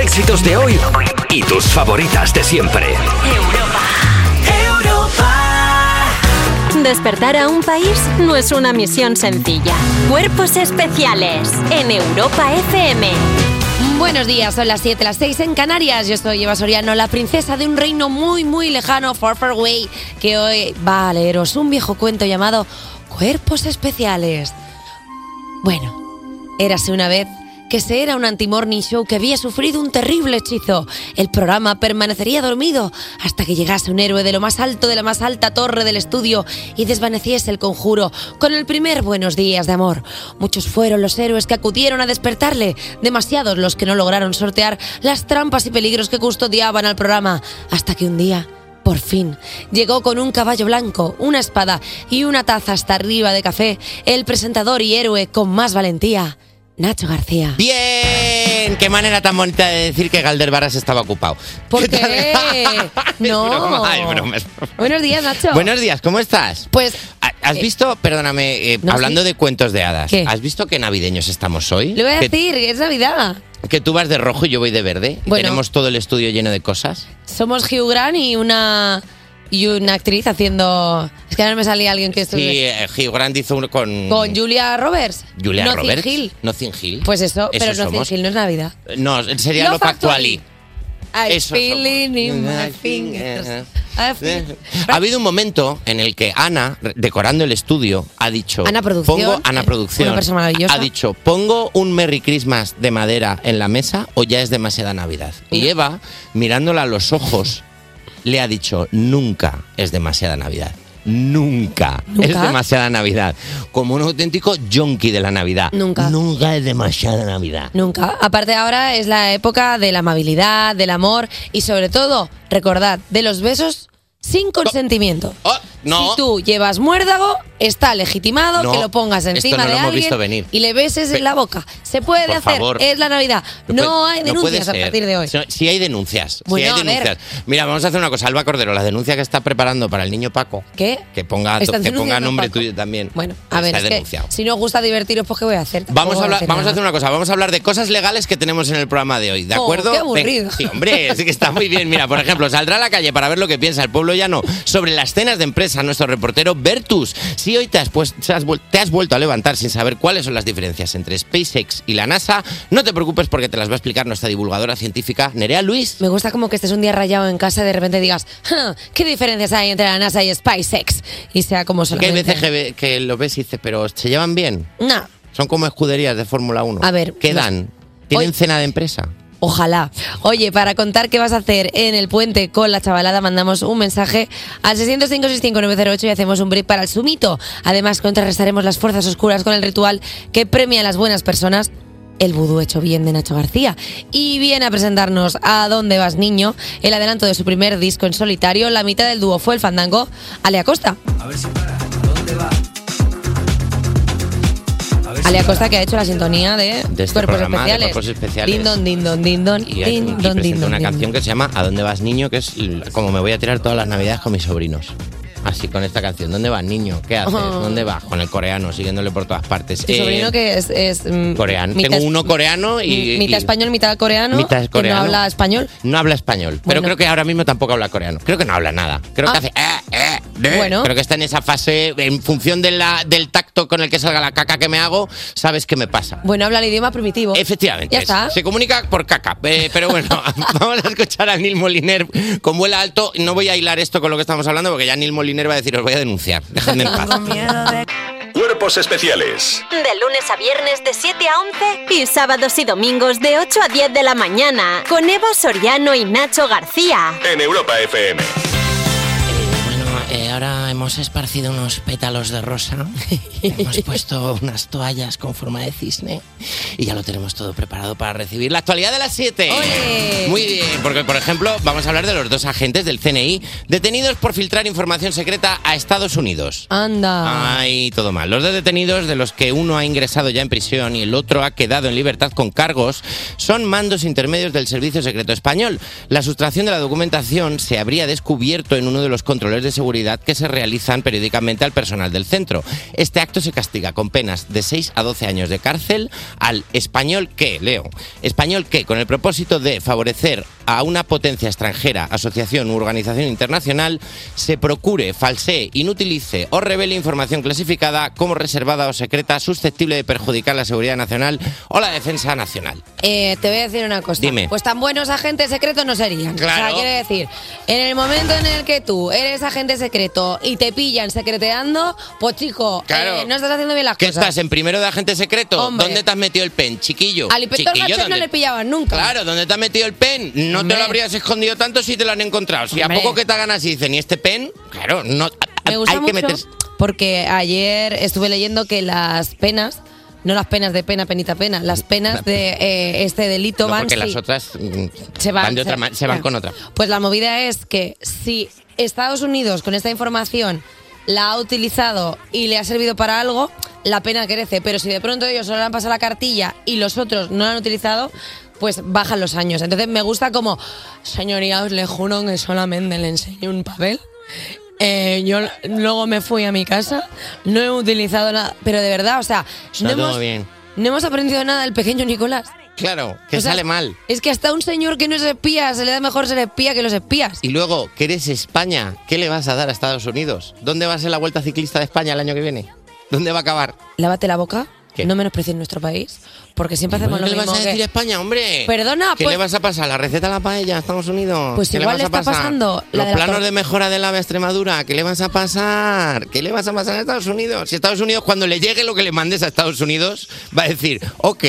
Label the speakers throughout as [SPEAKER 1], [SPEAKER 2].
[SPEAKER 1] éxitos de hoy y tus favoritas de siempre.
[SPEAKER 2] Despertar a un país no es una misión sencilla. Cuerpos especiales en Europa FM.
[SPEAKER 3] Buenos días, son las 7, las 6 en Canarias. Yo soy Eva Soriano, la princesa de un reino muy, muy lejano, Far Far Way, que hoy va a leeros un viejo cuento llamado Cuerpos Especiales. Bueno, érase una vez que se era un anti-morning show que había sufrido un terrible hechizo. El programa permanecería dormido hasta que llegase un héroe de lo más alto de la más alta torre del estudio y desvaneciese el conjuro con el primer buenos días de amor. Muchos fueron los héroes que acudieron a despertarle, demasiados los que no lograron sortear las trampas y peligros que custodiaban al programa, hasta que un día por fin llegó con un caballo blanco, una espada y una taza hasta arriba de café el presentador y héroe con más valentía, Nacho García.
[SPEAKER 4] Bien, qué manera tan bonita de decir que Galder Barras estaba ocupado.
[SPEAKER 3] ¿Por qué?
[SPEAKER 4] Es
[SPEAKER 3] Pues, no.
[SPEAKER 4] broma, es broma, es broma.
[SPEAKER 3] Buenos días, Nacho.
[SPEAKER 4] Buenos días, ¿cómo estás?
[SPEAKER 3] Pues
[SPEAKER 4] Ah, ¿Has
[SPEAKER 3] Eh,
[SPEAKER 4] visto, perdóname, eh,
[SPEAKER 3] no,
[SPEAKER 4] hablando
[SPEAKER 3] sí.
[SPEAKER 4] de cuentos de hadas,
[SPEAKER 3] ¿Qué?
[SPEAKER 4] ¿has visto qué navideños estamos hoy?
[SPEAKER 3] le voy a
[SPEAKER 4] que,
[SPEAKER 3] decir, es Navidad.
[SPEAKER 4] que tú vas de rojo y yo voy de verde. y
[SPEAKER 3] Bueno.
[SPEAKER 4] tenemos todo el estudio lleno de cosas.
[SPEAKER 3] Somos Hugh Grant y una y una actriz haciendo. Es que ahora me salía alguien que
[SPEAKER 4] Sí,
[SPEAKER 3] estuviera
[SPEAKER 4] eh, Hugh Grant hizo uno con,
[SPEAKER 3] con Julia Roberts.
[SPEAKER 4] Julia
[SPEAKER 3] Notting
[SPEAKER 4] Roberts.
[SPEAKER 3] Hill.
[SPEAKER 4] Nothing Hill.
[SPEAKER 3] Pues eso, pero
[SPEAKER 4] Eso
[SPEAKER 3] Nothing
[SPEAKER 4] somos.
[SPEAKER 3] Hill no es Navidad.
[SPEAKER 4] No, sería
[SPEAKER 3] Love
[SPEAKER 4] lo Actually.
[SPEAKER 3] I'm
[SPEAKER 4] Eso
[SPEAKER 3] feeling
[SPEAKER 4] somos.
[SPEAKER 3] in my
[SPEAKER 4] I think,
[SPEAKER 3] fingers.
[SPEAKER 4] eh,
[SPEAKER 3] I feel-
[SPEAKER 4] Ha habido un momento en el que Ana, re- decorando el estudio, ha dicho.
[SPEAKER 3] Ana Producción,
[SPEAKER 4] Pongo Ana
[SPEAKER 3] eh,
[SPEAKER 4] Producción.
[SPEAKER 3] una persona maravillosa.
[SPEAKER 4] Ha dicho, pongo un Merry Christmas de madera en la mesa o ya es demasiada Navidad. Y Eva, mirándola a los ojos, le ha dicho, nunca es demasiada Navidad. Nunca,
[SPEAKER 3] ¿Nunca?
[SPEAKER 4] es demasiada Navidad. Como un auténtico yonki de la Navidad.
[SPEAKER 3] Nunca.
[SPEAKER 4] Nunca es demasiada Navidad.
[SPEAKER 3] Nunca. Aparte ahora es la época de la amabilidad, del amor y sobre todo, recordad, de los besos sin consentimiento.
[SPEAKER 4] Oh, no.
[SPEAKER 3] Si tú llevas muérdago, está legitimado
[SPEAKER 4] No,
[SPEAKER 3] que lo pongas
[SPEAKER 4] esto
[SPEAKER 3] encima
[SPEAKER 4] no lo
[SPEAKER 3] de
[SPEAKER 4] hemos
[SPEAKER 3] alguien
[SPEAKER 4] visto venir.
[SPEAKER 3] y le beses
[SPEAKER 4] Pe-
[SPEAKER 3] en la boca. Se puede
[SPEAKER 4] Por
[SPEAKER 3] hacer,
[SPEAKER 4] favor.
[SPEAKER 3] es la Navidad. No,
[SPEAKER 4] puede-
[SPEAKER 3] hay
[SPEAKER 4] puede
[SPEAKER 3] denuncias a
[SPEAKER 4] ser.
[SPEAKER 3] partir de hoy.
[SPEAKER 4] Si, si hay denuncias. si
[SPEAKER 3] Bueno,
[SPEAKER 4] hay
[SPEAKER 3] a ver.
[SPEAKER 4] denuncias. Mira, vamos a hacer una cosa. Alba Cordero, la denuncia que está preparando para el niño Paco.
[SPEAKER 3] ¿Qué?
[SPEAKER 4] Que ponga,
[SPEAKER 3] ¿Estás
[SPEAKER 4] que ponga
[SPEAKER 3] denunciando,
[SPEAKER 4] nombre
[SPEAKER 3] Paco?
[SPEAKER 4] tuyo también.
[SPEAKER 3] Bueno, a ver,
[SPEAKER 4] Está
[SPEAKER 3] es que
[SPEAKER 4] denunciado.
[SPEAKER 3] si no os gusta divertiros, pues ¿qué voy a hacer?
[SPEAKER 4] Vamos
[SPEAKER 3] Tampoco
[SPEAKER 4] a,
[SPEAKER 3] voy
[SPEAKER 4] hablar- vamos a
[SPEAKER 3] nada.
[SPEAKER 4] hacer una cosa, vamos a hablar de cosas legales que tenemos en el programa de hoy, ¿de
[SPEAKER 3] Oh,
[SPEAKER 4] acuerdo?
[SPEAKER 3] qué aburrido.
[SPEAKER 4] Venga, Sí, hombre, sí que está muy bien. Mira, por ejemplo, saldrá a la calle para ver lo que piensa el pueblo llano sobre las cenas de empresa nuestro reportero Bertus. Si hoy te has, pues- te has vuel- te has vuelto a levantar sin saber cuáles son las diferencias entre SpaceX y la NASA, no te preocupes porque te las va a explicar nuestra divulgadora científica Nerea Luis.
[SPEAKER 3] Me gusta como que estés un día rayado en casa y de repente digas, "Ja, ¿qué diferencias hay entre la NASA y SpaceX? Y sea como
[SPEAKER 4] Que hay
[SPEAKER 3] solamente...
[SPEAKER 4] veces que, ve- que lo ves y dices, pero se llevan bien.
[SPEAKER 3] No,
[SPEAKER 4] Son como escuderías de Fórmula 1.
[SPEAKER 3] Mm. A ver,
[SPEAKER 4] ¿Qué
[SPEAKER 3] no-
[SPEAKER 4] dan? ¿Tienen cena de empresa?
[SPEAKER 3] Ojalá. Oye, para contar qué vas a hacer en el puente con la chavalada, mandamos un mensaje al 605-65908 y hacemos un break para el sumito. Además, contrarrestaremos las fuerzas oscuras con el ritual que premia a las buenas personas. El vudú hecho bien de Nacho García. Y viene a presentarnos A dónde vas, niño, el adelanto de su primer disco en solitario. La mitad del dúo fue el fandango, Alea Costa.
[SPEAKER 5] A ver si para, ¿a dónde va? A ver si
[SPEAKER 3] Alea
[SPEAKER 5] para.
[SPEAKER 3] Costa que ha hecho la sintonía de,
[SPEAKER 4] De este
[SPEAKER 3] cuerpos,
[SPEAKER 4] programa, de
[SPEAKER 3] especiales.
[SPEAKER 4] Cuerpos Especiales.
[SPEAKER 3] Din don, din don, din don,
[SPEAKER 4] Y, hay- y
[SPEAKER 3] din don,
[SPEAKER 4] presenta
[SPEAKER 3] din don,
[SPEAKER 4] una
[SPEAKER 3] din
[SPEAKER 4] canción
[SPEAKER 3] don.
[SPEAKER 4] que se llama ¿A dónde vas, niño? Que es l- como me voy a tirar todas las navidades con mis sobrinos. Así con esta canción. ¿Dónde vas, niño? ¿Qué haces?
[SPEAKER 3] Oh.
[SPEAKER 4] ¿Dónde vas? Con el coreano, siguiéndole por todas partes.
[SPEAKER 3] Tu
[SPEAKER 4] Eh,
[SPEAKER 3] sobrino que es, es, mm,
[SPEAKER 4] coreano.
[SPEAKER 3] mitad
[SPEAKER 4] Tengo uno coreano y...
[SPEAKER 3] Mm, mitad
[SPEAKER 4] y-
[SPEAKER 3] español, mitad coreano.
[SPEAKER 4] mitad
[SPEAKER 3] que
[SPEAKER 4] coreano.
[SPEAKER 3] no habla español.
[SPEAKER 4] No habla español, pero
[SPEAKER 3] Bueno.
[SPEAKER 4] creo que ahora mismo tampoco habla coreano. Creo que no habla nada. Creo que
[SPEAKER 3] Ah.
[SPEAKER 4] hace... eh, eh, de.
[SPEAKER 3] Bueno.
[SPEAKER 4] Creo que está en esa fase, en función de la, del tacto con el que salga la caca que me hago, sabes qué me pasa.
[SPEAKER 3] Bueno, habla el idioma primitivo.
[SPEAKER 4] Efectivamente.
[SPEAKER 3] Ya está.
[SPEAKER 4] Se comunica por caca. Eh, pero bueno, vamos a escuchar a Neil Moliner con vuela alto. No voy a hilar esto con lo que estamos hablando porque ya Neil Moliner va a decir, os voy a denunciar. Dejadme en paz.
[SPEAKER 6] Cuerpos especiales
[SPEAKER 2] De lunes a viernes de 7 a 11 y sábados y domingos de 8 a 10 de la mañana con Evo Soriano y Nacho García.
[SPEAKER 6] en Europa FM.
[SPEAKER 4] Bueno, eh, ahora hemos esparcido unos pétalos de rosa, hemos puesto unas toallas con forma de cisne y ya lo tenemos todo preparado para recibir la actualidad de las 7.
[SPEAKER 3] ¡Ole!
[SPEAKER 4] Muy bien, porque por ejemplo vamos a hablar de los dos agentes del CNI detenidos por filtrar información secreta a Estados Unidos.
[SPEAKER 3] Anda.
[SPEAKER 4] Ay, todo mal. Los dos detenidos, de los que uno ha ingresado ya en prisión y el otro ha quedado en libertad con cargos, son mandos intermedios del Servicio Secreto Español. La sustracción de la documentación se habría descubierto en uno de los controles de seguridad seguridad que se realizan periódicamente al personal del centro. Este acto se castiga con penas de 6 a 12 años de cárcel al español que, leo, español que, con el propósito de favorecer a una potencia extranjera, asociación u organización internacional, se procure, falsee, inutilice o revele información clasificada como reservada o secreta susceptible de perjudicar la seguridad nacional o la defensa nacional.
[SPEAKER 3] Eh, te voy a decir una cosa.
[SPEAKER 4] Dime.
[SPEAKER 3] Pues tan buenos agentes secretos no serían. O
[SPEAKER 4] Claro.
[SPEAKER 3] sea, quiero decir, en el momento en el que tú eres agente secreto y te pillan secreteando, pues chico,
[SPEAKER 4] Claro.
[SPEAKER 3] eh, no estás haciendo bien las
[SPEAKER 4] ¿Qué
[SPEAKER 3] cosas.
[SPEAKER 4] estás en primero de agente secreto?
[SPEAKER 3] Hombre.
[SPEAKER 4] ¿Dónde te has metido el pen, chiquillo?
[SPEAKER 3] Al inspector
[SPEAKER 4] Chiquillo,
[SPEAKER 3] Gadget no
[SPEAKER 4] ¿dónde-
[SPEAKER 3] le pillaban nunca.
[SPEAKER 4] Claro, ¿dónde te has metido el pen? No te lo habrías escondido tanto si te lo han encontrado. Si
[SPEAKER 3] Hombre.
[SPEAKER 4] a poco que te hagan así dicen, ¿y este pen? Claro, no.
[SPEAKER 3] Me gusta
[SPEAKER 4] hay que
[SPEAKER 3] mucho
[SPEAKER 4] meterse-
[SPEAKER 3] porque ayer estuve leyendo que las penas, no las penas de pena, penita pena, las penas de eh, este delito
[SPEAKER 4] No,
[SPEAKER 3] van...
[SPEAKER 4] porque
[SPEAKER 3] si-
[SPEAKER 4] las otras mm,
[SPEAKER 3] Se van,
[SPEAKER 4] de
[SPEAKER 3] se-
[SPEAKER 4] otra ma- se van
[SPEAKER 3] ya.
[SPEAKER 4] con otra.
[SPEAKER 3] Pues la movida es que si Estados Unidos con esta información la ha utilizado y le ha servido para algo, la pena crece. Pero si de pronto ellos solo le han pasado la cartilla y los otros no la han utilizado, pues bajan los años. Entonces me gusta como, señoría, os le juro que solamente le enseñé un papel. Eh, yo l- luego me fui a mi casa, no he utilizado nada, pero de verdad, o sea, no,
[SPEAKER 4] Está todo
[SPEAKER 3] hemos,
[SPEAKER 4] bien.
[SPEAKER 3] no hemos aprendido nada del pequeño Nicolás.
[SPEAKER 4] Claro, que
[SPEAKER 3] O sea,
[SPEAKER 4] sale mal.
[SPEAKER 3] Es que hasta un señor que no es espía se le da mejor ser espía que los espías.
[SPEAKER 4] Y luego, que eres España, ¿qué le vas a dar a Estados Unidos? ¿Dónde va a ser la vuelta ciclista de España el año que viene? ¿Dónde va a acabar?
[SPEAKER 3] Lávate la boca,
[SPEAKER 4] ¿Qué?
[SPEAKER 3] no menosprecies nuestro país, porque siempre hacemos
[SPEAKER 4] ¿Qué
[SPEAKER 3] lo
[SPEAKER 4] le vas
[SPEAKER 3] mismo.
[SPEAKER 4] a
[SPEAKER 3] que-
[SPEAKER 4] decir a España, hombre?
[SPEAKER 3] Perdona,
[SPEAKER 4] ¿Qué
[SPEAKER 3] pues-
[SPEAKER 4] le vas a pasar? ¿La receta a la paella a Estados Unidos?
[SPEAKER 3] Pues
[SPEAKER 4] ¿Qué
[SPEAKER 3] igual
[SPEAKER 4] le
[SPEAKER 3] le
[SPEAKER 4] vas a
[SPEAKER 3] está
[SPEAKER 4] pasar?
[SPEAKER 3] pasando la
[SPEAKER 4] Los
[SPEAKER 3] de la
[SPEAKER 4] planos
[SPEAKER 3] tor-
[SPEAKER 4] de mejora del AVE a Extremadura, ¿qué le vas a pasar? ¿Qué le vas a pasar a Estados Unidos? Si Estados Unidos, cuando le llegue lo que le mandes a Estados Unidos, va a decir, ok,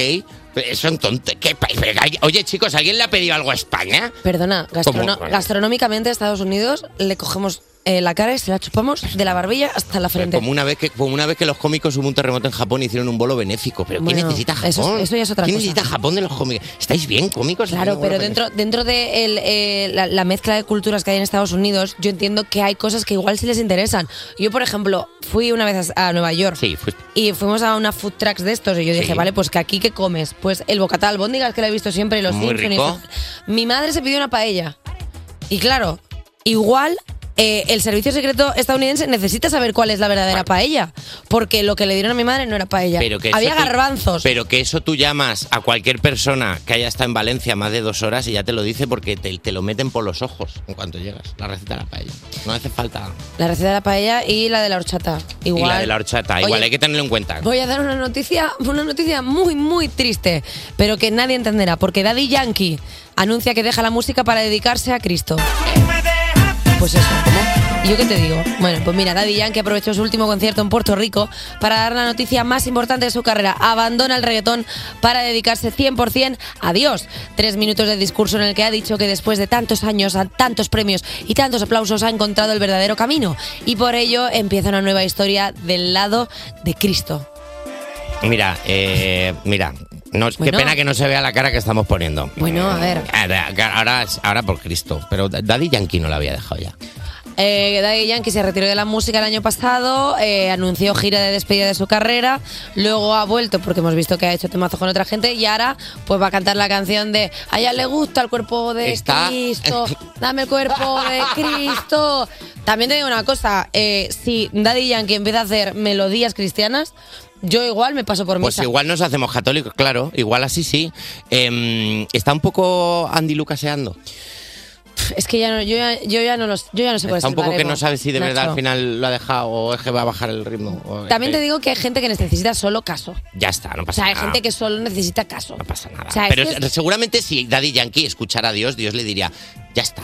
[SPEAKER 4] pero son tontos. ¿qué pa- pero hay- Oye, chicos, ¿alguien le ha pedido algo a España?
[SPEAKER 3] Perdona, gastrono-
[SPEAKER 4] ¿Cómo?
[SPEAKER 3] gastronómicamente a Estados Unidos le cogemos eh, la cara y se la chupamos de la barbilla hasta la frente.
[SPEAKER 4] Pues Como una vez que como una vez que los cómicos hubo un terremoto en Japón y hicieron un bolo benéfico, pero ¿quién
[SPEAKER 3] Bueno,
[SPEAKER 4] necesita Japón?
[SPEAKER 3] eso- eso ya es otra
[SPEAKER 4] ¿Quién
[SPEAKER 3] cosa.
[SPEAKER 4] necesita Japón de los cómicos? ¿Estáis bien cómicos?
[SPEAKER 3] Claro,
[SPEAKER 4] Haciendo
[SPEAKER 3] pero
[SPEAKER 4] bolos
[SPEAKER 3] dentro, dentro de el, eh, la, la mezcla de culturas que hay en Estados Unidos, yo entiendo que hay cosas que igual sí les interesan. Yo, por ejemplo, fui una vez a, a Nueva York
[SPEAKER 4] Sí,
[SPEAKER 5] pues.
[SPEAKER 4] fuiste.
[SPEAKER 3] y fuimos a una food trucks de estos y yo dije, vale, pues que aquí qué comes. Pues el bocata de albóndigas que lo he visto siempre, los
[SPEAKER 4] Muy
[SPEAKER 3] Simpson y
[SPEAKER 4] rico.
[SPEAKER 3] esto. Mi madre se pidió una paella. Y claro, igual eh, el servicio secreto estadounidense necesita saber cuál es la verdadera paella. Porque lo que le dieron a mi madre no era paella.
[SPEAKER 4] Pero que eso
[SPEAKER 3] Había
[SPEAKER 4] tú-
[SPEAKER 3] garbanzos.
[SPEAKER 4] Pero que eso tú llamas a cualquier persona que haya estado en Valencia más de dos horas y ya te lo dice porque te, te lo meten por los ojos en cuanto llegas. La receta de la paella. No hace falta.
[SPEAKER 3] La receta de la paella y la de la horchata. Igual.
[SPEAKER 4] Y la de la horchata. Igual
[SPEAKER 3] Oye,
[SPEAKER 4] hay que tenerlo en cuenta.
[SPEAKER 3] Voy a dar una noticia, una noticia muy, muy triste, pero que nadie entenderá, porque Daddy Yankee anuncia que deja la música para dedicarse a Cristo. Pues eso, ¿no? ¿Y yo qué te digo? Bueno, pues mira, Daddy Yankee aprovechó su último concierto en Puerto Rico para dar la noticia más importante de su carrera. Abandona el reggaetón para dedicarse 100% a Dios. Tres minutos de discurso en el que ha dicho que después de tantos años, a tantos premios y tantos aplausos ha encontrado el verdadero camino. Y por ello empieza una nueva historia del lado de Cristo.
[SPEAKER 4] Mira, eh, mira. No,
[SPEAKER 3] Bueno.
[SPEAKER 4] Qué pena que no se vea la cara que estamos poniendo.
[SPEAKER 3] Bueno, a ver.
[SPEAKER 4] Ahora, ahora, ahora por Cristo. Pero Daddy Yankee no la había dejado ya.
[SPEAKER 3] Eh, Daddy Yankee se retiró de la música el año pasado, eh, anunció gira de despedida de su carrera, luego ha vuelto porque hemos visto que ha hecho temazo con otra gente y ahora pues va a cantar la canción de A ella le gusta el cuerpo de
[SPEAKER 4] Está-
[SPEAKER 3] Cristo, dame el cuerpo de Cristo. También te digo una cosa, eh, si Daddy Yankee empieza a hacer melodías cristianas, yo igual me paso por
[SPEAKER 4] Pues
[SPEAKER 3] misa.
[SPEAKER 4] igual nos hacemos católicos, claro. Igual así sí. Em, está un poco Andy Lucaseando.
[SPEAKER 3] Es que ya no, yo, ya, yo ya no los, yo ya no sé cuál es
[SPEAKER 4] Está un
[SPEAKER 3] el
[SPEAKER 4] poco que
[SPEAKER 3] baremo,
[SPEAKER 4] no sabes si de verdad
[SPEAKER 3] Pues Nacho.
[SPEAKER 4] al final eh. lo ha dejado o es que va a bajar el ritmo. o-
[SPEAKER 3] También te digo que hay gente que necesita solo caso.
[SPEAKER 4] Ya está, no
[SPEAKER 3] O
[SPEAKER 4] pasa
[SPEAKER 3] sea, hay
[SPEAKER 4] nada.
[SPEAKER 3] gente que solo necesita caso. No
[SPEAKER 4] pasa nada.
[SPEAKER 3] O sea,
[SPEAKER 4] Pero
[SPEAKER 3] es que-
[SPEAKER 4] se- seguramente si Daddy Yankee escuchara a Dios, Dios le diría, ya está.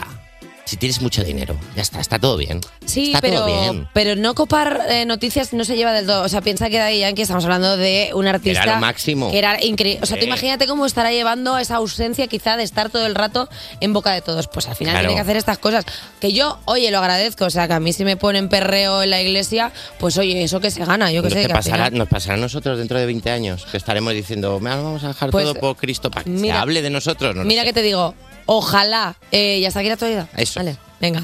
[SPEAKER 4] Si tienes mucho dinero, ya está, está todo bien.
[SPEAKER 3] Sí,
[SPEAKER 4] está
[SPEAKER 3] pero,
[SPEAKER 4] todo bien.
[SPEAKER 3] pero no copar eh, noticias no se lleva del todo. O sea, piensa que Daddy Yankee estamos hablando de un artista.
[SPEAKER 4] Era lo máximo.
[SPEAKER 3] que era increíble. O sea, tú
[SPEAKER 4] Sí.
[SPEAKER 3] imagínate cómo estará llevando esa ausencia quizá de estar todo el rato en boca de todos. Pues al final
[SPEAKER 4] Claro.
[SPEAKER 3] tiene que hacer estas cosas. Que yo, oye, lo agradezco. O sea, que a mí si me ponen perreo en la iglesia, pues oye, eso que se gana. Yo que
[SPEAKER 4] Nos,
[SPEAKER 3] sé.
[SPEAKER 4] te
[SPEAKER 3] que al
[SPEAKER 4] pasará,
[SPEAKER 3] final-
[SPEAKER 4] nos pasará a nosotros dentro de 20 años, que estaremos diciendo, "Me- ahora vamos a dejar
[SPEAKER 3] Pues,
[SPEAKER 4] todo por Cristo para que se
[SPEAKER 3] mira-
[SPEAKER 4] hable de nosotros. no lo
[SPEAKER 3] Mira
[SPEAKER 4] sé.
[SPEAKER 3] que te digo, ojalá. Eh, y hasta aquí la actualidad.
[SPEAKER 4] Eso.
[SPEAKER 3] Vale, venga.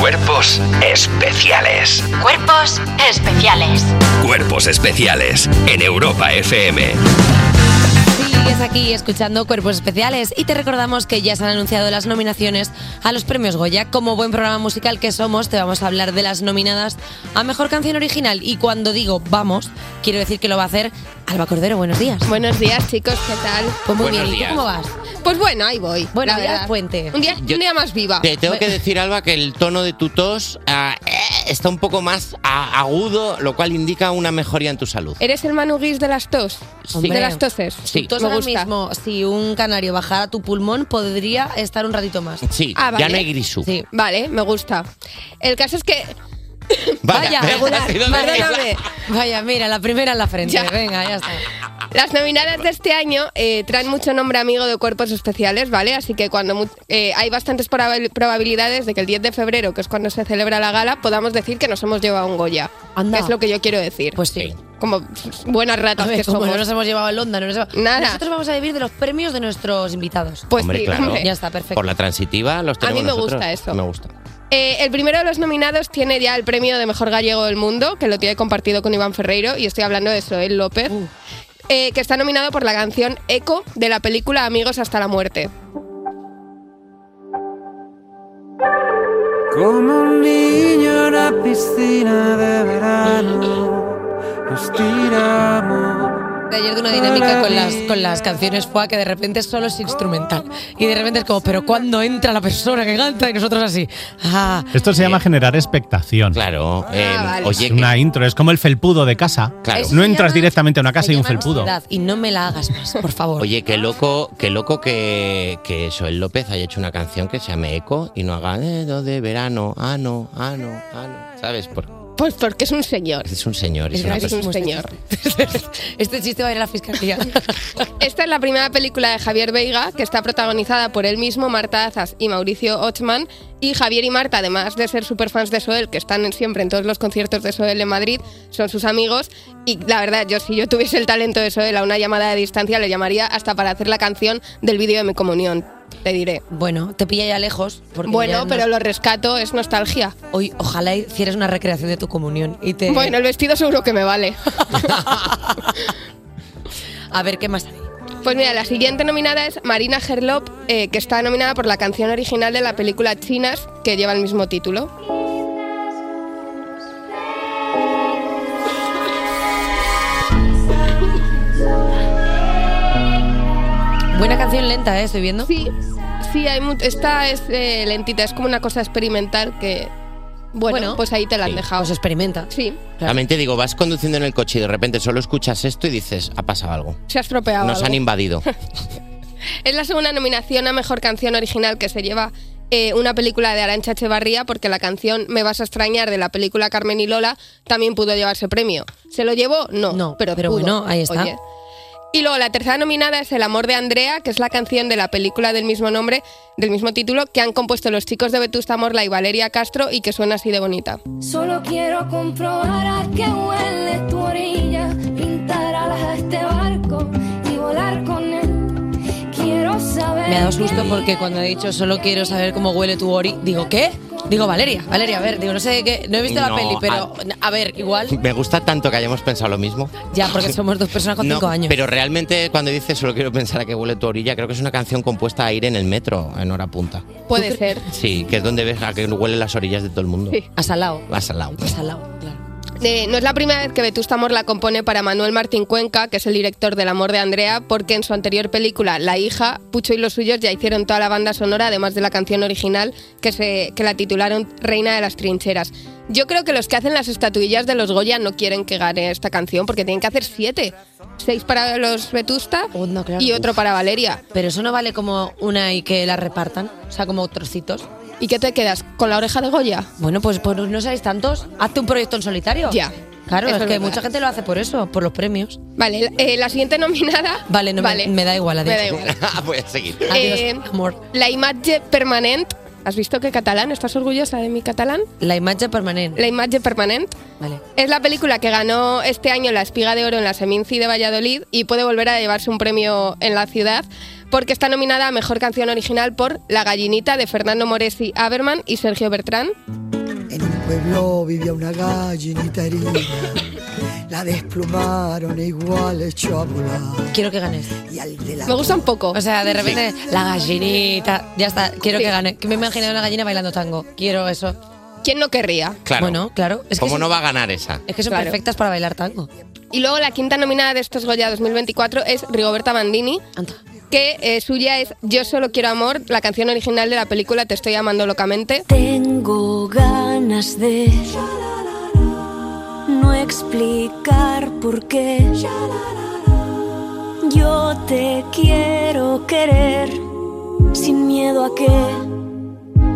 [SPEAKER 1] Cuerpos especiales.
[SPEAKER 2] Cuerpos especiales.
[SPEAKER 1] Cuerpos especiales en Europa FM.
[SPEAKER 3] Sí, Sigues aquí escuchando Cuerpos Especiales y te recordamos que ya se han anunciado las nominaciones a los premios Goya. Como buen programa musical que somos, te vamos a hablar de las nominadas a Mejor Canción Original. Y cuando digo vamos, quiero decir que lo va a hacer Alba Cordero. Buenos días.
[SPEAKER 7] Buenos días, chicos, ¿qué tal?
[SPEAKER 3] Pues muy
[SPEAKER 4] Buenos
[SPEAKER 3] bien, ¿y tú
[SPEAKER 4] días.
[SPEAKER 3] cómo vas?
[SPEAKER 7] Pues bueno, ahí voy.
[SPEAKER 3] Buenos
[SPEAKER 7] la
[SPEAKER 3] días,
[SPEAKER 7] verdad.
[SPEAKER 3] Puente.
[SPEAKER 7] Un día,
[SPEAKER 4] Yo-
[SPEAKER 7] un día más viva.
[SPEAKER 4] Te tengo que decir, Alba, que el tono de tu tos ah, eh, está un poco más a- agudo, lo cual indica una mejoría en tu salud.
[SPEAKER 7] ¿Eres el Manu Guis de las tos?
[SPEAKER 4] Sí.
[SPEAKER 7] De las toses.
[SPEAKER 4] Sí.
[SPEAKER 3] Tú
[SPEAKER 7] Me
[SPEAKER 3] ahora
[SPEAKER 7] gusta.
[SPEAKER 3] mismo, si un canario bajara tu pulmón, podría estar un ratito más.
[SPEAKER 4] Sí,
[SPEAKER 7] Ah,
[SPEAKER 4] ya
[SPEAKER 7] vale.
[SPEAKER 4] no hay grisú.
[SPEAKER 3] Sí.
[SPEAKER 7] Vale, me gusta. El caso es que
[SPEAKER 3] Vaya,
[SPEAKER 4] Vaya,
[SPEAKER 3] regular.
[SPEAKER 4] ha sido de
[SPEAKER 7] Perdóname.
[SPEAKER 4] risa.
[SPEAKER 3] Vaya, mira, la primera en la frente.
[SPEAKER 7] Ya.
[SPEAKER 3] Venga, ya está.
[SPEAKER 7] Las nominadas de este año eh, traen mucho nombre amigo de cuerpos especiales, ¿vale? Así que cuando mu- eh, hay bastantes probabil- probabilidades de que el 10 de febrero, que es cuando se celebra la gala, podamos decir que nos hemos llevado un Goya.
[SPEAKER 3] Anda.
[SPEAKER 7] Que es lo que yo quiero decir.
[SPEAKER 3] Pues sí.
[SPEAKER 7] Como buenas
[SPEAKER 3] A
[SPEAKER 7] ratas
[SPEAKER 3] ver,
[SPEAKER 7] que
[SPEAKER 3] como
[SPEAKER 7] somos.
[SPEAKER 3] no nos hemos llevado el onda, no nos hemos-
[SPEAKER 7] Nada.
[SPEAKER 3] Nosotros vamos a vivir de los premios de nuestros invitados.
[SPEAKER 7] Pues
[SPEAKER 4] Hombre,
[SPEAKER 7] sí,
[SPEAKER 4] claro.
[SPEAKER 7] hombre.
[SPEAKER 3] Ya está, perfecto.
[SPEAKER 4] Por la transitiva los
[SPEAKER 7] A mí
[SPEAKER 4] tenemos
[SPEAKER 7] me
[SPEAKER 4] nosotros.
[SPEAKER 7] gusta eso.
[SPEAKER 4] Me gusta.
[SPEAKER 7] Eh, el primero de los nominados tiene ya el premio de mejor gallego del mundo, que lo tiene compartido con Iván Ferreiro, y estoy hablando de Soel López, eh, que está nominado por la canción Eco de la película Amigos hasta la muerte.
[SPEAKER 5] Como un niño en la piscina de verano, nos tiramos.
[SPEAKER 3] De Ayer de una dinámica con las, con las canciones fue que de repente solo es instrumental. Y de repente es como, pero ¿cuándo entra la persona que canta? Y nosotros así. Ah,
[SPEAKER 8] Esto se llama generar expectación.
[SPEAKER 4] Eh, Claro. eh,
[SPEAKER 7] vale.
[SPEAKER 4] Oye,
[SPEAKER 8] Es una intro, es como el felpudo de casa.
[SPEAKER 4] Claro.
[SPEAKER 8] No entras
[SPEAKER 3] llama-
[SPEAKER 8] directamente a una casa
[SPEAKER 3] se
[SPEAKER 8] y un
[SPEAKER 3] llama
[SPEAKER 8] felpudo.
[SPEAKER 3] ansiedad, Y no me la hagas más, por favor.
[SPEAKER 4] Oye, qué loco, qué loco que, que Joel López haya hecho una canción que se llame Eco y no haga dedo de verano, ah no, ah no, ah no. ¿Sabes? Por-
[SPEAKER 7] Pues porque es un señor.
[SPEAKER 4] es un señor, es una
[SPEAKER 7] Es
[SPEAKER 4] persona.
[SPEAKER 7] un señor.
[SPEAKER 3] este chiste va a ir a la fiscalía.
[SPEAKER 7] Esta es la primera película de Javier Veiga, que está protagonizada por él mismo, Marta Azas y Mauricio Ochman. Y Javier y Marta, además de ser superfans de Soel, que están en- siempre en todos los conciertos de Soel en Madrid, son sus amigos. Y la verdad, yo si yo tuviese el talento de Soel a una llamada de distancia, le llamaría hasta para hacer la canción del vídeo de mi comunión. Te diré.
[SPEAKER 3] bueno, te pilla ya lejos. Porque ya
[SPEAKER 7] Bueno,
[SPEAKER 3] no-
[SPEAKER 7] pero lo rescato, es nostalgia.
[SPEAKER 3] Hoy, ojalá hicieras una recreación de tu comunión. Y te...
[SPEAKER 7] Bueno, el vestido seguro que me vale.
[SPEAKER 3] a ver qué más hay.
[SPEAKER 7] Pues mira, la siguiente nominada es Marina Gerlop, eh, que está nominada por la canción original de la película Chinas, que lleva el mismo título.
[SPEAKER 3] Buena canción lenta, ¿eh? Estoy viendo.
[SPEAKER 7] Sí, sí, hay mu- esta es eh, lentita, es como una cosa experimental que, bueno,
[SPEAKER 3] Bueno,
[SPEAKER 7] pues ahí te la han
[SPEAKER 4] sí.
[SPEAKER 7] dejado.
[SPEAKER 3] Os experimenta.
[SPEAKER 7] Sí,
[SPEAKER 4] También te digo, vas conduciendo en el coche y de repente solo escuchas esto y dices, ha pasado algo.
[SPEAKER 7] se ha estropeado.
[SPEAKER 4] Nos
[SPEAKER 7] algo.
[SPEAKER 4] han invadido.
[SPEAKER 7] Es la segunda nominación a Mejor Canción Original que se lleva eh, una película de Arancha Echevarría, porque la canción Me vas a extrañar de la película Carmen y Lola también pudo llevarse premio. ¿Se lo llevó? No,
[SPEAKER 3] No,
[SPEAKER 7] pero,
[SPEAKER 3] pero
[SPEAKER 7] pudo.
[SPEAKER 3] bueno, ahí está.
[SPEAKER 7] Oye. Y luego la tercera nominada es El amor de Andrea, que es la canción de la película del mismo nombre, del mismo título, que han compuesto los chicos de Vetusta Morla y Valeria Castro y que suena así de bonita.
[SPEAKER 9] Solo quiero comprobar a qué huele tu orilla, pintar alas a este barco y volar con él. Quiero saber.
[SPEAKER 3] Me ha dado susto
[SPEAKER 9] qué
[SPEAKER 3] porque cuando he dicho solo quiero saber cómo huele tu ori, digo, ¿qué? Digo, Valeria, Valeria, a ver, digo, no sé qué, no he visto la
[SPEAKER 4] No, ah.
[SPEAKER 3] peli, pero a, ver, igual,
[SPEAKER 4] Me gusta tanto que hayamos pensado lo mismo.
[SPEAKER 3] ya, porque somos dos personas con
[SPEAKER 4] No,
[SPEAKER 3] cinco años.
[SPEAKER 4] Pero realmente cuando dices solo quiero pensar a que huele tu orilla, creo que es una canción compuesta a ir en el metro en hora punta.
[SPEAKER 7] Puede ser.
[SPEAKER 4] Sí, que es donde ves a que huelen las orillas de todo el mundo.
[SPEAKER 7] Sí.
[SPEAKER 3] A Salao.
[SPEAKER 4] Vas al lado.
[SPEAKER 3] A Salao, claro.
[SPEAKER 7] Eh, no es la primera vez que Vetusta Morla compone para Manuel Martín Cuenca, que es el director del Amor de Andrea, porque en su anterior película La hija, Pucho y los suyos ya hicieron toda la banda sonora, además de la canción original que, se, que la titularon Reina de las Trincheras. Yo creo que los que hacen las estatuillas de los Goya no quieren que gane esta canción, porque tienen que hacer siete. Seis para los Vetusta
[SPEAKER 3] Oh, no, claro.
[SPEAKER 7] y otro para Valeria.
[SPEAKER 3] Pero eso no vale como una y que la repartan, o sea, como trocitos.
[SPEAKER 7] ¿Y qué te quedas? ¿Con la oreja de Goya?
[SPEAKER 3] Bueno, pues, pues no seáis tantos, hazte un proyecto en solitario.
[SPEAKER 7] Ya.
[SPEAKER 3] Claro,
[SPEAKER 7] Eso
[SPEAKER 3] es
[SPEAKER 7] es
[SPEAKER 3] que
[SPEAKER 7] verdad.
[SPEAKER 3] mucha gente lo hace por eso, por los premios.
[SPEAKER 7] Vale, eh, la siguiente nominada...
[SPEAKER 3] Vale, no me- me da igual, adiós.
[SPEAKER 7] Me da igual.
[SPEAKER 4] Voy a seguir.
[SPEAKER 3] Adiós,
[SPEAKER 7] Eh,
[SPEAKER 3] amor.
[SPEAKER 7] La imagen permanente. ¿Has visto que catalán? ¿Estás orgullosa de mi catalán?
[SPEAKER 3] La imagen permanente.
[SPEAKER 7] La imagen permanente.
[SPEAKER 3] Vale.
[SPEAKER 7] Es la película que ganó este año la Espiga de Oro en la Seminci de Valladolid y puede volver a llevarse un premio en la ciudad porque está nominada a Mejor Canción Original por La Gallinita de Fernando Moresi Aberman y Sergio Bertrán.
[SPEAKER 10] En un pueblo vivía una gallinita herida. La desplumaron e igual echó a volar.
[SPEAKER 3] Quiero que ganes.
[SPEAKER 10] Me
[SPEAKER 3] gusta un poco. O sea, de repente, la gallinita. Ya está, quiero que gane. Que me he imaginado una gallina bailando tango. Quiero eso.
[SPEAKER 7] ¿Quién no querría?
[SPEAKER 4] Claro.
[SPEAKER 3] Bueno, claro. Es que
[SPEAKER 4] ¿Cómo
[SPEAKER 3] sí-
[SPEAKER 4] no va a ganar esa?
[SPEAKER 3] Es que son
[SPEAKER 7] Claro.
[SPEAKER 3] perfectas para bailar tango.
[SPEAKER 7] Y luego la quinta nominada de estos Goya 2024 es Rigoberta Bandini, que eh, suya es Yo solo quiero amor, la canción original de la película Te estoy amando locamente.
[SPEAKER 11] Tengo ganas de no explicar por qué. Yo te quiero querer sin miedo a que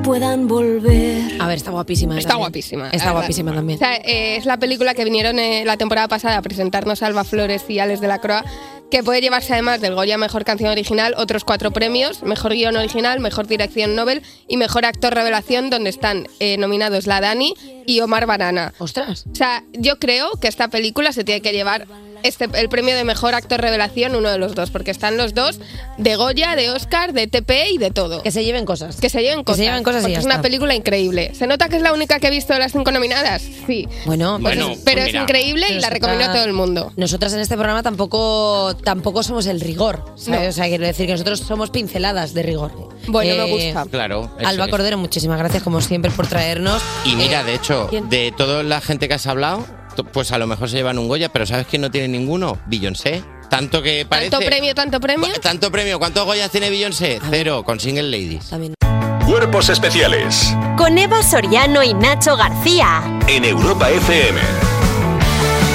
[SPEAKER 11] puedan volver.
[SPEAKER 3] A ver, está guapísima. ¿eh?
[SPEAKER 7] Está
[SPEAKER 3] también.
[SPEAKER 7] guapísima. la
[SPEAKER 3] Está
[SPEAKER 7] verdad.
[SPEAKER 3] guapísima también.
[SPEAKER 7] O sea, eh, es la película que vinieron eh, la temporada pasada a presentarnos Alba Flores y Alex de la Croa, que puede llevarse además del Goya Mejor Canción Original otros cuatro premios, Mejor Guión Original, Mejor Dirección Nobel y Mejor Actor Revelación, donde están eh, nominados la Dani y Omar Barana.
[SPEAKER 3] ¡Ostras!
[SPEAKER 7] O sea, yo creo que esta película se tiene que llevar... Este, el premio de mejor actor revelación, uno de los dos, porque están los dos de Goya, de Oscar, de TP y de todo. Que
[SPEAKER 3] se lleven cosas.
[SPEAKER 7] Que se lleven
[SPEAKER 3] Que
[SPEAKER 7] cosas.
[SPEAKER 3] se lleven cosas y
[SPEAKER 7] porque
[SPEAKER 3] ya
[SPEAKER 7] es una
[SPEAKER 3] está.
[SPEAKER 7] película increíble. ¿Se nota que es la única que he visto de las cinco nominadas? Sí.
[SPEAKER 3] Bueno,
[SPEAKER 7] Pues Bueno, es- pero pues es mira. increíble y la recomiendo a todo el mundo.
[SPEAKER 3] Nosotras en este programa tampoco tampoco somos el rigor. ¿sabes? O sea, quiero decir que nosotros somos pinceladas de rigor.
[SPEAKER 7] Bueno,
[SPEAKER 3] Eh,
[SPEAKER 7] me gusta.
[SPEAKER 4] Claro. eso
[SPEAKER 3] Alba
[SPEAKER 4] es.
[SPEAKER 3] Cordero, muchísimas gracias como siempre por traernos.
[SPEAKER 4] Y mira,
[SPEAKER 3] Eh,
[SPEAKER 4] de hecho,
[SPEAKER 3] ¿quién?
[SPEAKER 4] de toda la gente que has hablado, to- pues a lo mejor se llevan un Goya, pero ¿sabes quién no tiene ninguno? Beyoncé. Tanto que parece.
[SPEAKER 7] Tanto premio, tanto premio.
[SPEAKER 4] Tanto premio. ¿Cuántos Goyas tiene Beyoncé? Cero, con Single Ladies.
[SPEAKER 6] Cuerpos especiales
[SPEAKER 2] Con Eva Soriano y Nacho García.
[SPEAKER 6] en Europa FM.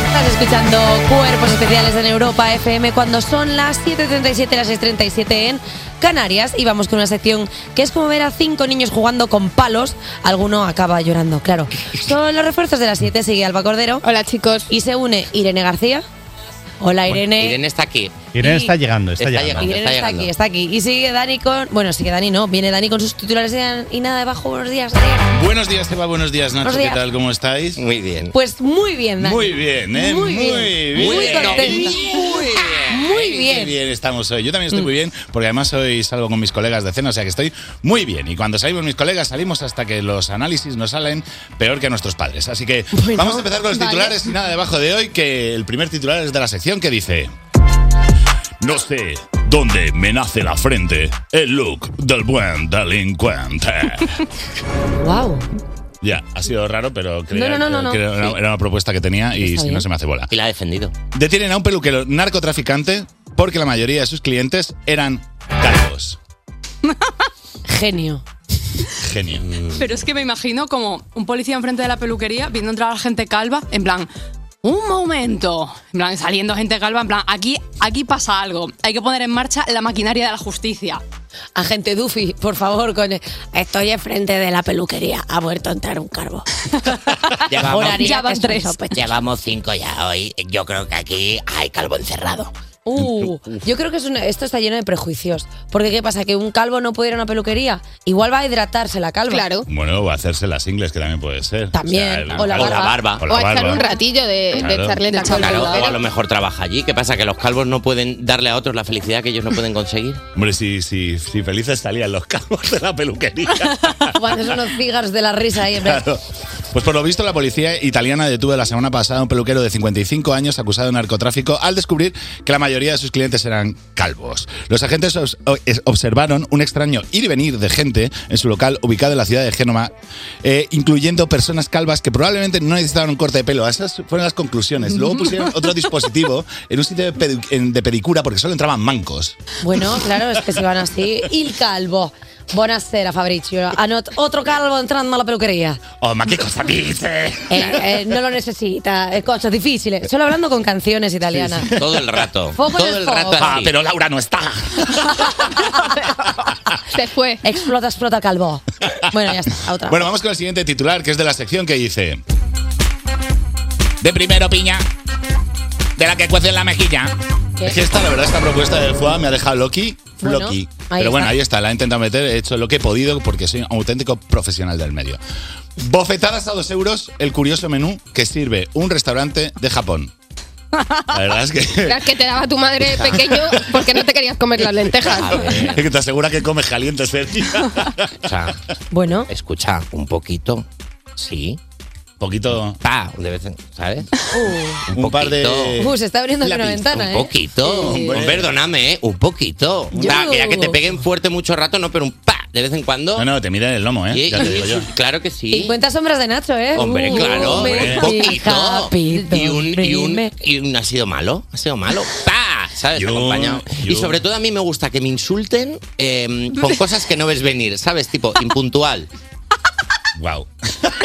[SPEAKER 3] Estás escuchando Cuerpos Especiales en Europa FM cuando son las 7.37, las 6.37 en Canarias y vamos con una sección que es como ver a cinco niños jugando con palos. Alguno acaba llorando, claro. Son los refuerzos de las 7, sigue Alba Cordero.
[SPEAKER 7] Hola chicos.
[SPEAKER 3] Y se une Irene García. Hola Irene.
[SPEAKER 4] Irene está aquí.
[SPEAKER 8] Irene está llegando, está,
[SPEAKER 4] Está
[SPEAKER 8] llegando.
[SPEAKER 4] llegando.
[SPEAKER 3] Irene está aquí, está aquí. Y sigue Dani con. Bueno, sigue Dani, no. Viene Dani con sus titulares de- y nada debajo. Buenos días, Dani.
[SPEAKER 12] Buenos días, Eva. Buenos días, Nacho.
[SPEAKER 3] Buenos días.
[SPEAKER 12] ¿Qué tal? ¿Cómo estáis?
[SPEAKER 4] Muy bien.
[SPEAKER 3] Pues muy bien, Dani.
[SPEAKER 12] Muy bien, ¿eh?
[SPEAKER 3] Muy bien.
[SPEAKER 12] bien.
[SPEAKER 3] Muy contenta. Muy
[SPEAKER 12] Qué
[SPEAKER 3] bien. Mm.
[SPEAKER 12] bien estamos hoy. Yo también estoy muy bien, porque además hoy salgo con mis colegas de cena, o sea que estoy muy bien. Y cuando salimos mis colegas, salimos hasta que los análisis nos salen peor que a nuestros padres. Así que vamos a empezar con los
[SPEAKER 13] vale.
[SPEAKER 12] titulares y nada debajo de hoy, que el primer titular es de la sección que dice... No sé dónde me nace la frente el look del buen delincuente.
[SPEAKER 3] Wow.
[SPEAKER 12] Ya, ha sido raro, pero creo
[SPEAKER 3] No, no, no,
[SPEAKER 12] creo
[SPEAKER 3] no, no.
[SPEAKER 12] que era,
[SPEAKER 3] Sí.
[SPEAKER 12] era una propuesta que tenía y
[SPEAKER 3] Está
[SPEAKER 12] si no
[SPEAKER 3] bien.
[SPEAKER 12] se me hace bola.
[SPEAKER 4] Y la ha defendido.
[SPEAKER 12] Detienen a un peluquero narcotraficante porque la mayoría de sus clientes eran calvos.
[SPEAKER 3] Genio.
[SPEAKER 12] Genio.
[SPEAKER 14] Pero es que me imagino como un policía enfrente de la peluquería viendo entrar a la gente calva, en plan, un momento, en plan, saliendo gente calva, en plan, aquí, aquí pasa algo, hay que poner en marcha la maquinaria de la justicia.
[SPEAKER 3] Agente Duffy, por favor, con el- estoy enfrente de la peluquería. Ha vuelto a entrar un carbo.
[SPEAKER 15] Llevamos,
[SPEAKER 3] Juraría Ya van que son tres. sospechosos.
[SPEAKER 15] Llevamos cinco ya hoy. Yo creo que aquí hay calvo encerrado.
[SPEAKER 3] Uh, yo creo que es una- esto está lleno de prejuicios. Porque ¿qué pasa? ¿Que un calvo no puede ir a una peluquería? Igual va a hidratarse la calva. Claro.
[SPEAKER 12] Bueno, o hacerse las ingles, que también puede ser.
[SPEAKER 3] También,
[SPEAKER 12] el-
[SPEAKER 3] o la
[SPEAKER 12] calvo-
[SPEAKER 4] barba.
[SPEAKER 12] O la barba.
[SPEAKER 7] ratillo de,
[SPEAKER 4] Claro.
[SPEAKER 7] charleta con
[SPEAKER 4] Claro,
[SPEAKER 7] peluquero.
[SPEAKER 4] o a lo mejor trabaja allí. ¿Qué pasa? Que los calvos no pueden darle a otros la felicidad que ellos no pueden conseguir.
[SPEAKER 12] Hombre, si, si, si felices salían los calvos de la peluquería.
[SPEAKER 3] Haces unos cigars de la risa ahí. en plan,
[SPEAKER 12] Claro. Pues por lo visto la policía italiana detuvo la semana pasada a un peluquero de 55 años acusado de narcotráfico al descubrir que la mayoría de sus clientes eran calvos. Los agentes obs- o- es- observaron un extraño ir y venir de gente en su local ubicado en la ciudad de Génova, eh, incluyendo personas calvas que probablemente no necesitaban un corte de pelo. Esas fueron las conclusiones. Luego pusieron otro dispositivo en un sitio de, pedu- en- de pedicura porque solo entraban mancos.
[SPEAKER 3] Bueno, claro, es que se van así. Y el calvo. Buonasera, Fabricio. Anot otro calvo entrando a la peluquería.
[SPEAKER 12] ¡Oh, ma, qué cosa dice!
[SPEAKER 3] Eh, eh, no lo necesita. Es cosas difíciles. Solo hablando con canciones italianas.
[SPEAKER 4] Todo el rato.
[SPEAKER 3] Foco en
[SPEAKER 4] todo
[SPEAKER 3] el
[SPEAKER 4] el
[SPEAKER 3] foco.
[SPEAKER 4] rato.
[SPEAKER 3] Ah,
[SPEAKER 12] pero Laura no está.
[SPEAKER 3] Se fue. Explota, explota, calvo. Bueno, ya está. a Otra.
[SPEAKER 12] Bueno, vamos con el siguiente titular, que es de la sección que dice... De primero, piña. De la que cuece en la mejilla.
[SPEAKER 3] ¿Qué?
[SPEAKER 12] Es que esta, la verdad, esta propuesta del FUA me ha dejado Loki.
[SPEAKER 3] Bueno,
[SPEAKER 12] Loki.
[SPEAKER 3] ahí
[SPEAKER 12] Pero bueno,
[SPEAKER 3] está.
[SPEAKER 12] ahí está, la he intentado meter, he hecho lo que he podido porque soy un auténtico profesional del medio. Bofetadas a dos euros, el curioso menú que sirve un restaurante de Japón. La verdad es que,
[SPEAKER 7] Las que te daba tu madre pequeño porque no te querías comer las lentejas.
[SPEAKER 12] es que te asegura que comes caliente, Sergio.
[SPEAKER 4] O sea,
[SPEAKER 3] bueno.
[SPEAKER 4] Escucha, un poquito. Sí.
[SPEAKER 12] Poquito.
[SPEAKER 4] Pa, de vez en- ¿sabes?
[SPEAKER 12] un, par de.
[SPEAKER 3] Uh, se está abriendo aquí una ventana,
[SPEAKER 4] Un
[SPEAKER 3] ¿eh?
[SPEAKER 4] poquito.
[SPEAKER 3] Sí.
[SPEAKER 4] Pues Perdóname, ¿eh? Un poquito.
[SPEAKER 3] Yo-
[SPEAKER 4] Pa, que ya que te peguen fuerte mucho rato, no, pero un pa, de vez en cuando. No,
[SPEAKER 12] no, te mira el lomo, ¿eh?
[SPEAKER 4] Ya te digo yo. Claro que
[SPEAKER 3] 50 sombras de Nacho, ¿eh?
[SPEAKER 4] Hombre,
[SPEAKER 3] Uh,
[SPEAKER 4] claro,
[SPEAKER 3] hombre.
[SPEAKER 4] un poquito. Y un, y, un, y un ha sido malo, ha sido malo. ¡Pa! ¿Sabes? Acompañado. Y sobre todo a mí me gusta que me insulten eh, con cosas que no ves venir, ¿sabes? Tipo, impuntual.
[SPEAKER 12] Wow.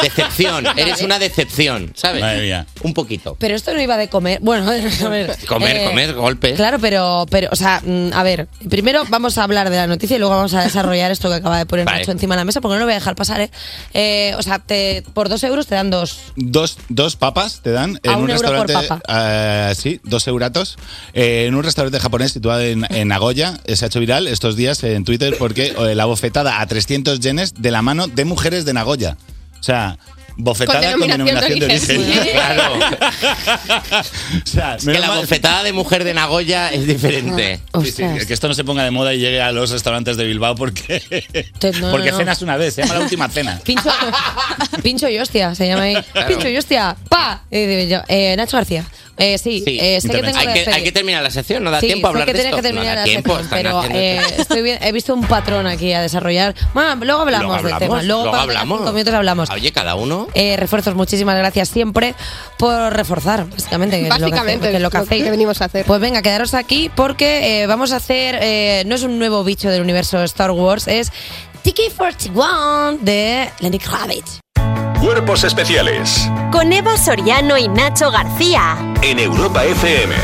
[SPEAKER 4] Decepción, eres una decepción, ¿sabes?
[SPEAKER 12] Madre mía.
[SPEAKER 4] Un poquito.
[SPEAKER 3] Pero esto no iba de comer. Bueno, a ver.
[SPEAKER 4] Comer,
[SPEAKER 3] eh,
[SPEAKER 4] comer, golpes.
[SPEAKER 3] Claro, pero, pero, o sea, mm, a ver, primero vamos a hablar de la noticia y luego vamos a desarrollar esto que acaba de poner
[SPEAKER 12] Vale.
[SPEAKER 3] Nacho encima de la mesa, porque no lo voy a dejar pasar, ¿eh? Eh, o sea, te- por dos euros te dan dos.
[SPEAKER 12] Dos, dos papas te dan
[SPEAKER 3] A
[SPEAKER 12] en
[SPEAKER 3] un
[SPEAKER 12] un,
[SPEAKER 3] euro por
[SPEAKER 12] restaurante. ah, sí, dos euratos. eh, en un restaurante japonés situado en, en Nagoya. eh, Se ha hecho viral estos días en Twitter porque eh, la bofetada a 300 yenes de la mano de mujeres de Nagoya. O sea. Bofetada con denominación, de origen. Claro. O sea,
[SPEAKER 4] Es que la bofetada de mujer de Nagoya es diferente.
[SPEAKER 3] Ah,
[SPEAKER 12] Sí, sí, que esto no se ponga de moda y llegue a los restaurantes de Bilbao porque,
[SPEAKER 3] no,
[SPEAKER 12] porque
[SPEAKER 3] no.
[SPEAKER 12] cenas una vez, se llama la última cena.
[SPEAKER 3] Pincho, pincho y hostia, se llama ahí.
[SPEAKER 12] Claro.
[SPEAKER 3] Pincho y hostia, pa. Y digo yo, eh, Nacho García. Eh, sí, eh, sé que tengo
[SPEAKER 4] hay, que,
[SPEAKER 3] hacer-
[SPEAKER 4] hay que terminar la sección, no da
[SPEAKER 3] Sí,
[SPEAKER 4] tiempo a
[SPEAKER 3] sé
[SPEAKER 4] hablar
[SPEAKER 3] que
[SPEAKER 4] de
[SPEAKER 3] tienes
[SPEAKER 4] esto.
[SPEAKER 3] que
[SPEAKER 4] no
[SPEAKER 3] terminar
[SPEAKER 4] da
[SPEAKER 3] la
[SPEAKER 4] tiempo,
[SPEAKER 3] sección,
[SPEAKER 4] están haciendo-
[SPEAKER 3] pero eh, estoy bien- he visto un patrón aquí a desarrollar. Bueno, luego hablamos,
[SPEAKER 4] Luego
[SPEAKER 3] del tema. Luego,
[SPEAKER 4] luego
[SPEAKER 3] cuando tengas
[SPEAKER 4] hablamos.
[SPEAKER 3] cinco minutos hablamos.
[SPEAKER 4] Oye, cada uno.
[SPEAKER 3] Eh, refuerzos, muchísimas gracias siempre por reforzar, básicamente. que es lo que
[SPEAKER 7] Básicamente,
[SPEAKER 3] hace- que es lo que,
[SPEAKER 7] lo
[SPEAKER 3] hacéis.
[SPEAKER 7] que venimos a hacer.
[SPEAKER 3] Pues venga, quedaros aquí porque eh, vamos a hacer, eh, no es un nuevo bicho del universo Star Wars, es TK41 de Lenny Kravitz.
[SPEAKER 6] Cuerpos especiales
[SPEAKER 2] Con Eva Soriano y Nacho García.
[SPEAKER 6] en Europa FM.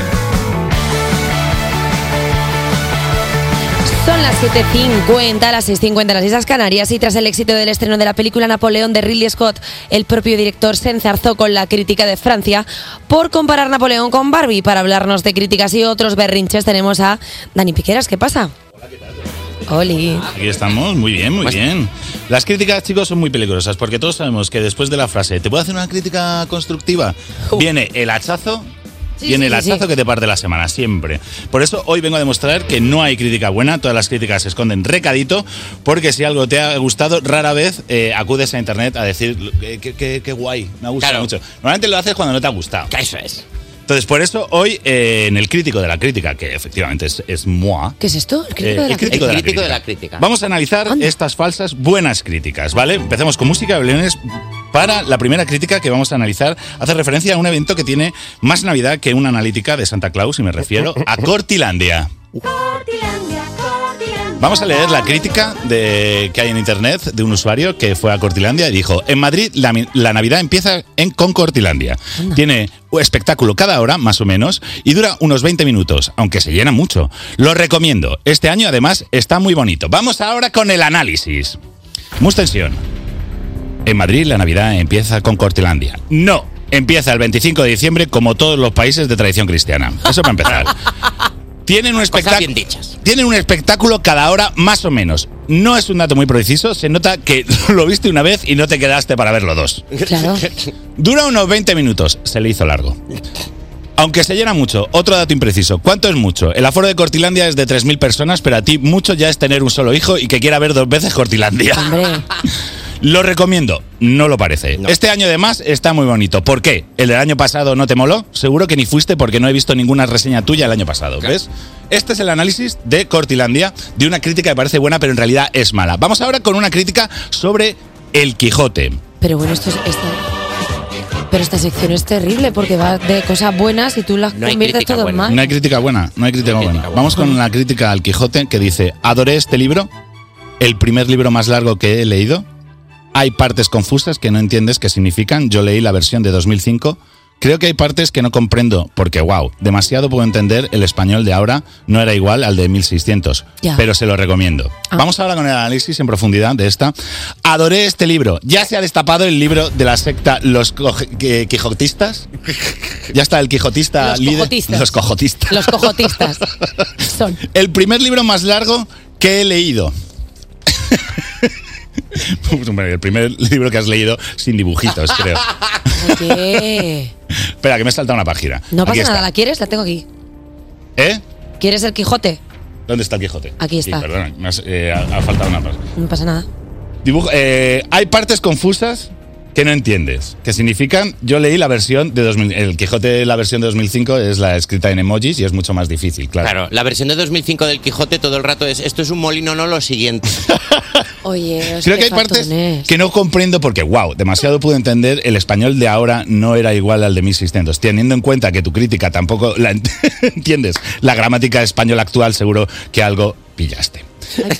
[SPEAKER 3] Son las 7.50, las 6.50 en las Islas Canarias y tras el éxito del estreno de la película Napoleón de Ridley Scott, el propio director se enzarzó con la crítica de Francia por comparar Napoleón con Barbie. Para hablarnos de críticas y otros berrinches tenemos a Dani Piqueras, ¿qué pasa? Oli.
[SPEAKER 12] Aquí estamos, muy bien, muy bien. Las críticas, chicos, son muy peligrosas porque todos sabemos que después de la frase, ¿te puedo hacer una crítica constructiva? Viene el hachazo.
[SPEAKER 3] Sí,
[SPEAKER 12] viene
[SPEAKER 3] sí,
[SPEAKER 12] el
[SPEAKER 3] sí,
[SPEAKER 12] hachazo
[SPEAKER 3] sí.
[SPEAKER 12] que te parte la semana, siempre. Por eso hoy vengo a demostrar que no hay crítica buena, todas las críticas se esconden recadito, porque si algo te ha gustado, rara vez eh, acudes a internet a decir, qué, qué- qué- qué guay, me ha gustado mucho. Normalmente lo haces cuando no te ha gustado.
[SPEAKER 4] Eso es.
[SPEAKER 12] Entonces, por eso hoy eh, en el crítico de la crítica, que efectivamente es, es moi,
[SPEAKER 3] ¿Qué es esto? El
[SPEAKER 12] eh,
[SPEAKER 3] crítico, de, la
[SPEAKER 12] el crítico de la crítica.
[SPEAKER 4] crítica.
[SPEAKER 12] Vamos a analizar estas falsas buenas críticas, ¿vale? Empecemos con música, Belénes. Para la primera crítica que vamos a analizar, hace referencia a un evento que tiene más Navidad que una analítica de Santa Claus, y me refiero a Cortilandia. Vamos a leer la crítica de, que hay en internet de un usuario que fue a Cortilandia y dijo: En Madrid la, mi- la Navidad empieza en, con Cortilandia. Tiene un espectáculo cada hora, más o menos, y dura unos 20 minutos, aunque se llena mucho. Lo recomiendo. Este año, además, está muy bonito. Vamos ahora con el análisis. Mus tensión. En Madrid la Navidad empieza con Cortilandia. No, empieza el 25 de diciembre como todos los países de tradición cristiana. Eso para empezar. Tienen un, espectáculo, tienen un espectáculo cada hora más o menos. No es un dato muy preciso, se nota que lo viste una vez y no te quedaste para verlo dos. Dura unos 20 minutos, se le hizo largo. Aunque se llena mucho, otro dato impreciso. ¿Cuánto es mucho? El aforo de Cortilandia es de 3.000 personas, pero a ti mucho ya es tener un solo hijo y que quiera ver dos veces Cortilandia. Lo recomiendo, no lo parece. Este año además está muy bonito. ¿Por qué? ¿El del año pasado no te moló? Seguro que ni fuiste porque no he visto ninguna reseña tuya el año pasado, ¿ves? Este es el análisis de Cortilandia, de una crítica que parece buena pero en realidad es mala. Vamos ahora con una crítica sobre El Quijote.
[SPEAKER 3] Pero bueno, esto es... esta- Pero esta sección es terrible porque va de cosas buenas y tú las conviertes todo en mal.
[SPEAKER 12] No hay crítica buena, no hay crítica buena. Vamos con la crítica al Quijote que dice, adoré este libro, el primer libro más largo que he leído. Hay partes confusas que no entiendes qué significan. Yo leí la versión de 2005. Creo que hay partes que no comprendo porque, wow, demasiado puedo entender el español de ahora no era igual al de 1600,
[SPEAKER 13] Ya.
[SPEAKER 12] pero se lo recomiendo. Vamos ahora con el análisis en profundidad de esta. Adoré este libro. Ya se ha destapado el libro de la secta Los Coje- eh, Quijotistas. Ya está el quijotista
[SPEAKER 3] Los
[SPEAKER 12] líder.
[SPEAKER 3] cojotistas.
[SPEAKER 12] Los cojotistas.
[SPEAKER 3] Los cojotistas. Son.
[SPEAKER 12] El primer libro más largo que he leído. Pues, hombre, el primer libro que has leído sin dibujitos, creo.
[SPEAKER 3] Oye,
[SPEAKER 12] Espera, que me he saltado una página.
[SPEAKER 3] No
[SPEAKER 12] Aquí
[SPEAKER 3] pasa
[SPEAKER 12] está.
[SPEAKER 3] nada, ¿la quieres? La tengo aquí.
[SPEAKER 12] ¿Eh?
[SPEAKER 3] ¿Quieres el Quijote?
[SPEAKER 12] ¿Dónde está el Quijote?
[SPEAKER 3] Aquí está.
[SPEAKER 12] Sí, perdona, me has- eh, ha, ha faltado una página.
[SPEAKER 3] No pasa nada.
[SPEAKER 12] Dibujo- eh, hay partes confusas que no entiendes, que significan, yo leí la versión de 2000, el Quijote, la versión de 2005 es la escrita en emojis y es mucho más difícil, claro.
[SPEAKER 4] Claro, la versión de 2005 del Quijote todo el rato es esto es un molino, no lo siguiente.
[SPEAKER 3] Oye,
[SPEAKER 12] Creo que hay partes que no comprendo porque, wow, demasiado pude entender, el español de ahora no era igual al de 1600. Teniendo en cuenta que tu crítica tampoco la ent- entiendes, la gramática española actual seguro que algo pillaste.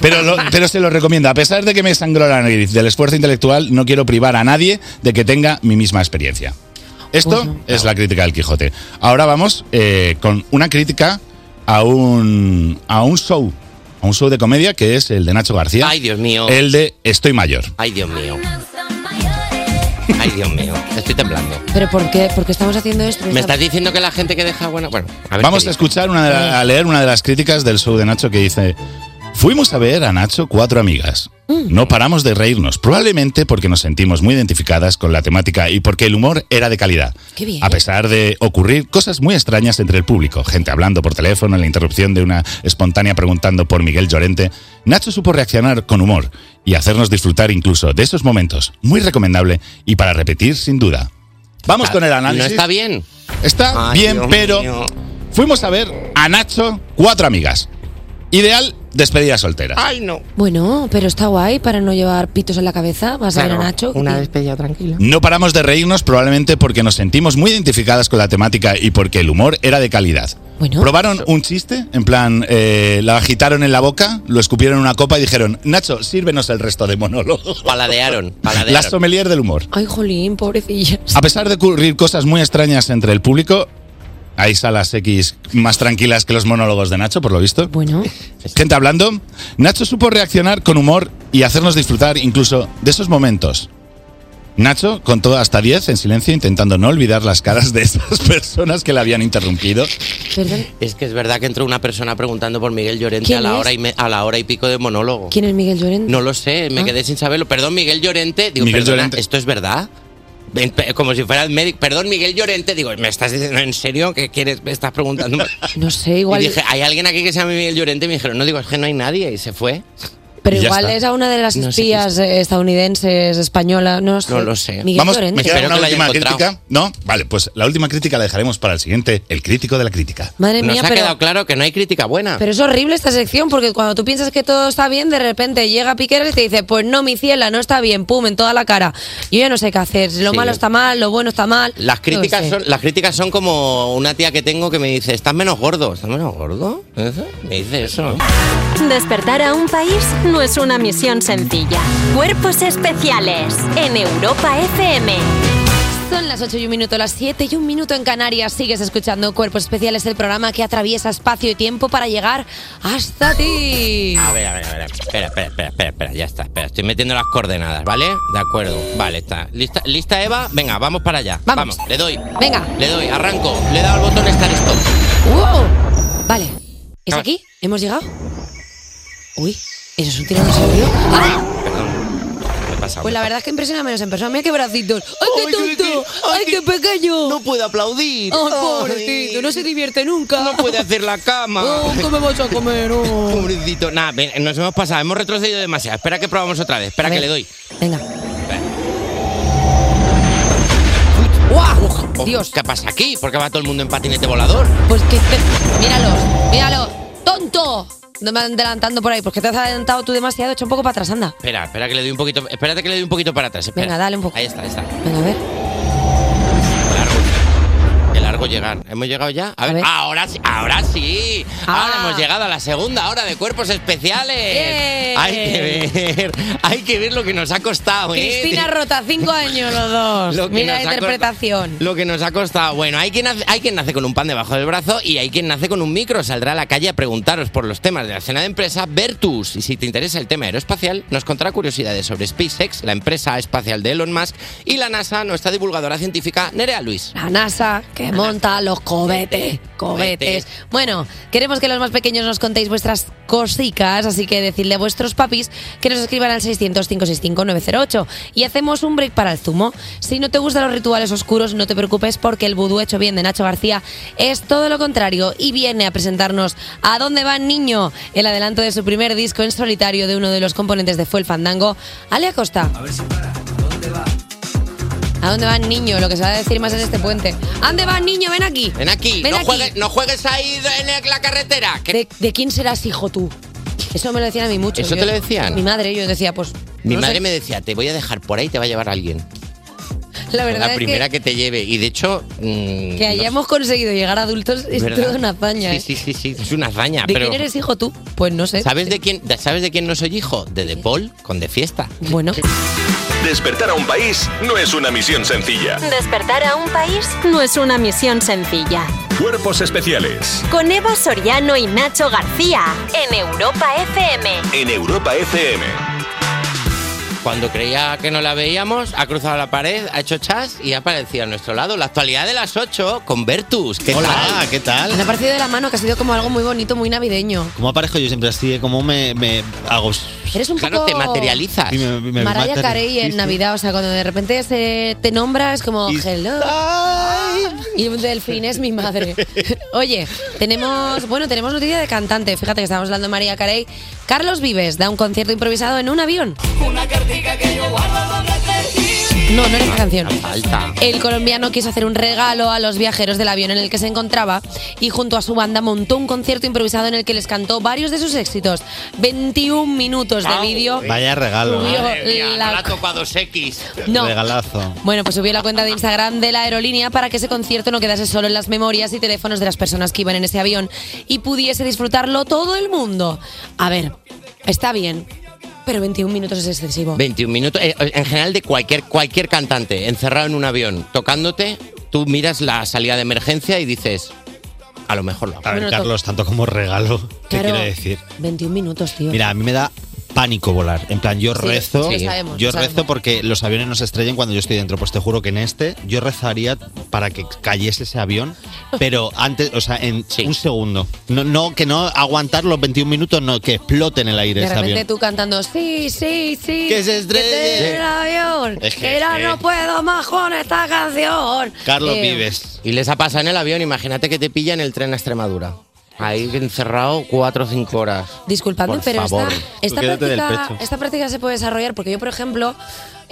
[SPEAKER 12] Pero, lo- pero se lo recomiendo. A pesar de que me sangró la nariz del esfuerzo intelectual, no quiero privar a nadie de que tenga mi misma experiencia. Esto es la crítica del Quijote. Ahora vamos eh, con una crítica a un, a un show, a un show de comedia que es el de Nacho García.
[SPEAKER 4] Ay, Dios mío.
[SPEAKER 12] El de Estoy Mayor.
[SPEAKER 4] Ay, Dios mío. Ay, Dios mío. Estoy temblando.
[SPEAKER 3] ¿Pero por qué? ¿Por qué estamos haciendo esto?
[SPEAKER 4] ¿Me estás diciendo que la gente que deja bueno, bueno, a ver
[SPEAKER 12] Vamos
[SPEAKER 4] qué
[SPEAKER 12] a
[SPEAKER 4] dice.
[SPEAKER 12] escuchar, una de la- a leer una de las críticas del show de Nacho que dice, fuimos a ver a Nacho cuatro amigas. No paramos de reírnos, probablemente porque nos sentimos muy identificadas con la temática y porque el humor era de calidad.
[SPEAKER 3] Qué bien.
[SPEAKER 12] A pesar de ocurrir cosas muy extrañas entre el público, gente hablando por teléfono, la interrupción de una espontánea preguntando por Miguel Llorente, Nacho supo reaccionar con humor y hacernos disfrutar incluso de esos momentos. Muy recomendable y para repetir sin duda. Vamos con el análisis.
[SPEAKER 4] Ah, No está bien.
[SPEAKER 12] Está
[SPEAKER 4] Ay,
[SPEAKER 12] bien,
[SPEAKER 4] Dios
[SPEAKER 12] pero
[SPEAKER 4] mío.
[SPEAKER 12] fuimos a ver a Nacho cuatro amigas. Ideal, despedida soltera.
[SPEAKER 4] Ay, no.
[SPEAKER 3] Bueno, pero está guay para no llevar pitos en la cabeza. Vas a ver a Nacho. Una
[SPEAKER 4] despedida tranquila.
[SPEAKER 12] No paramos de reírnos probablemente porque nos sentimos muy identificadas con la temática y porque el humor era de calidad. Probaron un chiste, en plan, eh, la agitaron en la boca, lo escupieron en una copa y dijeron, Nacho, sírvenos el resto de monólogo.
[SPEAKER 4] Paladearon, paladearon.
[SPEAKER 12] La sommelier del humor.
[SPEAKER 3] Ay, jolín, pobrecilla.
[SPEAKER 12] A pesar de ocurrir cosas muy extrañas entre el público, hay salas X más tranquilas que los monólogos de Nacho, por lo visto.
[SPEAKER 3] Bueno.
[SPEAKER 12] Gente hablando. Nacho supo reaccionar con humor y hacernos disfrutar incluso de esos momentos. Nacho contó hasta 10 en silencio intentando no olvidar las caras de esas personas que le habían interrumpido.
[SPEAKER 4] Es que es verdad que entró una persona preguntando por Miguel Llorente
[SPEAKER 3] ¿Quién
[SPEAKER 4] a la
[SPEAKER 3] es?
[SPEAKER 4] hora y me- a la hora y pico de monólogo.
[SPEAKER 3] ¿Quién es Miguel Llorente? Ah.
[SPEAKER 4] No lo sé, me quedé sin saberlo. Perdón, Miguel Llorente. Digo,
[SPEAKER 12] Miguel
[SPEAKER 4] perdona,
[SPEAKER 12] Llorente.
[SPEAKER 4] ¿esto es verdad? Ven, pe- Como si fuera el médico. Perdón, Miguel Llorente. Digo, ¿me estás diciendo en serio que quieres? Me estás preguntando.
[SPEAKER 3] No sé, igual.
[SPEAKER 4] Y dije, ¿hay alguien aquí que se llame Miguel Llorente? Y me dijeron, no, digo, es que no hay nadie. Y se fue.
[SPEAKER 3] Pero
[SPEAKER 4] Y ya
[SPEAKER 3] igual
[SPEAKER 4] está.
[SPEAKER 3] es a una de las
[SPEAKER 4] No sé qué
[SPEAKER 3] espías eh, estadounidenses, españolas, no sé.
[SPEAKER 4] No lo sé.
[SPEAKER 3] Miguel
[SPEAKER 12] Vamos,
[SPEAKER 3] Llorente.
[SPEAKER 12] me queda una última crítica. ¿No? Vale, pues la última crítica la dejaremos para el siguiente, el crítico de la crítica.
[SPEAKER 3] Madre Nos mía, ha pero- quedado
[SPEAKER 4] claro que no hay crítica buena.
[SPEAKER 3] Pero es horrible esta sección porque cuando tú piensas que todo está bien, de repente llega Piqueras y te dice, pues no, mi ciela, no está bien, pum, en toda la cara. Yo ya no sé qué hacer, lo
[SPEAKER 4] Sí.
[SPEAKER 3] malo está mal, lo bueno está mal.
[SPEAKER 4] Las
[SPEAKER 3] No
[SPEAKER 4] críticas,
[SPEAKER 3] sé.
[SPEAKER 4] son, las críticas son como una tía que tengo que me dice, estás menos gordo. ¿Estás menos gordo? ¿Eso? Me dice eso.
[SPEAKER 2] Despertar a un país no es una misión sencilla. Cuerpos especiales en Europa FM.
[SPEAKER 3] Son las 8 y un minuto, las 7 y un minuto en Canarias. Sigues escuchando Cuerpos Especiales, el programa que atraviesa espacio y tiempo para llegar hasta ti.
[SPEAKER 4] A ver, a ver, a ver. Espera, espera, espera, espera, espera, ya está. Espera, estoy metiendo las coordenadas, ¿vale? De acuerdo. Vale, está. ¿Lista, ¿Lista Eva? Venga, vamos para allá.
[SPEAKER 3] Vamos.
[SPEAKER 4] le doy.
[SPEAKER 3] Venga.
[SPEAKER 4] Le doy, arranco. Le he dado al botón estar stop.
[SPEAKER 3] ¡Wow! Vale, ¿es aquí? ¿Hemos llegado? Uy, ¿eso es un tirón de sonido? ¡Ah!
[SPEAKER 4] Perdón. Me he pasado.
[SPEAKER 3] Pues la verdad es que impresiona menos en persona. Mira qué bracitos. ¡Ay, qué tonto! ¡Ay, qué pequeño! No
[SPEAKER 4] puede
[SPEAKER 3] ¡Ay,
[SPEAKER 4] aplaudir.
[SPEAKER 3] pobrecito! No se divierte nunca. No
[SPEAKER 4] puede hacer la cama.
[SPEAKER 3] ¡Oh, cómo vas a comer! oh.
[SPEAKER 4] Pobrecito. Nada, ven, nos hemos pasado. Hemos retrocedido demasiado. Espera que probamos otra vez. Espera que le doy.
[SPEAKER 3] Venga.
[SPEAKER 4] Dios. ¿Qué pasa aquí? ¿Por qué va todo el mundo en patinete volador?
[SPEAKER 3] Pues que te- Míralos, míralos. ¡Tonto! No me van adelantando por ahí. Porque te has adelantado tú demasiado. Echa un poco para atrás, anda.
[SPEAKER 4] Espera, espera que le doy un poquito. Espérate que le doy un poquito para atrás. espera.
[SPEAKER 3] Venga, dale un poco.
[SPEAKER 4] Ahí está, ahí está.
[SPEAKER 3] Venga, a ver.
[SPEAKER 4] Qué largo llegar. ¿Hemos llegado ya? A ver, Ahora sí, ahora sí.
[SPEAKER 3] Ah.
[SPEAKER 4] Ahora hemos llegado a la segunda hora de cuerpos especiales.
[SPEAKER 3] Bien.
[SPEAKER 4] Hay que ver, hay que ver lo que nos ha costado, ¿eh?
[SPEAKER 3] Cristina Rota, cinco años los dos.
[SPEAKER 4] Lo que
[SPEAKER 3] Mira la
[SPEAKER 4] nos ha
[SPEAKER 3] interpretación.
[SPEAKER 4] Lo que nos ha costado. Bueno, hay quien, nace, hay quien nace con un pan debajo del brazo y hay quien nace con un micro. Saldrá a la calle a preguntaros por los temas de la cena de empresa Vertus. Y si te interesa el tema aeroespacial, nos contará curiosidades sobre SpaceX, la empresa espacial de Elon Musk y la NASA, nuestra divulgadora científica Nerea Luis.
[SPEAKER 3] La NASA que monta los cohetes, cohetes. Bueno, queremos que los más pequeños nos contéis vuestras cosicas, así que decidle a vuestros papis que nos escriban al 600-565-908 y hacemos un break para el zumo. Si no te gustan los rituales oscuros, no te preocupes porque el vudú hecho bien de Nacho García es todo lo contrario y viene a presentarnos ¿A dónde va niño? El adelanto de su primer disco en solitario de uno de los componentes de Fue el Fandango, Ale Acosta. ¿A dónde van niño? Lo que se va a decir más en este puente. ¿A dónde vas niño? Ven aquí.
[SPEAKER 4] Ven aquí,
[SPEAKER 3] Ven
[SPEAKER 4] no,
[SPEAKER 3] aquí.
[SPEAKER 4] Juegues, no juegues ahí en la carretera. que-
[SPEAKER 3] ¿De, de quién serás hijo tú? Eso me lo decían a mí mucho.
[SPEAKER 4] ¿Eso te lo decían?
[SPEAKER 3] Mi madre, yo decía, pues.
[SPEAKER 4] Mi
[SPEAKER 3] no sé.
[SPEAKER 4] madre me decía, te voy a dejar por ahí, te va a llevar alguien.
[SPEAKER 3] La verdad
[SPEAKER 4] Pues la
[SPEAKER 3] es
[SPEAKER 4] primera
[SPEAKER 3] que,
[SPEAKER 4] que... te lleve. Y de hecho... mm,
[SPEAKER 3] que hayamos conseguido llegar a adultos es
[SPEAKER 4] ¿Verdad?
[SPEAKER 3] toda una hazaña. ¿eh?
[SPEAKER 4] sí, sí, sí, sí, es una hazaña.
[SPEAKER 3] ¿De
[SPEAKER 4] pero
[SPEAKER 3] quién eres hijo tú? Pues no sé.
[SPEAKER 4] ¿sabes, de quién, de- ¿Sabes de quién no soy hijo? De De Paul, con De Fiesta.
[SPEAKER 3] Bueno.
[SPEAKER 6] Despertar a un país no es una misión sencilla.
[SPEAKER 2] Despertar a un país no es una misión sencilla.
[SPEAKER 6] Cuerpos especiales
[SPEAKER 2] Con Eva Soriano y Nacho García en Europa FM.
[SPEAKER 6] en Europa FM.
[SPEAKER 4] Cuando creía que no la veíamos, ha cruzado la pared, ha hecho chas y ha aparecido a nuestro lado. La actualidad de las 8 con Bertus. ¿Qué tal?
[SPEAKER 13] ¿qué tal?
[SPEAKER 3] Me ha parecido de la mano que ha sido como algo muy bonito, muy navideño.
[SPEAKER 13] ¿Cómo aparezco yo siempre así? ¿Cómo me, me hago...?
[SPEAKER 3] Eres un Claro, poco- te materializas.
[SPEAKER 13] Y me- me
[SPEAKER 3] Mariah
[SPEAKER 13] materializo.
[SPEAKER 3] Carey en Navidad, o sea, cuando de repente se te nombra es como hello. Y un delfín es mi madre. Oye, tenemos, bueno, tenemos noticia de cantante. Fíjate que estamos hablando de María Carey. Carlos Vives da un concierto improvisado en un avión.
[SPEAKER 9] Una cartica que yo guardo donde te
[SPEAKER 3] No, no era esta canción.
[SPEAKER 4] Falta.
[SPEAKER 3] El colombiano quiso hacer un regalo a los viajeros del avión en el que se encontraba y junto a su banda montó un concierto improvisado en el que les cantó varios de sus éxitos. 21 minutos de vídeo.
[SPEAKER 13] Vaya regalo. ¿eh?
[SPEAKER 3] Subió
[SPEAKER 13] Madre
[SPEAKER 3] la-
[SPEAKER 4] ha tocado 2X.
[SPEAKER 3] No.
[SPEAKER 13] Regalazo.
[SPEAKER 3] Bueno, pues subió la cuenta de Instagram de la aerolínea para que ese concierto no quedase solo en las memorias y teléfonos de las personas que iban en ese avión y pudiese disfrutarlo todo el mundo. A ver, está bien, pero 21 minutos es excesivo.
[SPEAKER 4] 21 minutos. Eh, En general, de cualquier, cualquier cantante encerrado en un avión tocándote, tú miras la salida de emergencia y dices, a lo mejor lo hago.
[SPEAKER 13] A ver,
[SPEAKER 3] Bueno, to-
[SPEAKER 13] Carlos, tanto como regalo, ¿qué
[SPEAKER 3] Claro.
[SPEAKER 13] quiere decir?
[SPEAKER 3] 21 minutos, tío.
[SPEAKER 13] Mira, a mí me da pánico volar. En plan, yo
[SPEAKER 3] Sí,
[SPEAKER 13] rezo.
[SPEAKER 3] sí, lo sabemos,
[SPEAKER 13] yo
[SPEAKER 3] lo sabemos.
[SPEAKER 13] rezo porque los aviones no se estrellen cuando yo estoy dentro. Pues te juro que en este yo rezaría para que cayese ese avión, pero antes, o sea, en un segundo. No, no, que no aguantar los 21 minutos, no, que explote en el aire
[SPEAKER 3] de
[SPEAKER 13] ese
[SPEAKER 3] repente
[SPEAKER 13] avión.
[SPEAKER 3] tú cantando, sí, sí, sí.
[SPEAKER 13] Que se estrelle.
[SPEAKER 3] te- el avión.
[SPEAKER 13] Es que-
[SPEAKER 3] Era,
[SPEAKER 13] eh.
[SPEAKER 3] no puedo más con esta canción. Eh,
[SPEAKER 4] Vives. Y les ha pasado en el avión, imagínate que te pillan el tren a Extremadura. Ahí encerrado 4 o 5 horas.
[SPEAKER 3] Disculpadme,
[SPEAKER 4] Por
[SPEAKER 3] pero esta,
[SPEAKER 4] favor.
[SPEAKER 3] esta
[SPEAKER 4] Quédate del
[SPEAKER 3] práctica,
[SPEAKER 4] pecho.
[SPEAKER 3] esta práctica se puede desarrollar porque yo, por ejemplo,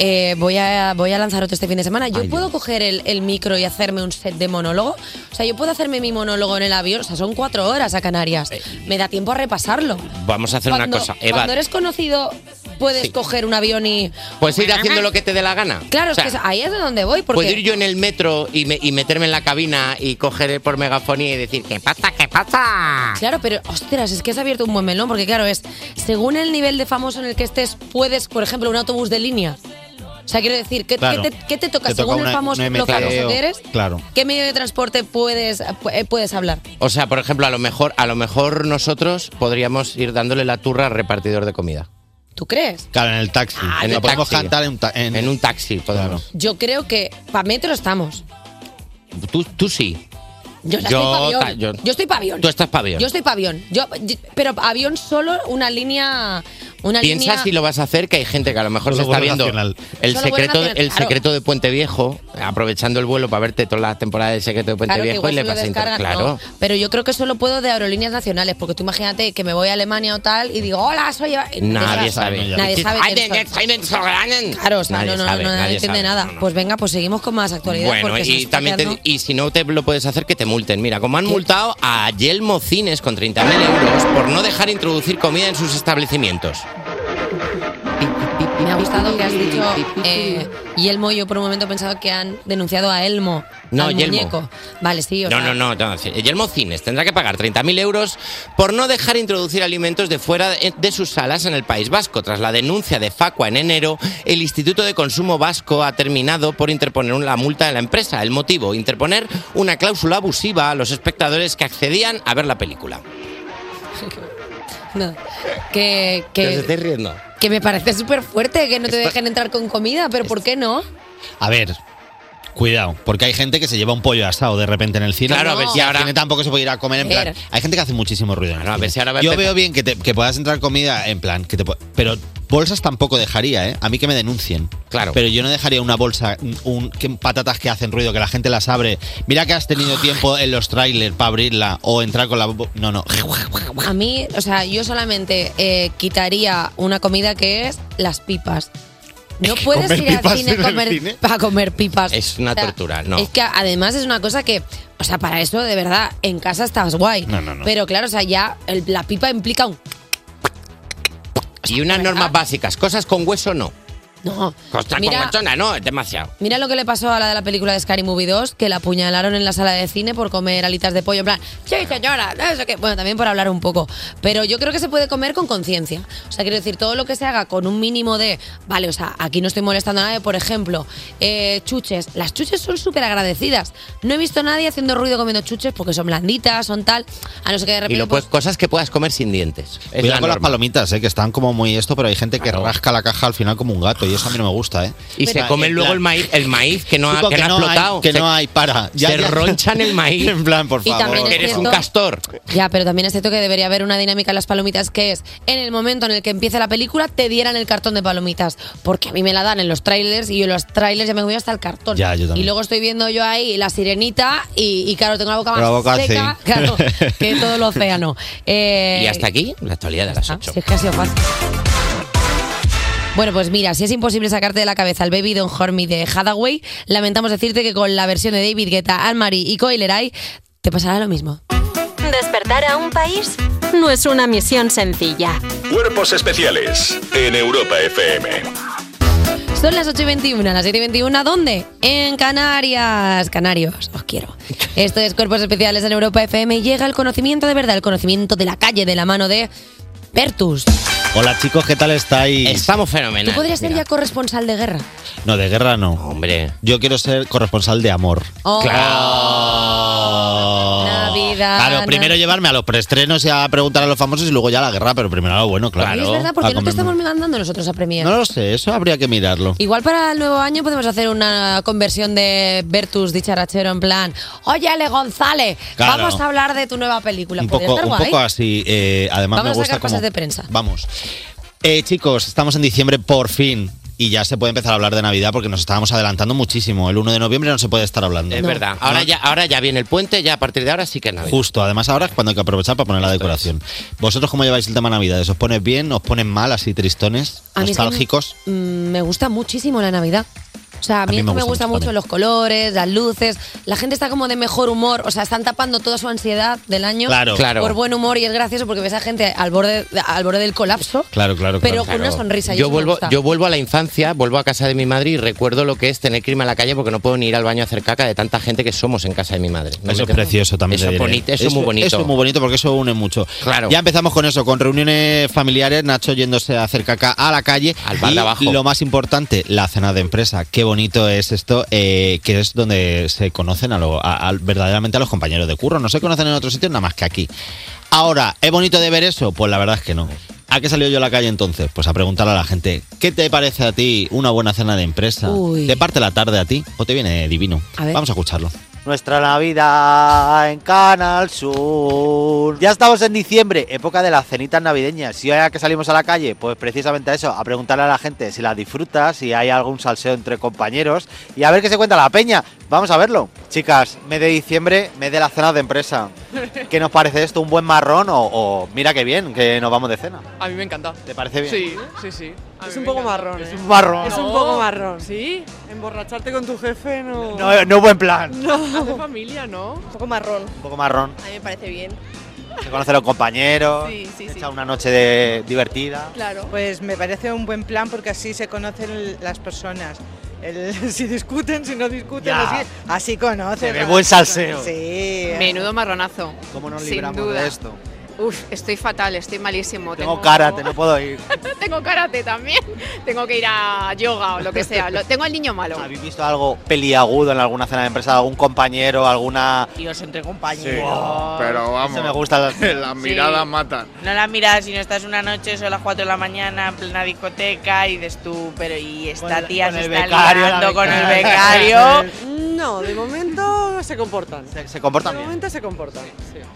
[SPEAKER 3] eh, voy, a, voy a lanzar otro este fin de semana. Yo
[SPEAKER 4] Ay,
[SPEAKER 3] puedo coger el, el micro y hacerme un set de monólogo. O sea, yo puedo hacerme mi monólogo en el avión. O sea, son cuatro horas a Canarias. Me da tiempo a repasarlo.
[SPEAKER 4] Vamos a Eh, hacer una cosa. Eva,
[SPEAKER 3] cuando eres conocido, puedes coger un avión y.
[SPEAKER 4] ¿puedes ir haciendo lo que te dé la gana?
[SPEAKER 3] Claro,
[SPEAKER 4] O sea,
[SPEAKER 3] es que es- ahí es de donde voy. Porque
[SPEAKER 4] Puedo ir yo en el metro y, me- y meterme en la cabina y coger por megafonía y decir, ¿qué pasa? ¿Qué pasa?
[SPEAKER 3] Claro, pero ostras, es que has abierto un buen melón, porque claro, es según el nivel de famoso en el que estés, puedes, por ejemplo, un autobús de línea. O sea, quiero decir, ¿qué,
[SPEAKER 13] Claro.
[SPEAKER 3] qué te, qué te toca
[SPEAKER 13] Te toca
[SPEAKER 3] según
[SPEAKER 13] una-
[SPEAKER 3] el famoso,
[SPEAKER 13] una
[SPEAKER 3] lo famoso
[SPEAKER 13] MT o-
[SPEAKER 3] que eres?
[SPEAKER 13] Claro.
[SPEAKER 3] ¿Qué medio de transporte puedes, eh, puedes hablar?
[SPEAKER 4] O sea, por ejemplo, a lo mejor, a lo mejor nosotros podríamos ir dándole la turra al repartidor de comida. Ah,
[SPEAKER 3] ¿Tú crees?
[SPEAKER 13] Claro, en el taxi.
[SPEAKER 4] en
[SPEAKER 13] La
[SPEAKER 4] el
[SPEAKER 13] podemos
[SPEAKER 4] taxi.
[SPEAKER 13] cantar en un, ta- en-
[SPEAKER 4] En un taxi, podemos.
[SPEAKER 3] Yo creo que para metro estamos.
[SPEAKER 4] Tú, tú sí.
[SPEAKER 3] Yo, ya
[SPEAKER 4] Yo
[SPEAKER 3] estoy
[SPEAKER 4] ta-
[SPEAKER 3] pavión.
[SPEAKER 4] yo-
[SPEAKER 3] Yo, estoy pavión.
[SPEAKER 4] Tú estás pavión.
[SPEAKER 3] Yo estoy pavión. Yo, yo- pero avión solo una línea. Una
[SPEAKER 4] Piensa
[SPEAKER 3] línea...
[SPEAKER 4] si lo vas a hacer, que hay gente que a lo mejor se
[SPEAKER 13] Solo
[SPEAKER 4] está
[SPEAKER 13] vuelo
[SPEAKER 4] viendo
[SPEAKER 13] nacional.
[SPEAKER 4] el
[SPEAKER 3] Solo vuelo
[SPEAKER 4] secreto, de-
[SPEAKER 3] nacional,
[SPEAKER 4] el
[SPEAKER 3] claro.
[SPEAKER 4] secreto de Puente Viejo, aprovechando el vuelo para verte toda la temporada del secreto de Puente
[SPEAKER 3] Claro, que
[SPEAKER 4] Viejo y
[SPEAKER 3] igual
[SPEAKER 4] le
[SPEAKER 3] se lo
[SPEAKER 4] pasa inter-
[SPEAKER 3] descargan,
[SPEAKER 4] Claro.
[SPEAKER 3] no. Pero yo creo que solo puedo de aerolíneas nacionales, porque tú imagínate que me voy a Alemania o tal y digo, hola, soy... Eva-". Y
[SPEAKER 4] Nadie
[SPEAKER 3] sabes.
[SPEAKER 4] sabe.
[SPEAKER 3] Nadie sabe
[SPEAKER 4] Ay,
[SPEAKER 3] quién
[SPEAKER 4] de-
[SPEAKER 3] soy.
[SPEAKER 4] de- de-
[SPEAKER 3] Claro, o sea,
[SPEAKER 4] Nadie
[SPEAKER 3] no, no,
[SPEAKER 4] sabe,
[SPEAKER 3] no, no,
[SPEAKER 4] nadie
[SPEAKER 3] entiende
[SPEAKER 4] sabe.
[SPEAKER 3] nada. Pues venga, pues seguimos con más actualidad.
[SPEAKER 4] Bueno,
[SPEAKER 3] porque se nos
[SPEAKER 4] y
[SPEAKER 3] está
[SPEAKER 4] también te-
[SPEAKER 3] quedando-
[SPEAKER 4] y si no te lo puedes hacer que te multen. Mira, como han multado a Yelmo Cines con 30.000 euros por no dejar introducir comida en sus establecimientos.
[SPEAKER 3] Me ha gustado que has dicho eh, Yelmo, yo por un momento he pensado que han denunciado a Elmo.
[SPEAKER 4] No,
[SPEAKER 3] al
[SPEAKER 4] Yelmo.
[SPEAKER 3] muñeco. Vale, sí, o
[SPEAKER 4] No,
[SPEAKER 3] sea,
[SPEAKER 4] no, no, no. Guillermo Cines tendrá que pagar 30.000 euros por no dejar introducir alimentos de fuera de de sus salas en el País Vasco. Tras la denuncia de Facua en enero, el Instituto de Consumo Vasco ha terminado por interponer una multa a la empresa. El motivo, interponer una cláusula abusiva a los espectadores que accedían a ver la película.
[SPEAKER 3] no. Que,
[SPEAKER 4] ¿Os
[SPEAKER 3] que,
[SPEAKER 4] estáis riendo?
[SPEAKER 3] que me parece súper fuerte que no te dejen entrar con comida, pero ¿por qué no?
[SPEAKER 13] A ver, cuidado, porque hay gente que se lleva un pollo asado de repente en el cine.
[SPEAKER 4] Claro, a ver si
[SPEAKER 13] Y al
[SPEAKER 4] ahora-
[SPEAKER 13] cine tampoco se puede ir a comer en
[SPEAKER 4] Ver.
[SPEAKER 13] plan. Hay gente que hace muchísimo ruido. en el cine. Yo
[SPEAKER 4] Pepe-
[SPEAKER 13] veo bien que, te- que puedas entrar comida en plan. que te po- Pero bolsas tampoco dejaría, ¿eh? A mí que me denuncien. Claro. Pero yo no dejaría una bolsa, un, que- patatas que hacen ruido, que la gente las abre. Mira que has tenido tiempo en los trailers para abrirla o entrar con la. bo- No, no.
[SPEAKER 3] A mí, o sea, yo solamente eh, quitaría una comida que es las pipas. No puedes
[SPEAKER 4] comer
[SPEAKER 3] ir al
[SPEAKER 4] pipas
[SPEAKER 3] cine,
[SPEAKER 4] en el
[SPEAKER 3] comer-
[SPEAKER 4] cine.
[SPEAKER 3] a comer pipas.
[SPEAKER 4] Es una
[SPEAKER 3] O sea,
[SPEAKER 4] tortura, no.
[SPEAKER 3] Es que además es una cosa que, o sea, para eso de verdad, en casa estás guay.
[SPEAKER 4] No, no, no.
[SPEAKER 3] Pero claro, o sea, ya el- la pipa implica un...
[SPEAKER 4] Y unas normas básicas, cosas con hueso no.
[SPEAKER 3] No.
[SPEAKER 4] Cosas
[SPEAKER 3] Mira-
[SPEAKER 4] con huesona no, es demasiado.
[SPEAKER 3] Mira lo que le pasó a la de la película de Scary Movie 2, que la apuñalaron en la sala de cine por comer alitas de pollo. En plan, sí, señora, no sé qué. Bueno, también por hablar un poco. Pero yo creo que se puede comer con conciencia. O sea, quiero decir, todo lo que se haga con un mínimo de, vale, o sea, aquí no estoy molestando a nadie. Por ejemplo, eh, chuches. Las chuches son súper agradecidas. No he visto a nadie haciendo ruido comiendo chuches porque son blanditas, son tal. A no ser que de
[SPEAKER 4] Y
[SPEAKER 3] repente.
[SPEAKER 4] lo
[SPEAKER 3] pues,
[SPEAKER 4] puedes, cosas que puedas comer sin dientes. Es
[SPEAKER 13] Cuidado
[SPEAKER 4] la
[SPEAKER 13] con las
[SPEAKER 4] norma.
[SPEAKER 13] palomitas, eh, que están como muy esto, pero hay gente que rasca la caja al final como un gato y eso a mí no me gusta. Eh.
[SPEAKER 4] Y se comen luego el maíz, el maíz que no ha,
[SPEAKER 13] Chico,
[SPEAKER 4] que
[SPEAKER 13] que
[SPEAKER 4] no ha
[SPEAKER 13] no hay-
[SPEAKER 4] explotado.
[SPEAKER 13] que
[SPEAKER 4] Se-
[SPEAKER 13] no hay, para. Ya,
[SPEAKER 4] se
[SPEAKER 13] ya.
[SPEAKER 4] ronchan el maíz.
[SPEAKER 13] En plan, por
[SPEAKER 3] Y también favor. es
[SPEAKER 4] Eres un
[SPEAKER 3] cierto-
[SPEAKER 4] castor.
[SPEAKER 3] Ya, pero también es cierto que debería haber una dinámica en las palomitas que es, en el momento en el que empiece la película, te dieran el cartón de palomitas. Porque a mí me la dan en los trailers y yo en los trailers ya me voy hasta el cartón.
[SPEAKER 13] Ya, yo
[SPEAKER 3] Y
[SPEAKER 13] también.
[SPEAKER 3] luego estoy viendo yo ahí la sirenita y, y claro, tengo la boca más
[SPEAKER 4] Con la boca
[SPEAKER 3] seca
[SPEAKER 4] así.
[SPEAKER 3] claro, que todo Ah, el océano. Eh,
[SPEAKER 4] Y hasta aquí, la actualidad de las 8.
[SPEAKER 3] si es que ha sido fácil. Bueno, pues mira, si es imposible sacarte de la cabeza el Baby Don't Hurt Me de Hathaway, lamentamos decirte que con la versión de David Guetta, Anne-Marie y Coileray, te pasará lo mismo.
[SPEAKER 2] Despertar a un país no es una misión sencilla.
[SPEAKER 6] Cuerpos especiales en Europa FM.
[SPEAKER 3] Son las 8 y 21, las 7 y 21, ¿dónde? En Canarias. Canarios, os quiero. Esto es Cuerpos Especiales en Europa FM y llega el conocimiento de verdad, el conocimiento de la calle, de la mano de Bertus.
[SPEAKER 13] Hola chicos, ¿qué tal estáis?
[SPEAKER 4] Estamos
[SPEAKER 3] Tú
[SPEAKER 4] fenomenal.
[SPEAKER 3] podrías ser ya corresponsal de guerra.
[SPEAKER 13] No, de guerra no.
[SPEAKER 4] Hombre.
[SPEAKER 13] Yo quiero ser corresponsal de amor.
[SPEAKER 3] Oh.
[SPEAKER 13] Claro.
[SPEAKER 3] Navidad,
[SPEAKER 13] Oh, Claro, primero
[SPEAKER 3] Navidad.
[SPEAKER 13] llevarme a los preestrenos y a preguntar a los famosos y luego ya a la guerra, pero primero a lo bueno, claro.
[SPEAKER 3] Y es verdad,
[SPEAKER 13] A
[SPEAKER 3] porque no te
[SPEAKER 13] comerme.
[SPEAKER 3] estamos mandando nosotros a premiar.
[SPEAKER 13] No lo sé, eso habría que mirarlo.
[SPEAKER 3] Igual para el nuevo año podemos hacer una conversión de Bertus dicharachero en plan, oye Ale González,
[SPEAKER 13] Claro.
[SPEAKER 3] vamos a hablar de tu nueva película.
[SPEAKER 13] Un
[SPEAKER 3] Podría
[SPEAKER 13] poco,
[SPEAKER 3] estar
[SPEAKER 13] un
[SPEAKER 3] guay.
[SPEAKER 13] poco así. eh, además,
[SPEAKER 3] Vamos
[SPEAKER 13] me
[SPEAKER 3] a
[SPEAKER 13] gusta
[SPEAKER 3] sacar cosas
[SPEAKER 13] como-
[SPEAKER 3] de prensa.
[SPEAKER 13] Vamos. Eh, chicos, estamos en diciembre por fin. Y ya se puede empezar a hablar de Navidad porque nos estábamos adelantando muchísimo. El 1 de noviembre no se puede estar hablando.
[SPEAKER 4] Es verdad. Ahora ya, ahora ya viene el puente, ya a partir de ahora sí que es Navidad.
[SPEAKER 13] Justo, además ahora es cuando hay que aprovechar para poner la decoración. ¿Vosotros cómo lleváis el tema Navidades? ¿Os pones bien? ¿Os ponen mal así tristones?
[SPEAKER 3] A mí es que
[SPEAKER 13] ¿Nostálgicos?
[SPEAKER 3] Mm, me gusta muchísimo la Navidad. O sea, a mí, es que me, gusta mucho los colores, las luces. La gente está como de mejor humor. O sea, están tapando toda su ansiedad del año
[SPEAKER 13] Claro. Claro.
[SPEAKER 3] por buen humor y es gracioso porque ves a gente al borde, al borde del colapso.
[SPEAKER 13] Claro, claro.
[SPEAKER 3] Pero con una sonrisa, y eso
[SPEAKER 4] Yo
[SPEAKER 3] me
[SPEAKER 4] vuelvo,
[SPEAKER 3] gusta.
[SPEAKER 4] yo vuelvo a la infancia, vuelvo a casa de mi madre y recuerdo lo que es tener que irme a la calle porque no puedo ni ir al baño a hacer caca de tanta gente que somos en casa de mi madre. No
[SPEAKER 13] Eso
[SPEAKER 4] me
[SPEAKER 13] es
[SPEAKER 4] quedo-
[SPEAKER 13] precioso también.
[SPEAKER 4] Eso
[SPEAKER 13] te
[SPEAKER 4] es
[SPEAKER 13] diré.
[SPEAKER 4] bonito, eso es muy bonito.
[SPEAKER 13] Eso es muy bonito porque eso une mucho.
[SPEAKER 4] Claro.
[SPEAKER 13] Ya empezamos con eso, con reuniones familiares, Nacho yéndose a hacer caca a la calle. Al
[SPEAKER 4] bar de abajo.
[SPEAKER 13] Lo más importante, la cena de empresa. Qué bonito es esto, eh, que es donde se conocen a lo- a- a- verdaderamente a los compañeros de curro. No se conocen en otros sitios nada más que aquí. Ahora, ¿es bonito de ver eso? Pues la verdad es que no. ¿A qué salió yo a la calle entonces? Pues a preguntar a la gente, ¿qué te parece a ti una buena cena de empresa?
[SPEAKER 16] Uy.
[SPEAKER 13] ¿Te parte la tarde a ti o te viene divino? Vamos a escucharlo.
[SPEAKER 16] Nuestra Navidad en Canal Sur. Ya estamos en diciembre, época de las cenitas navideñas. Si hay que salimos a la calle, pues precisamente a eso, a preguntarle a la gente si la disfruta, si hay algún salseo entre compañeros y a ver qué se cuenta la peña. Vamos a verlo. Chicas, mes de diciembre, mes de las cenas de empresa. ¿Qué nos parece esto? ¿Un buen marrón o, o mira qué bien que nos vamos de cena?
[SPEAKER 17] A mí me encanta. ¿Te
[SPEAKER 16] parece bien?
[SPEAKER 17] Sí, sí, sí. Es un poco marrón. Es
[SPEAKER 16] un marrón.
[SPEAKER 17] Es un poco marrón. ¿Sí? Emborracharte con tu jefe no.
[SPEAKER 16] No, eh, no buen plan.
[SPEAKER 17] No. Hace familia, ¿no? Un poco marrón.
[SPEAKER 16] Un poco marrón.
[SPEAKER 17] A mí me parece bien.
[SPEAKER 16] Se conocen los compañeros.
[SPEAKER 17] Sí, sí, sí.
[SPEAKER 16] echa Una noche de- divertida.
[SPEAKER 17] Claro. Pues me parece un buen plan porque así se conocen las personas. El- si discuten, si no discuten,
[SPEAKER 16] Ya.
[SPEAKER 17] así, así conocen.
[SPEAKER 16] Se ve
[SPEAKER 17] a las
[SPEAKER 16] buen
[SPEAKER 17] personas.
[SPEAKER 16] salseo.
[SPEAKER 17] Sí. eh.
[SPEAKER 18] Menudo marronazo.
[SPEAKER 16] ¿Cómo nos
[SPEAKER 18] Sin
[SPEAKER 16] libramos
[SPEAKER 18] duda.
[SPEAKER 16] de esto?
[SPEAKER 18] Uf, estoy fatal, estoy malísimo.
[SPEAKER 16] Tengo karate, no puedo ir.
[SPEAKER 18] Tengo karate también. Tengo que ir a yoga o lo que sea. Lo- tengo al niño malo.
[SPEAKER 16] ¿Has visto algo peliagudo en alguna cena de empresa? ¿Algún compañero? ¿Alguna...?
[SPEAKER 19] Dios, entre compañeros.
[SPEAKER 16] pero vamos. me gusta.
[SPEAKER 19] Las miradas
[SPEAKER 16] matan.
[SPEAKER 19] No la miras si no estás una noche, son las 4 de la mañana, en plena discoteca, y dices tú, pero y esta tía
[SPEAKER 16] con
[SPEAKER 19] se
[SPEAKER 16] el
[SPEAKER 19] está
[SPEAKER 16] becario, la
[SPEAKER 19] liando con el
[SPEAKER 16] becaria.
[SPEAKER 19] becario. Mm.
[SPEAKER 17] No, de momento se comportan. Se,
[SPEAKER 16] se comportan
[SPEAKER 17] De
[SPEAKER 16] bien.
[SPEAKER 17] momento se comportan.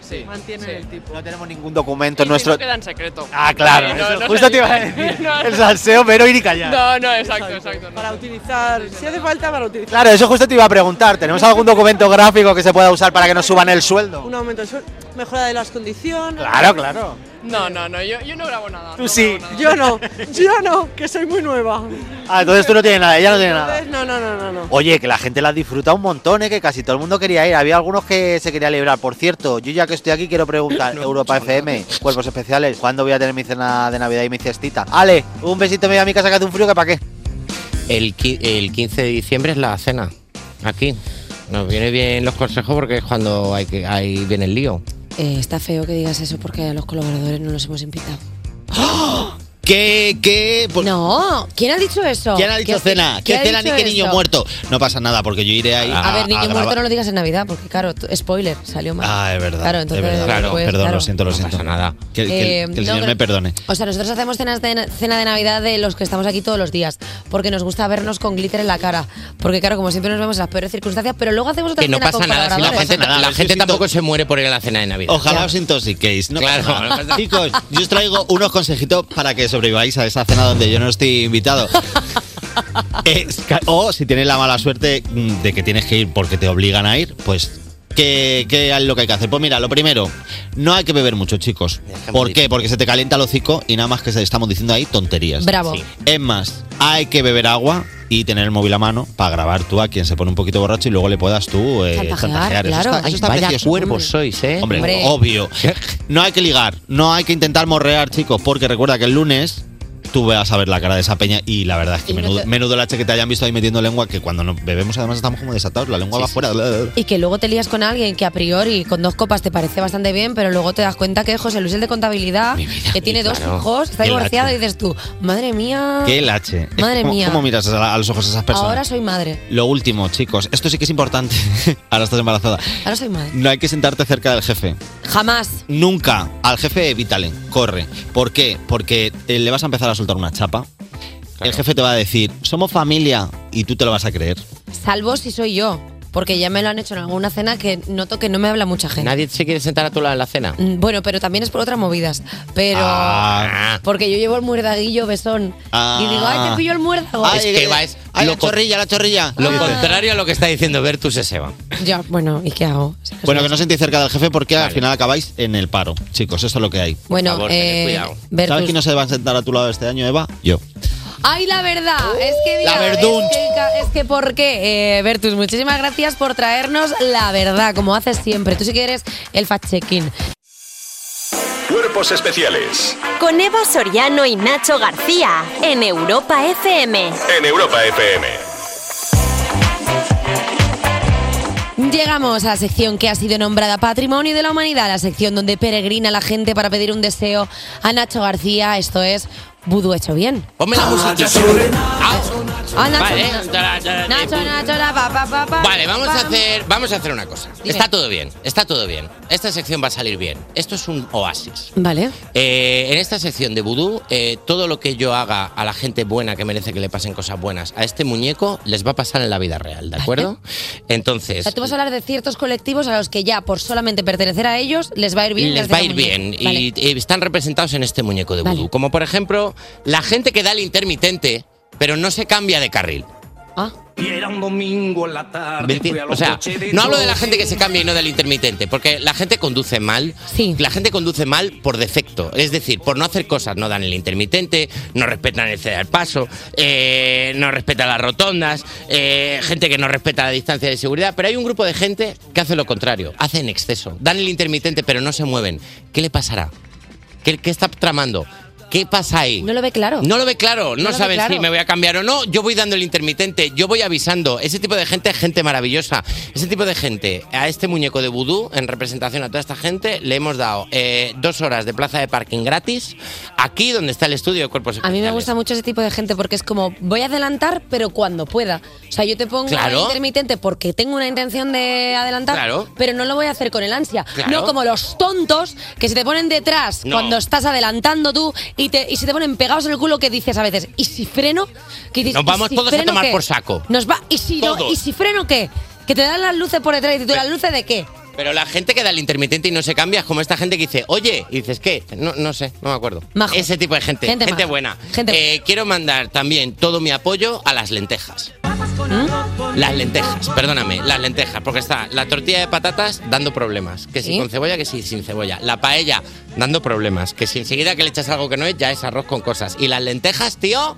[SPEAKER 17] Sí, Mantienen el tipo.
[SPEAKER 16] No tenemos Ningún documento nuestro...
[SPEAKER 17] queda en secreto.
[SPEAKER 16] Ah, claro.
[SPEAKER 17] No,
[SPEAKER 16] eso
[SPEAKER 17] no
[SPEAKER 16] justo
[SPEAKER 17] se
[SPEAKER 16] te iba a
[SPEAKER 17] dice.
[SPEAKER 16] decir.
[SPEAKER 17] No, no.
[SPEAKER 16] El salseo, pero ir y callar.
[SPEAKER 17] no, exacto, exacto. Para utilizar, si hace falta, para utilizar.
[SPEAKER 16] Claro, eso justo te iba a preguntar. ¿Tenemos algún documento gráfico que se pueda usar para que nos suban el sueldo?
[SPEAKER 17] Un aumento de sueldo, mejora de las condiciones.
[SPEAKER 16] Claro, claro.
[SPEAKER 18] No, no, no, yo, yo no grabo nada.
[SPEAKER 16] Tú sí.
[SPEAKER 17] Yo no, yo no, que soy muy nueva.
[SPEAKER 16] Ah, entonces tú no tienes nada, ella no tiene nada.
[SPEAKER 17] Entonces, No, no, no, no, no.
[SPEAKER 16] Oye, que la gente la disfruta un montón, ¿eh? que casi todo el mundo quería ir. Había algunos que se querían librar. Por cierto, yo ya que estoy aquí quiero preguntar, Europa FM, cuerpos especiales, ¿cuándo voy a tener mi cena de Navidad y mi cestita? Ale, un besito, me voy a mi casa que hace un frío, que para qué.
[SPEAKER 4] El, qui- el 15 de diciembre es la cena. Aquí. Nos viene bien los consejos porque es cuando hay que, ahí viene el lío.
[SPEAKER 3] Eh, está feo que digas eso porque a los colaboradores no los hemos invitado.
[SPEAKER 13] ¿Qué? ¿Qué? Pues-
[SPEAKER 3] No, ¿quién ha dicho eso?
[SPEAKER 13] ¿Quién ha dicho
[SPEAKER 3] ¿Qué-
[SPEAKER 13] cena?
[SPEAKER 3] quién
[SPEAKER 13] ¿Qué,
[SPEAKER 3] ha
[SPEAKER 13] cena ni
[SPEAKER 3] dicho
[SPEAKER 13] qué niño
[SPEAKER 3] eso?
[SPEAKER 13] muerto? Ah, No pasa nada, porque yo iré ahí.
[SPEAKER 3] A ver, niño
[SPEAKER 13] grabar.
[SPEAKER 3] muerto no lo digas en Navidad, porque claro, t- spoiler, salió mal.
[SPEAKER 13] Ah, es verdad.
[SPEAKER 3] Claro, entonces,
[SPEAKER 13] es verdad.
[SPEAKER 3] Claro, pues,
[SPEAKER 13] perdón,
[SPEAKER 3] claro.
[SPEAKER 13] lo siento, lo siento.
[SPEAKER 4] nada.
[SPEAKER 13] Que, que-
[SPEAKER 3] Eh,
[SPEAKER 13] que
[SPEAKER 3] no,
[SPEAKER 13] el señor
[SPEAKER 3] pero-
[SPEAKER 13] me perdone.
[SPEAKER 3] O sea, nosotros hacemos cenas de, cena de Navidad de los que estamos aquí todos los días, porque nos gusta vernos con glitter en la cara. Porque claro, como siempre nos vemos en las peores circunstancias, pero luego hacemos otra
[SPEAKER 4] Que no
[SPEAKER 3] cena
[SPEAKER 4] pasa
[SPEAKER 3] con
[SPEAKER 4] nada si la
[SPEAKER 3] colaboradores.
[SPEAKER 4] gente, la gente tampoco se muere por ir a la cena de Navidad.
[SPEAKER 13] Ojalá os intoxiquéis. No
[SPEAKER 4] Claro,
[SPEAKER 13] pasa nada.
[SPEAKER 4] no pasa-
[SPEAKER 13] Chicos, yo os traigo unos consejitos para que sobreviváis a esa cena donde yo no estoy invitado. Eh, ca- o si tienes la mala suerte mm, de que tienes que ir porque te obligan a ir, pues. ¿Qué, qué es lo que hay que hacer? Pues mira, lo primero, no hay que beber mucho, chicos. ¿Por qué? Porque se te calienta el hocico y nada más que se- estamos diciendo ahí tonterías.
[SPEAKER 3] Bravo.
[SPEAKER 13] Es más, hay que beber agua y tener el móvil a mano para grabar tú a quien se pone un poquito borracho y luego le puedas tú eh,
[SPEAKER 4] Chantajear,
[SPEAKER 13] chantajear. Eso
[SPEAKER 4] claro.
[SPEAKER 13] está, eso
[SPEAKER 4] Ay,
[SPEAKER 13] está
[SPEAKER 4] vaya
[SPEAKER 13] precioso.
[SPEAKER 4] cuervos sois, ¿eh?
[SPEAKER 13] Hombre,
[SPEAKER 4] Hombre.
[SPEAKER 13] obvio. No hay que ligar, no hay que intentar morrear, chicos, porque recuerda que el lunes tú vas a ver la cara de esa peña y la verdad es que
[SPEAKER 3] Y no
[SPEAKER 13] menudo,
[SPEAKER 3] te-
[SPEAKER 13] menudo lache que te hayan visto ahí metiendo lengua, que cuando nos bebemos además estamos como desatados, la lengua va fuera. bla, bla, bla.
[SPEAKER 3] Y que luego te lías con alguien que a priori con dos copas te parece bastante bien, pero luego te das cuenta que José Luis es el de contabilidad, que tiene dos
[SPEAKER 13] claro.
[SPEAKER 3] hijos, está
[SPEAKER 13] Qué
[SPEAKER 3] divorciado y
[SPEAKER 13] lache.
[SPEAKER 3] dices tú, madre mía,
[SPEAKER 13] Qué lache. Es que
[SPEAKER 3] Madre
[SPEAKER 13] ¿cómo,
[SPEAKER 3] mía.
[SPEAKER 13] ¿Cómo miras a, la- a los ojos a esas personas?
[SPEAKER 3] ahora soy madre,
[SPEAKER 13] Lo último, chicos, esto sí que es importante. Ahora estás embarazada.
[SPEAKER 3] ahora soy madre.
[SPEAKER 13] No hay que sentarte cerca del jefe.
[SPEAKER 3] Jamás.
[SPEAKER 13] Nunca. Al jefe evítale, corre. ¿Por qué? Porque eh, le vas a empezar a soltar una chapa. El jefe te va a decir, somos familia, y tú te lo vas a creer.
[SPEAKER 3] Salvo si soy yo, porque ya me lo han hecho en alguna cena que noto que no me habla mucha gente.
[SPEAKER 4] Nadie se quiere sentar a tu lado en la cena.
[SPEAKER 3] Mm, Bueno, pero también es por otras movidas. Pero.
[SPEAKER 4] Ah.
[SPEAKER 3] Porque yo llevo el muerdaguillo besón.
[SPEAKER 4] Ah.
[SPEAKER 3] Y digo, ay, te pillo el muérdago.
[SPEAKER 4] Es que va, es
[SPEAKER 13] ay, la
[SPEAKER 4] lo con-
[SPEAKER 13] chorrilla, la chorrilla.
[SPEAKER 3] Ah.
[SPEAKER 4] Lo contrario a lo que está diciendo Bertus es Eva.
[SPEAKER 3] Ya, bueno, ¿y qué hago?
[SPEAKER 13] Bueno, que no os sentéis cerca del jefe porque al final acabáis en el paro, chicos. Eso es lo que hay.
[SPEAKER 3] Bueno, eh, Bertus.
[SPEAKER 13] ¿Sabes quién no se va a sentar a tu lado este año, Eva? Yo.
[SPEAKER 3] Ay, la verdad. es que, mira,
[SPEAKER 13] la verdún.
[SPEAKER 3] Es que, ca- es que ¿por qué? Eh, Bertus, muchísimas gracias por traernos la verdad, como haces siempre. Tú sí que eres el fact-checking.
[SPEAKER 6] Cuerpos especiales
[SPEAKER 2] Con Evo Soriano y Nacho García en Europa FM.
[SPEAKER 6] en Europa FM.
[SPEAKER 3] Llegamos a la sección que ha sido nombrada Patrimonio de la Humanidad, la sección donde peregrina la gente para pedir un deseo a Nacho García. Esto es Vudú hecho bien.
[SPEAKER 4] Ponme la música.
[SPEAKER 3] Ah, Nacho,
[SPEAKER 4] Vale,
[SPEAKER 3] Nacho.
[SPEAKER 4] da, da, da,
[SPEAKER 3] Nacho, Nacho, la pa, pa, pa, pa.
[SPEAKER 4] Vale, vamos a
[SPEAKER 3] Pam.
[SPEAKER 4] hacer, vamos a hacer una cosa. Está todo bien, está todo bien. Esta sección va a salir bien. Esto es un oasis.
[SPEAKER 3] Vale.
[SPEAKER 4] Eh, en esta sección de vudú, eh, todo lo que yo haga a la gente buena que merece que le pasen cosas buenas, a este muñeco les va a pasar en la vida real, ¿de acuerdo?
[SPEAKER 3] O
[SPEAKER 4] Entonces,
[SPEAKER 3] sea, tú vas a hablar de ciertos colectivos a los que ya por solamente pertenecer a ellos les va a ir bien.
[SPEAKER 4] les
[SPEAKER 3] desde
[SPEAKER 4] va a
[SPEAKER 3] la
[SPEAKER 4] ir
[SPEAKER 3] mañana.
[SPEAKER 4] bien y,
[SPEAKER 3] Vale.
[SPEAKER 4] y están representados en este muñeco de vudú. Como por ejemplo, la gente que da el intermitente, pero no se cambia de carril.
[SPEAKER 20] Y era un domingo en la
[SPEAKER 4] ¿Me
[SPEAKER 20] tarde. fui a
[SPEAKER 4] entiendes? Ah. O
[SPEAKER 20] los
[SPEAKER 4] sea,
[SPEAKER 20] coches de
[SPEAKER 4] no hablo de la
[SPEAKER 20] choque.
[SPEAKER 4] gente que se cambia y no del intermitente, porque la gente conduce mal. La gente conduce mal por defecto. Es decir, por no hacer cosas, no dan el intermitente, no respetan el ceder al paso, eh, no respetan las rotondas, eh, gente que no respeta la distancia de seguridad. Pero hay un grupo de gente que hace lo contrario, hace en exceso. Dan el intermitente, pero no se mueven. ¿Qué le pasará? ¿Qué, qué está tramando? ¿Qué pasa ahí?
[SPEAKER 3] No lo ve claro.
[SPEAKER 4] No lo ve claro, no,
[SPEAKER 3] No lo ve
[SPEAKER 4] saben
[SPEAKER 3] claro.
[SPEAKER 4] si me voy a cambiar o no. Yo voy dando el intermitente, yo voy avisando. Ese tipo de gente es gente maravillosa. Ese tipo de gente, a este muñeco de vudú, en representación a toda esta gente, le hemos dado eh, dos horas de plaza de parking gratis, aquí donde está el estudio de cuerpos
[SPEAKER 3] A mí me
[SPEAKER 4] especiales.
[SPEAKER 3] gusta mucho ese tipo de gente porque es como, voy a adelantar, pero cuando pueda. O sea, yo te pongo
[SPEAKER 4] Claro.
[SPEAKER 3] el intermitente porque tengo una intención de adelantar,
[SPEAKER 4] Claro.
[SPEAKER 3] pero no lo voy a hacer con el ansia.
[SPEAKER 4] Claro.
[SPEAKER 3] No como los tontos que se te ponen detrás
[SPEAKER 4] No.
[SPEAKER 3] cuando estás adelantando tú y, te, y se te ponen pegados en el culo que dices a veces, ¿y si freno? Que dices,
[SPEAKER 4] Nos
[SPEAKER 3] "¿Y
[SPEAKER 4] vamos
[SPEAKER 3] si
[SPEAKER 4] todos a
[SPEAKER 3] freno
[SPEAKER 4] tomar
[SPEAKER 3] qué?".
[SPEAKER 4] por saco.
[SPEAKER 3] Nos va, ¿y si, no,
[SPEAKER 4] Todos.
[SPEAKER 3] ¿y si freno qué? Que te dan las luces por detrás y dices, ¿tú las luces de qué?
[SPEAKER 4] Pero la gente que da el intermitente y no se cambia es como esta gente que dice, oye, y dices, ¿qué? No, no sé, no me acuerdo. Ese tipo de gente,
[SPEAKER 3] Gente
[SPEAKER 4] gente,
[SPEAKER 3] maja.
[SPEAKER 4] buena. Eh, quiero mandar también todo mi apoyo a las lentejas. Las lentejas, perdóname, las lentejas, porque está la tortilla de patatas dando problemas, que si
[SPEAKER 3] ¿Sí?
[SPEAKER 4] con cebolla, que si sin cebolla, la paella dando problemas, que si enseguida que le echas algo que no es, ya es arroz con cosas. Y las lentejas, tío,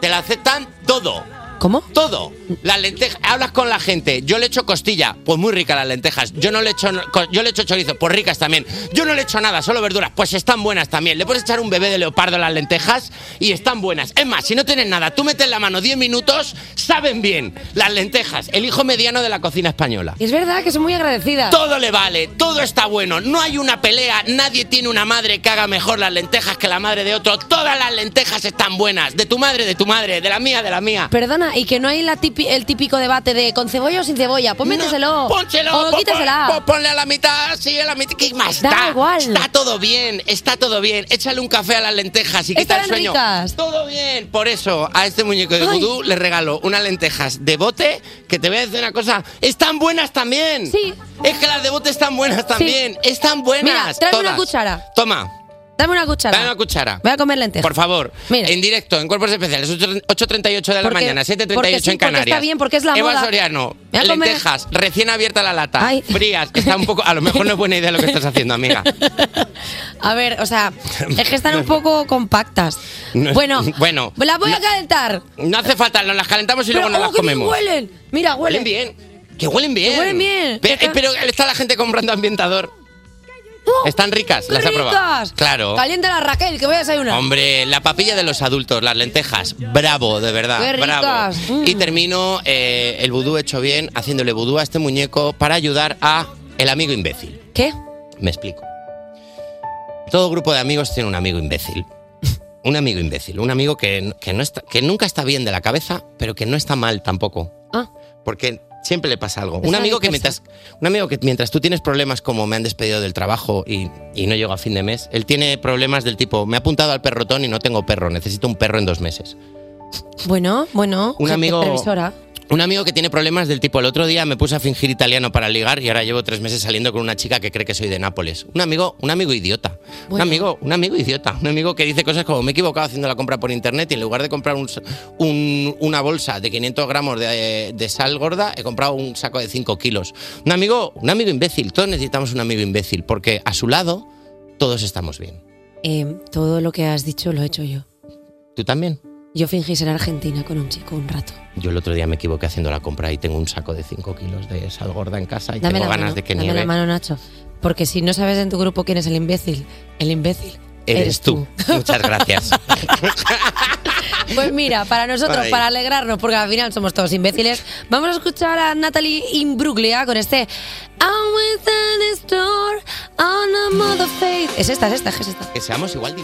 [SPEAKER 4] te la aceptan todo.
[SPEAKER 3] ¿Cómo?
[SPEAKER 4] Todo. Las lentejas, hablas con la gente, yo le echo costilla, pues muy ricas las lentejas. Yo no le echo co- yo le echo chorizo, pues ricas también. Yo no le echo nada, solo verduras, pues están buenas también. Le puedes echar un bebé de leopardo a las lentejas y están buenas. Es más, si no tienes nada, tú metes la mano 10 minutos, saben bien. Las lentejas, el hijo mediano de la cocina española.
[SPEAKER 3] Es verdad que soy muy agradecida.
[SPEAKER 4] Todo le vale, todo está bueno, no hay una pelea, nadie tiene una madre que haga mejor las lentejas que la madre de otro. Todas las lentejas están buenas, de tu madre, de tu madre, de la mía, de la mía.
[SPEAKER 3] Perdona, y que no hay la tipi- el típico debate de con cebolla o sin cebolla. Pues méteselo.
[SPEAKER 4] Pónselo,
[SPEAKER 3] O
[SPEAKER 4] po-
[SPEAKER 3] quítasela.
[SPEAKER 4] po- ponle a la mitad, sí, a la mitad. ¿Qué más
[SPEAKER 3] Da
[SPEAKER 4] da?
[SPEAKER 3] igual.
[SPEAKER 4] Ah, Está todo bien, está todo bien. Échale un café a las lentejas y quita el
[SPEAKER 3] Estarán
[SPEAKER 4] sueño.
[SPEAKER 3] ricas.
[SPEAKER 4] Todo bien. Por eso, a este muñeco de
[SPEAKER 3] Ay.
[SPEAKER 4] vudú le regalo unas lentejas de bote que te voy a decir una cosa. Están buenas también. Sí. Es que las de bote están buenas también. Están buenas.
[SPEAKER 3] Mira, tráeme una
[SPEAKER 4] todas.
[SPEAKER 3] cuchara.
[SPEAKER 4] Toma.
[SPEAKER 3] Dame una cuchara.
[SPEAKER 4] Dame una cuchara.
[SPEAKER 3] Voy a comer lentejas.
[SPEAKER 4] Por favor, en directo, en Cuerpos Especiales, 8- 8.38 de la
[SPEAKER 3] Porque-
[SPEAKER 4] mañana, 7.38
[SPEAKER 3] porque sí,
[SPEAKER 4] en
[SPEAKER 3] porque está
[SPEAKER 4] Canarias.
[SPEAKER 3] bien, porque es la
[SPEAKER 4] Eva
[SPEAKER 3] moda.
[SPEAKER 4] Soriano,
[SPEAKER 3] Me voy a comer-
[SPEAKER 4] lentejas, recién abierta la lata, frías, está un poco... A lo mejor no es buena idea lo que estás haciendo, amiga.
[SPEAKER 3] A ver, o sea, es que están un poco compactas.
[SPEAKER 4] No-
[SPEAKER 3] Bueno,
[SPEAKER 4] bueno,
[SPEAKER 3] las voy a
[SPEAKER 4] no-
[SPEAKER 3] calentar.
[SPEAKER 4] No hace falta, nos las calentamos y
[SPEAKER 3] Pero,
[SPEAKER 4] luego nos
[SPEAKER 3] oh,
[SPEAKER 4] las
[SPEAKER 3] qué bien
[SPEAKER 4] comemos.
[SPEAKER 3] huelen. Mira, huelen.
[SPEAKER 4] Huelen bien. Que huelen bien.
[SPEAKER 3] Que huelen bien.
[SPEAKER 4] Pe- eh, Pero, está la gente comprando ambientador. Están ricas, las ha probado.
[SPEAKER 3] ¡Oh! Ricas.
[SPEAKER 4] Claro.
[SPEAKER 3] Calienta la Raquel, que voy a desayunar.
[SPEAKER 4] Hombre, la papilla de los adultos, las lentejas. Bravo, de verdad.
[SPEAKER 3] Qué
[SPEAKER 4] bravo.
[SPEAKER 3] ricas. Mm.
[SPEAKER 4] Y termino eh, el vudú hecho bien, haciéndole vudú a este muñeco para ayudar a el amigo imbécil.
[SPEAKER 3] ¿Qué?
[SPEAKER 4] Me explico. Todo grupo de amigos tiene un amigo imbécil. Un amigo imbécil. Un amigo que, que no está, que nunca está bien de la cabeza, pero que no está mal tampoco.
[SPEAKER 3] Ah.
[SPEAKER 4] Porque siempre le pasa algo.
[SPEAKER 3] Esa
[SPEAKER 4] Un amigo, que
[SPEAKER 3] cosa.
[SPEAKER 4] mientras, un amigo que mientras tú tienes problemas como me han despedido del trabajo y, y no llego a fin de mes, él tiene problemas del tipo, me ha apuntado al perrotón y no tengo perro, necesito un perro en dos meses.
[SPEAKER 3] Bueno, bueno.
[SPEAKER 4] Un
[SPEAKER 3] gente
[SPEAKER 4] amigo-
[SPEAKER 3] previsora.
[SPEAKER 4] Un amigo que tiene problemas del tipo, el otro día me puse a fingir italiano para ligar y ahora llevo tres meses saliendo con una chica que cree que soy de Nápoles. Un amigo, un amigo idiota. Un
[SPEAKER 21] Bueno.
[SPEAKER 4] amigo, un amigo idiota. Un amigo que dice cosas como me he equivocado haciendo la compra por internet y en lugar de comprar un s- un- una bolsa de 500 gramos de, de sal gorda, he comprado un saco de 5 kilos. Un amigo, un amigo imbécil. Todos necesitamos un amigo imbécil porque a su lado todos estamos bien.
[SPEAKER 3] Eh, todo lo que has dicho lo he hecho yo.
[SPEAKER 4] ¿Tú también?
[SPEAKER 3] Yo fingí ser argentina con un chico un rato.
[SPEAKER 4] Yo el otro día me equivoqué haciendo la compra y tengo un saco de 5 kilos de sal gorda en casa y
[SPEAKER 3] Dame
[SPEAKER 4] tengo
[SPEAKER 3] la
[SPEAKER 4] ganas
[SPEAKER 3] mano,
[SPEAKER 4] de que
[SPEAKER 3] dame
[SPEAKER 4] nieve.
[SPEAKER 3] la mano, Nacho. Porque si no sabes en tu grupo quién es el imbécil, el imbécil
[SPEAKER 4] Eres tú. Muchas gracias.
[SPEAKER 3] Pues mira, para nosotros,
[SPEAKER 4] Ay.
[SPEAKER 3] para alegrarnos, porque al final somos todos imbéciles, vamos a escuchar a Natalie Imbruglia con este I'm with an store on a mother faith. Es esta, es esta, es esta.
[SPEAKER 4] que seamos igual de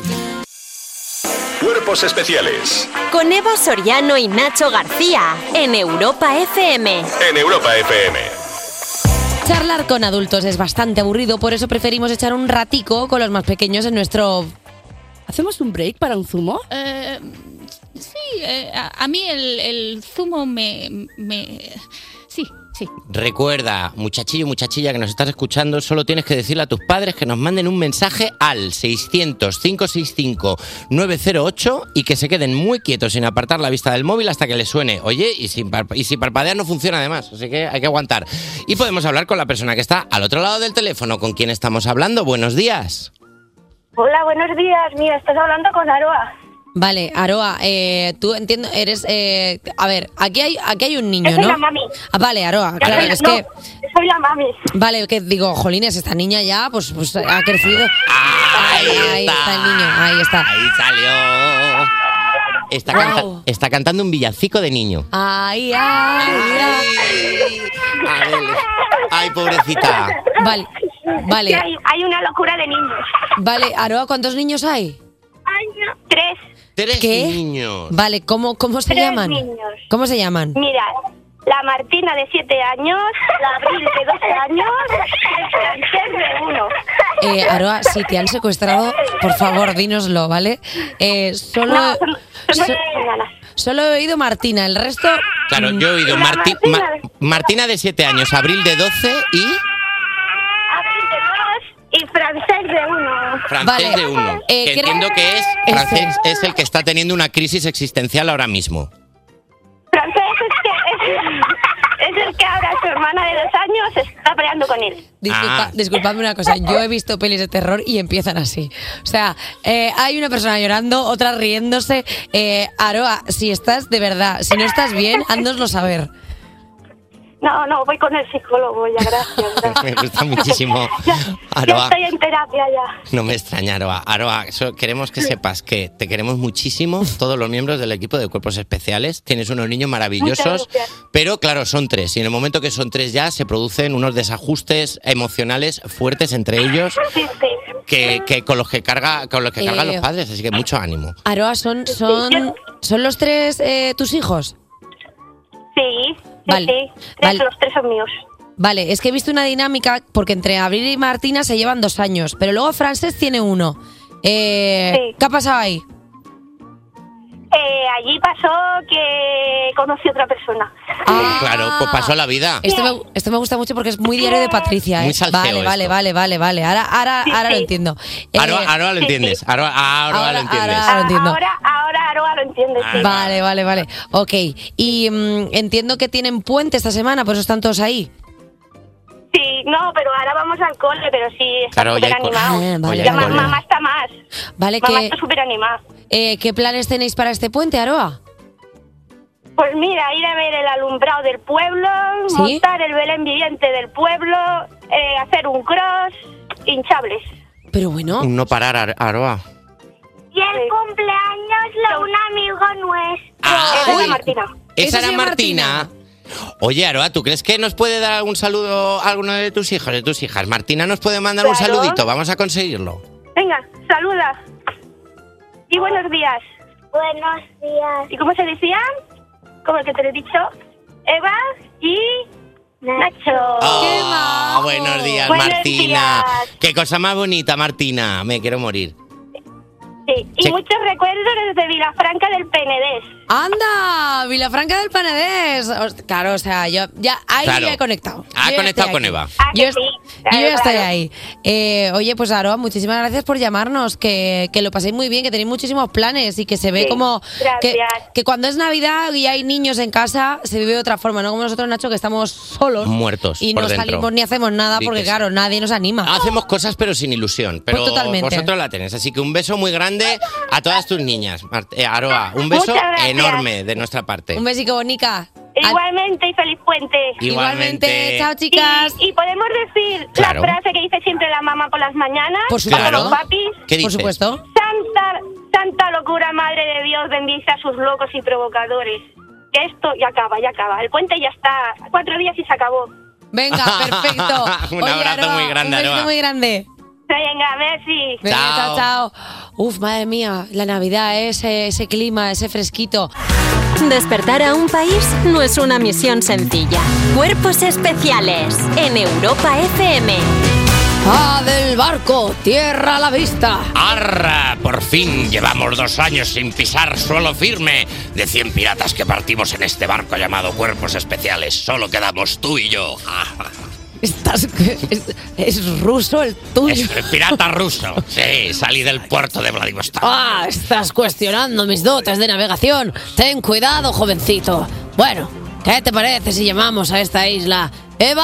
[SPEAKER 6] Cuerpos especiales
[SPEAKER 2] Con Evo Soriano y Nacho García en Europa FM.
[SPEAKER 6] en Europa FM.
[SPEAKER 3] Charlar con adultos es bastante aburrido, por eso preferimos echar un ratico con los más pequeños en nuestro... ¿Hacemos un break para un zumo?
[SPEAKER 22] Eh, sí, eh, a, a mí el, el zumo me, me... Sí, sí.
[SPEAKER 4] Recuerda, muchachillo, muchachilla que nos estás escuchando, solo tienes que decirle a tus padres que nos manden un mensaje al 600-565-908 y que se queden muy quietos sin apartar la vista del móvil hasta que les suene. Oye, y, sin parpa- y si parpadeas no funciona además, así que hay que aguantar. Y podemos hablar con la persona que está al otro lado del teléfono, con quien estamos hablando. Buenos días.
[SPEAKER 23] Hola, buenos días. Mira, estás hablando con Aroa.
[SPEAKER 3] Vale, Aroa, eh, tú entiendo, eres... eh, a ver, aquí hay, aquí hay un niño,
[SPEAKER 23] Yo soy
[SPEAKER 3] ¿no?
[SPEAKER 23] la mami.
[SPEAKER 3] Ah, vale, Aroa,
[SPEAKER 23] Yo
[SPEAKER 3] claro,
[SPEAKER 23] soy la-
[SPEAKER 3] es
[SPEAKER 23] no,
[SPEAKER 3] que...
[SPEAKER 23] Soy la mami.
[SPEAKER 3] Vale, que digo, jolines, esta niña ya, pues, pues ha crecido. Ahí, está. el niño, ahí está.
[SPEAKER 4] Ahí salió. Está, canta- está cantando un villancico de niño.
[SPEAKER 3] Ay, ay, ay.
[SPEAKER 4] Ay, pobrecita.
[SPEAKER 3] Vale, vale.
[SPEAKER 23] Que Hay, hay una locura de niños.
[SPEAKER 3] Vale, Aroa, ¿cuántos niños hay?
[SPEAKER 23] Tres.
[SPEAKER 4] Tres
[SPEAKER 3] ¿Qué?
[SPEAKER 4] niños.
[SPEAKER 3] Vale, ¿cómo, cómo se
[SPEAKER 23] Tres
[SPEAKER 3] llaman?
[SPEAKER 23] niños.
[SPEAKER 3] ¿Cómo se llaman?
[SPEAKER 23] Mira, la Martina de siete años, la Abril de 12 años, el Ter de uno.
[SPEAKER 3] Eh, Aroa, si te han secuestrado, por favor, dínoslo, ¿vale? Eh, solo,
[SPEAKER 23] No, son- son
[SPEAKER 3] so- solo he oído Martina, el resto...
[SPEAKER 4] Claro, yo he oído Marti- Ma- Martina. de 7 años, Abril de 12 y
[SPEAKER 23] Abril de dos y Francés de uno.
[SPEAKER 4] Francés de 1.
[SPEAKER 23] Eh,
[SPEAKER 4] que
[SPEAKER 23] creo-
[SPEAKER 4] entiendo que es
[SPEAKER 23] Ese.
[SPEAKER 4] Francés es el que está teniendo una crisis existencial ahora mismo.
[SPEAKER 23] Francés es, que es ser que ahora su hermana de dos años está peleando con él.
[SPEAKER 3] Disculpa-
[SPEAKER 23] Ah.
[SPEAKER 3] Disculpadme una cosa, yo he visto pelis de terror y empiezan así. O sea, eh, hay una persona llorando, otra riéndose. Eh, Aroa, si estás de verdad, si no estás bien, hándoslo saber.
[SPEAKER 23] No, no, voy con el psicólogo ya, gracias.
[SPEAKER 4] Ah, Me gusta muchísimo.
[SPEAKER 23] Yo
[SPEAKER 4] Aroa,
[SPEAKER 23] estoy en terapia ya.
[SPEAKER 4] no me extraña, Aroa. Aroa, so- queremos que sepas que te queremos muchísimo, todos los miembros del equipo de cuerpos especiales. Tienes unos niños maravillosos,
[SPEAKER 23] Muchas gracias.
[SPEAKER 4] pero claro, son tres. Y en el momento que son tres ya, se producen unos desajustes emocionales fuertes entre ellos
[SPEAKER 23] Sí, sí.
[SPEAKER 4] que, que con los que carga, con los que cargan
[SPEAKER 3] Eh.
[SPEAKER 4] los padres. Así que mucho ánimo.
[SPEAKER 3] Aroa, ¿son, son, son los tres eh, tus hijos?
[SPEAKER 23] Sí, sí,
[SPEAKER 3] Vale.
[SPEAKER 23] sí. Tres,
[SPEAKER 3] Vale.
[SPEAKER 23] Los tres son míos.
[SPEAKER 3] Vale, es que he visto una dinámica porque entre Abril y Martina se llevan dos años, pero luego Frances tiene uno. Eh, ¿Qué ha pasado ahí?
[SPEAKER 23] Eh, allí pasó que conocí a otra persona.
[SPEAKER 4] Claro, pues pasó la vida.
[SPEAKER 3] Ah. Esto me, esto me gusta mucho porque es muy diario de Patricia. ¿eh?
[SPEAKER 4] Muy salseo
[SPEAKER 3] vale,
[SPEAKER 4] esto.
[SPEAKER 3] vale, vale, vale, vale. Ahora, ahora, ahora lo entiendo. Eh,
[SPEAKER 4] Aroa, Aroa lo entiendes. Aroa, Aroa lo entiendes.
[SPEAKER 3] ahora lo entiendo.
[SPEAKER 23] Ah, Ahora, ahora Aroa lo entiende. sí.
[SPEAKER 3] Vale, vale, vale. Ok. Y mm, entiendo que tienen puente esta semana, por eso están todos ahí.
[SPEAKER 23] Sí, no, pero ahora vamos al cole, pero sí, está
[SPEAKER 3] Claro, ya
[SPEAKER 23] súper
[SPEAKER 3] hay cole.
[SPEAKER 23] animado.
[SPEAKER 3] Ah, vale,
[SPEAKER 23] ya
[SPEAKER 3] vale,
[SPEAKER 23] ma-
[SPEAKER 3] vale.
[SPEAKER 23] mamá está más.
[SPEAKER 3] Vale,
[SPEAKER 23] mamá
[SPEAKER 3] que-
[SPEAKER 23] está súper animada.
[SPEAKER 3] Eh, ¿Qué planes tenéis para este puente, Aroa?
[SPEAKER 23] Pues mira, ir a ver el alumbrado del pueblo,
[SPEAKER 3] ¿Sí?
[SPEAKER 23] montar el Belén viviente del pueblo, eh, hacer un cross, hinchables.
[SPEAKER 3] Pero bueno.
[SPEAKER 4] No parar, Ar- Aroa.
[SPEAKER 23] Y el cumpleaños de un amigo nuestro. Martina.
[SPEAKER 4] Ah, Esa era Martina. Oye, Aroa, ¿tú crees que nos puede dar algún saludo a alguno de tus hijos, de tus hijas? Martina nos puede mandar un
[SPEAKER 23] Claro.
[SPEAKER 4] saludito, vamos a conseguirlo.
[SPEAKER 23] Venga, saluda. Y buenos días. Buenos días. ¿Y cómo se decía? Como el que te lo he dicho. Eva y Nacho.
[SPEAKER 4] Ah, buenos días,
[SPEAKER 23] Buenos
[SPEAKER 4] Martina. Qué cosa más bonita, Martina. Me quiero morir.
[SPEAKER 23] Sí, y muchos recuerdos desde Vilafranca del Penedés.
[SPEAKER 3] ¡Anda! Vilafranca del Panadés. Os- Claro, o sea, yo ya ahí
[SPEAKER 4] Claro.
[SPEAKER 3] ya he conectado.
[SPEAKER 4] Ha
[SPEAKER 3] Yo ya
[SPEAKER 4] conectado
[SPEAKER 3] estoy
[SPEAKER 4] Ah, con
[SPEAKER 3] aquí.
[SPEAKER 4] Eva.
[SPEAKER 3] Yo, est- yo ya
[SPEAKER 23] Ah, claro.
[SPEAKER 3] estoy ahí. Eh, oye, pues Aroa, muchísimas gracias por llamarnos, que, que lo paséis muy bien, que tenéis muchísimos planes y que se ve
[SPEAKER 23] Sí,
[SPEAKER 3] como que,
[SPEAKER 23] gracias.
[SPEAKER 3] que cuando es Navidad y hay niños en casa se vive de otra forma, no como nosotros, Nacho, que estamos solos.
[SPEAKER 4] Muertos
[SPEAKER 3] Y
[SPEAKER 4] por
[SPEAKER 3] no
[SPEAKER 4] dentro. Ah,
[SPEAKER 3] salimos ni hacemos nada
[SPEAKER 4] Di
[SPEAKER 3] porque,
[SPEAKER 4] que sí.
[SPEAKER 3] claro, nadie nos anima.
[SPEAKER 4] Hacemos cosas pero sin ilusión, pero
[SPEAKER 3] Pues totalmente.
[SPEAKER 4] vosotros la tenéis. Así que un beso muy grande a todas tus niñas, Mart- eh, Aroa. Un beso
[SPEAKER 23] Muchas gracias.
[SPEAKER 4] enorme de nuestra parte.
[SPEAKER 3] Un besico, bonica.
[SPEAKER 23] Igualmente y feliz puente.
[SPEAKER 4] Igualmente. Igualmente. Chao,
[SPEAKER 23] chicas. Y, y podemos decir
[SPEAKER 4] Claro.
[SPEAKER 23] la frase que dice siempre la mamá por las mañanas.
[SPEAKER 4] Por supuesto.
[SPEAKER 23] o con los papis.
[SPEAKER 4] ¿Qué dices? Por supuesto.
[SPEAKER 23] Santa, santa locura, madre de Dios, bendice a sus locos y provocadores. Que esto ya acaba, ya acaba. El puente ya está. Cuatro días y se acabó.
[SPEAKER 3] Venga, perfecto.
[SPEAKER 4] un
[SPEAKER 3] Oye,
[SPEAKER 4] abrazo
[SPEAKER 3] Aroa,
[SPEAKER 4] muy grande,
[SPEAKER 3] un besito
[SPEAKER 4] Aroa.
[SPEAKER 3] muy grande.
[SPEAKER 23] Venga, Messi.
[SPEAKER 3] Venga,
[SPEAKER 4] Chao.
[SPEAKER 3] chao, chao. Uf, madre mía, la Navidad, ¿eh? ese, ese clima, ese fresquito.
[SPEAKER 2] Despertar a un país no es una misión sencilla. Cuerpos especiales en Europa FM.
[SPEAKER 3] Ah, del barco, tierra a la vista.
[SPEAKER 4] ¡Arra! Por fin llevamos dos años sin pisar suelo firme de 100 piratas que partimos en este barco llamado Cuerpos Especiales. Solo quedamos tú y yo.
[SPEAKER 3] Estás, es, es ruso el tuyo.
[SPEAKER 4] El pirata ruso. Sí, salí del puerto de Vladivostok.
[SPEAKER 3] Ah, estás cuestionando mis dotes de navegación. Ten cuidado, jovencito. Bueno, ¿qué te parece si llamamos a esta isla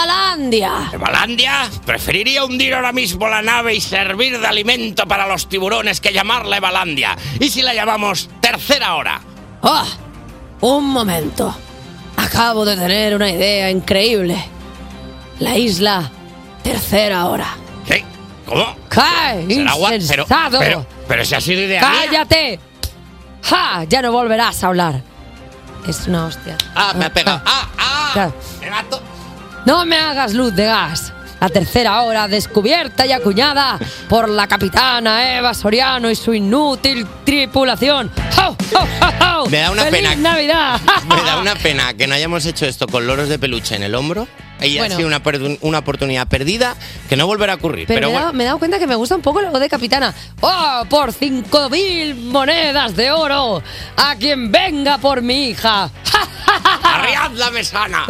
[SPEAKER 3] Evalandia?
[SPEAKER 4] ¿Evalandia? Preferiría hundir ahora mismo la nave y servir de alimento para los tiburones que llamarla Evalandia. ¿Y si la llamamos Tercera Hora?
[SPEAKER 3] Ah, un momento. Acabo de tener una idea increíble. La isla Tercera Hora.
[SPEAKER 4] ¿Qué? ¿Cómo?
[SPEAKER 3] ¡Cae!
[SPEAKER 4] Será gua- pero,
[SPEAKER 3] insensato!
[SPEAKER 4] pero, pero si ha sido idea mía.
[SPEAKER 3] ¡Cállate! ¡Ja! Ya no volverás a hablar. Es una hostia.
[SPEAKER 4] Ah, me ha pegado. Ah,
[SPEAKER 3] Claro. No me hagas luz de gas. La tercera hora descubierta y acuñada por la capitana Eva Soriano y su inútil tripulación. ¡Ho, ho, ho, ho!
[SPEAKER 4] Me da una
[SPEAKER 3] ¡Feliz
[SPEAKER 4] pena.
[SPEAKER 3] Navidad!
[SPEAKER 4] Me da una pena que no hayamos hecho esto con loros de peluche en el hombro. Y
[SPEAKER 3] Bueno.
[SPEAKER 4] ha sido una, perdu- una oportunidad perdida que no volverá a ocurrir.
[SPEAKER 3] Pero,
[SPEAKER 4] Pero,
[SPEAKER 3] me, he
[SPEAKER 4] bueno,
[SPEAKER 3] dado, me he dado cuenta que me gusta un poco lo de capitana. ¡Oh, por 5.000 monedas de oro! ¡A quien venga por mi hija!
[SPEAKER 4] ¡arriad la mesana!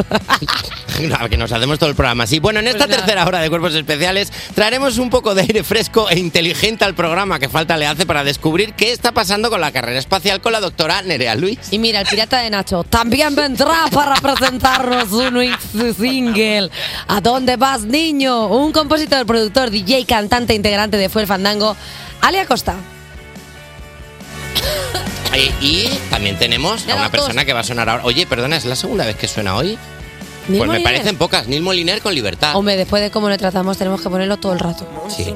[SPEAKER 4] Claro, que nos hacemos todo el programa así. Bueno, en esta
[SPEAKER 1] Pues nada.
[SPEAKER 4] tercera hora de Cuerpos Especiales traeremos un poco de aire fresco e inteligente al programa que falta le hace para descubrir qué está pasando con la carrera espacial con la doctora Nerea Luis.
[SPEAKER 3] Y mira, el pirata de Nacho también vendrá para presentarnos un nuevo single. ¿A dónde vas, niño? Un compositor, productor, DJ, cantante, integrante de Fue el Fandango, Ale Acosta.
[SPEAKER 4] Eh, Y, también tenemos a una persona que va a sonar ahora. Oye, perdona, es la segunda vez que suena hoy.
[SPEAKER 3] Neil
[SPEAKER 4] Pues me
[SPEAKER 3] Moliner.
[SPEAKER 4] parecen pocas. Neil Moliner con libertad.
[SPEAKER 3] Hombre, después de cómo le tratamos, tenemos que ponerlo todo el rato.
[SPEAKER 4] Sí.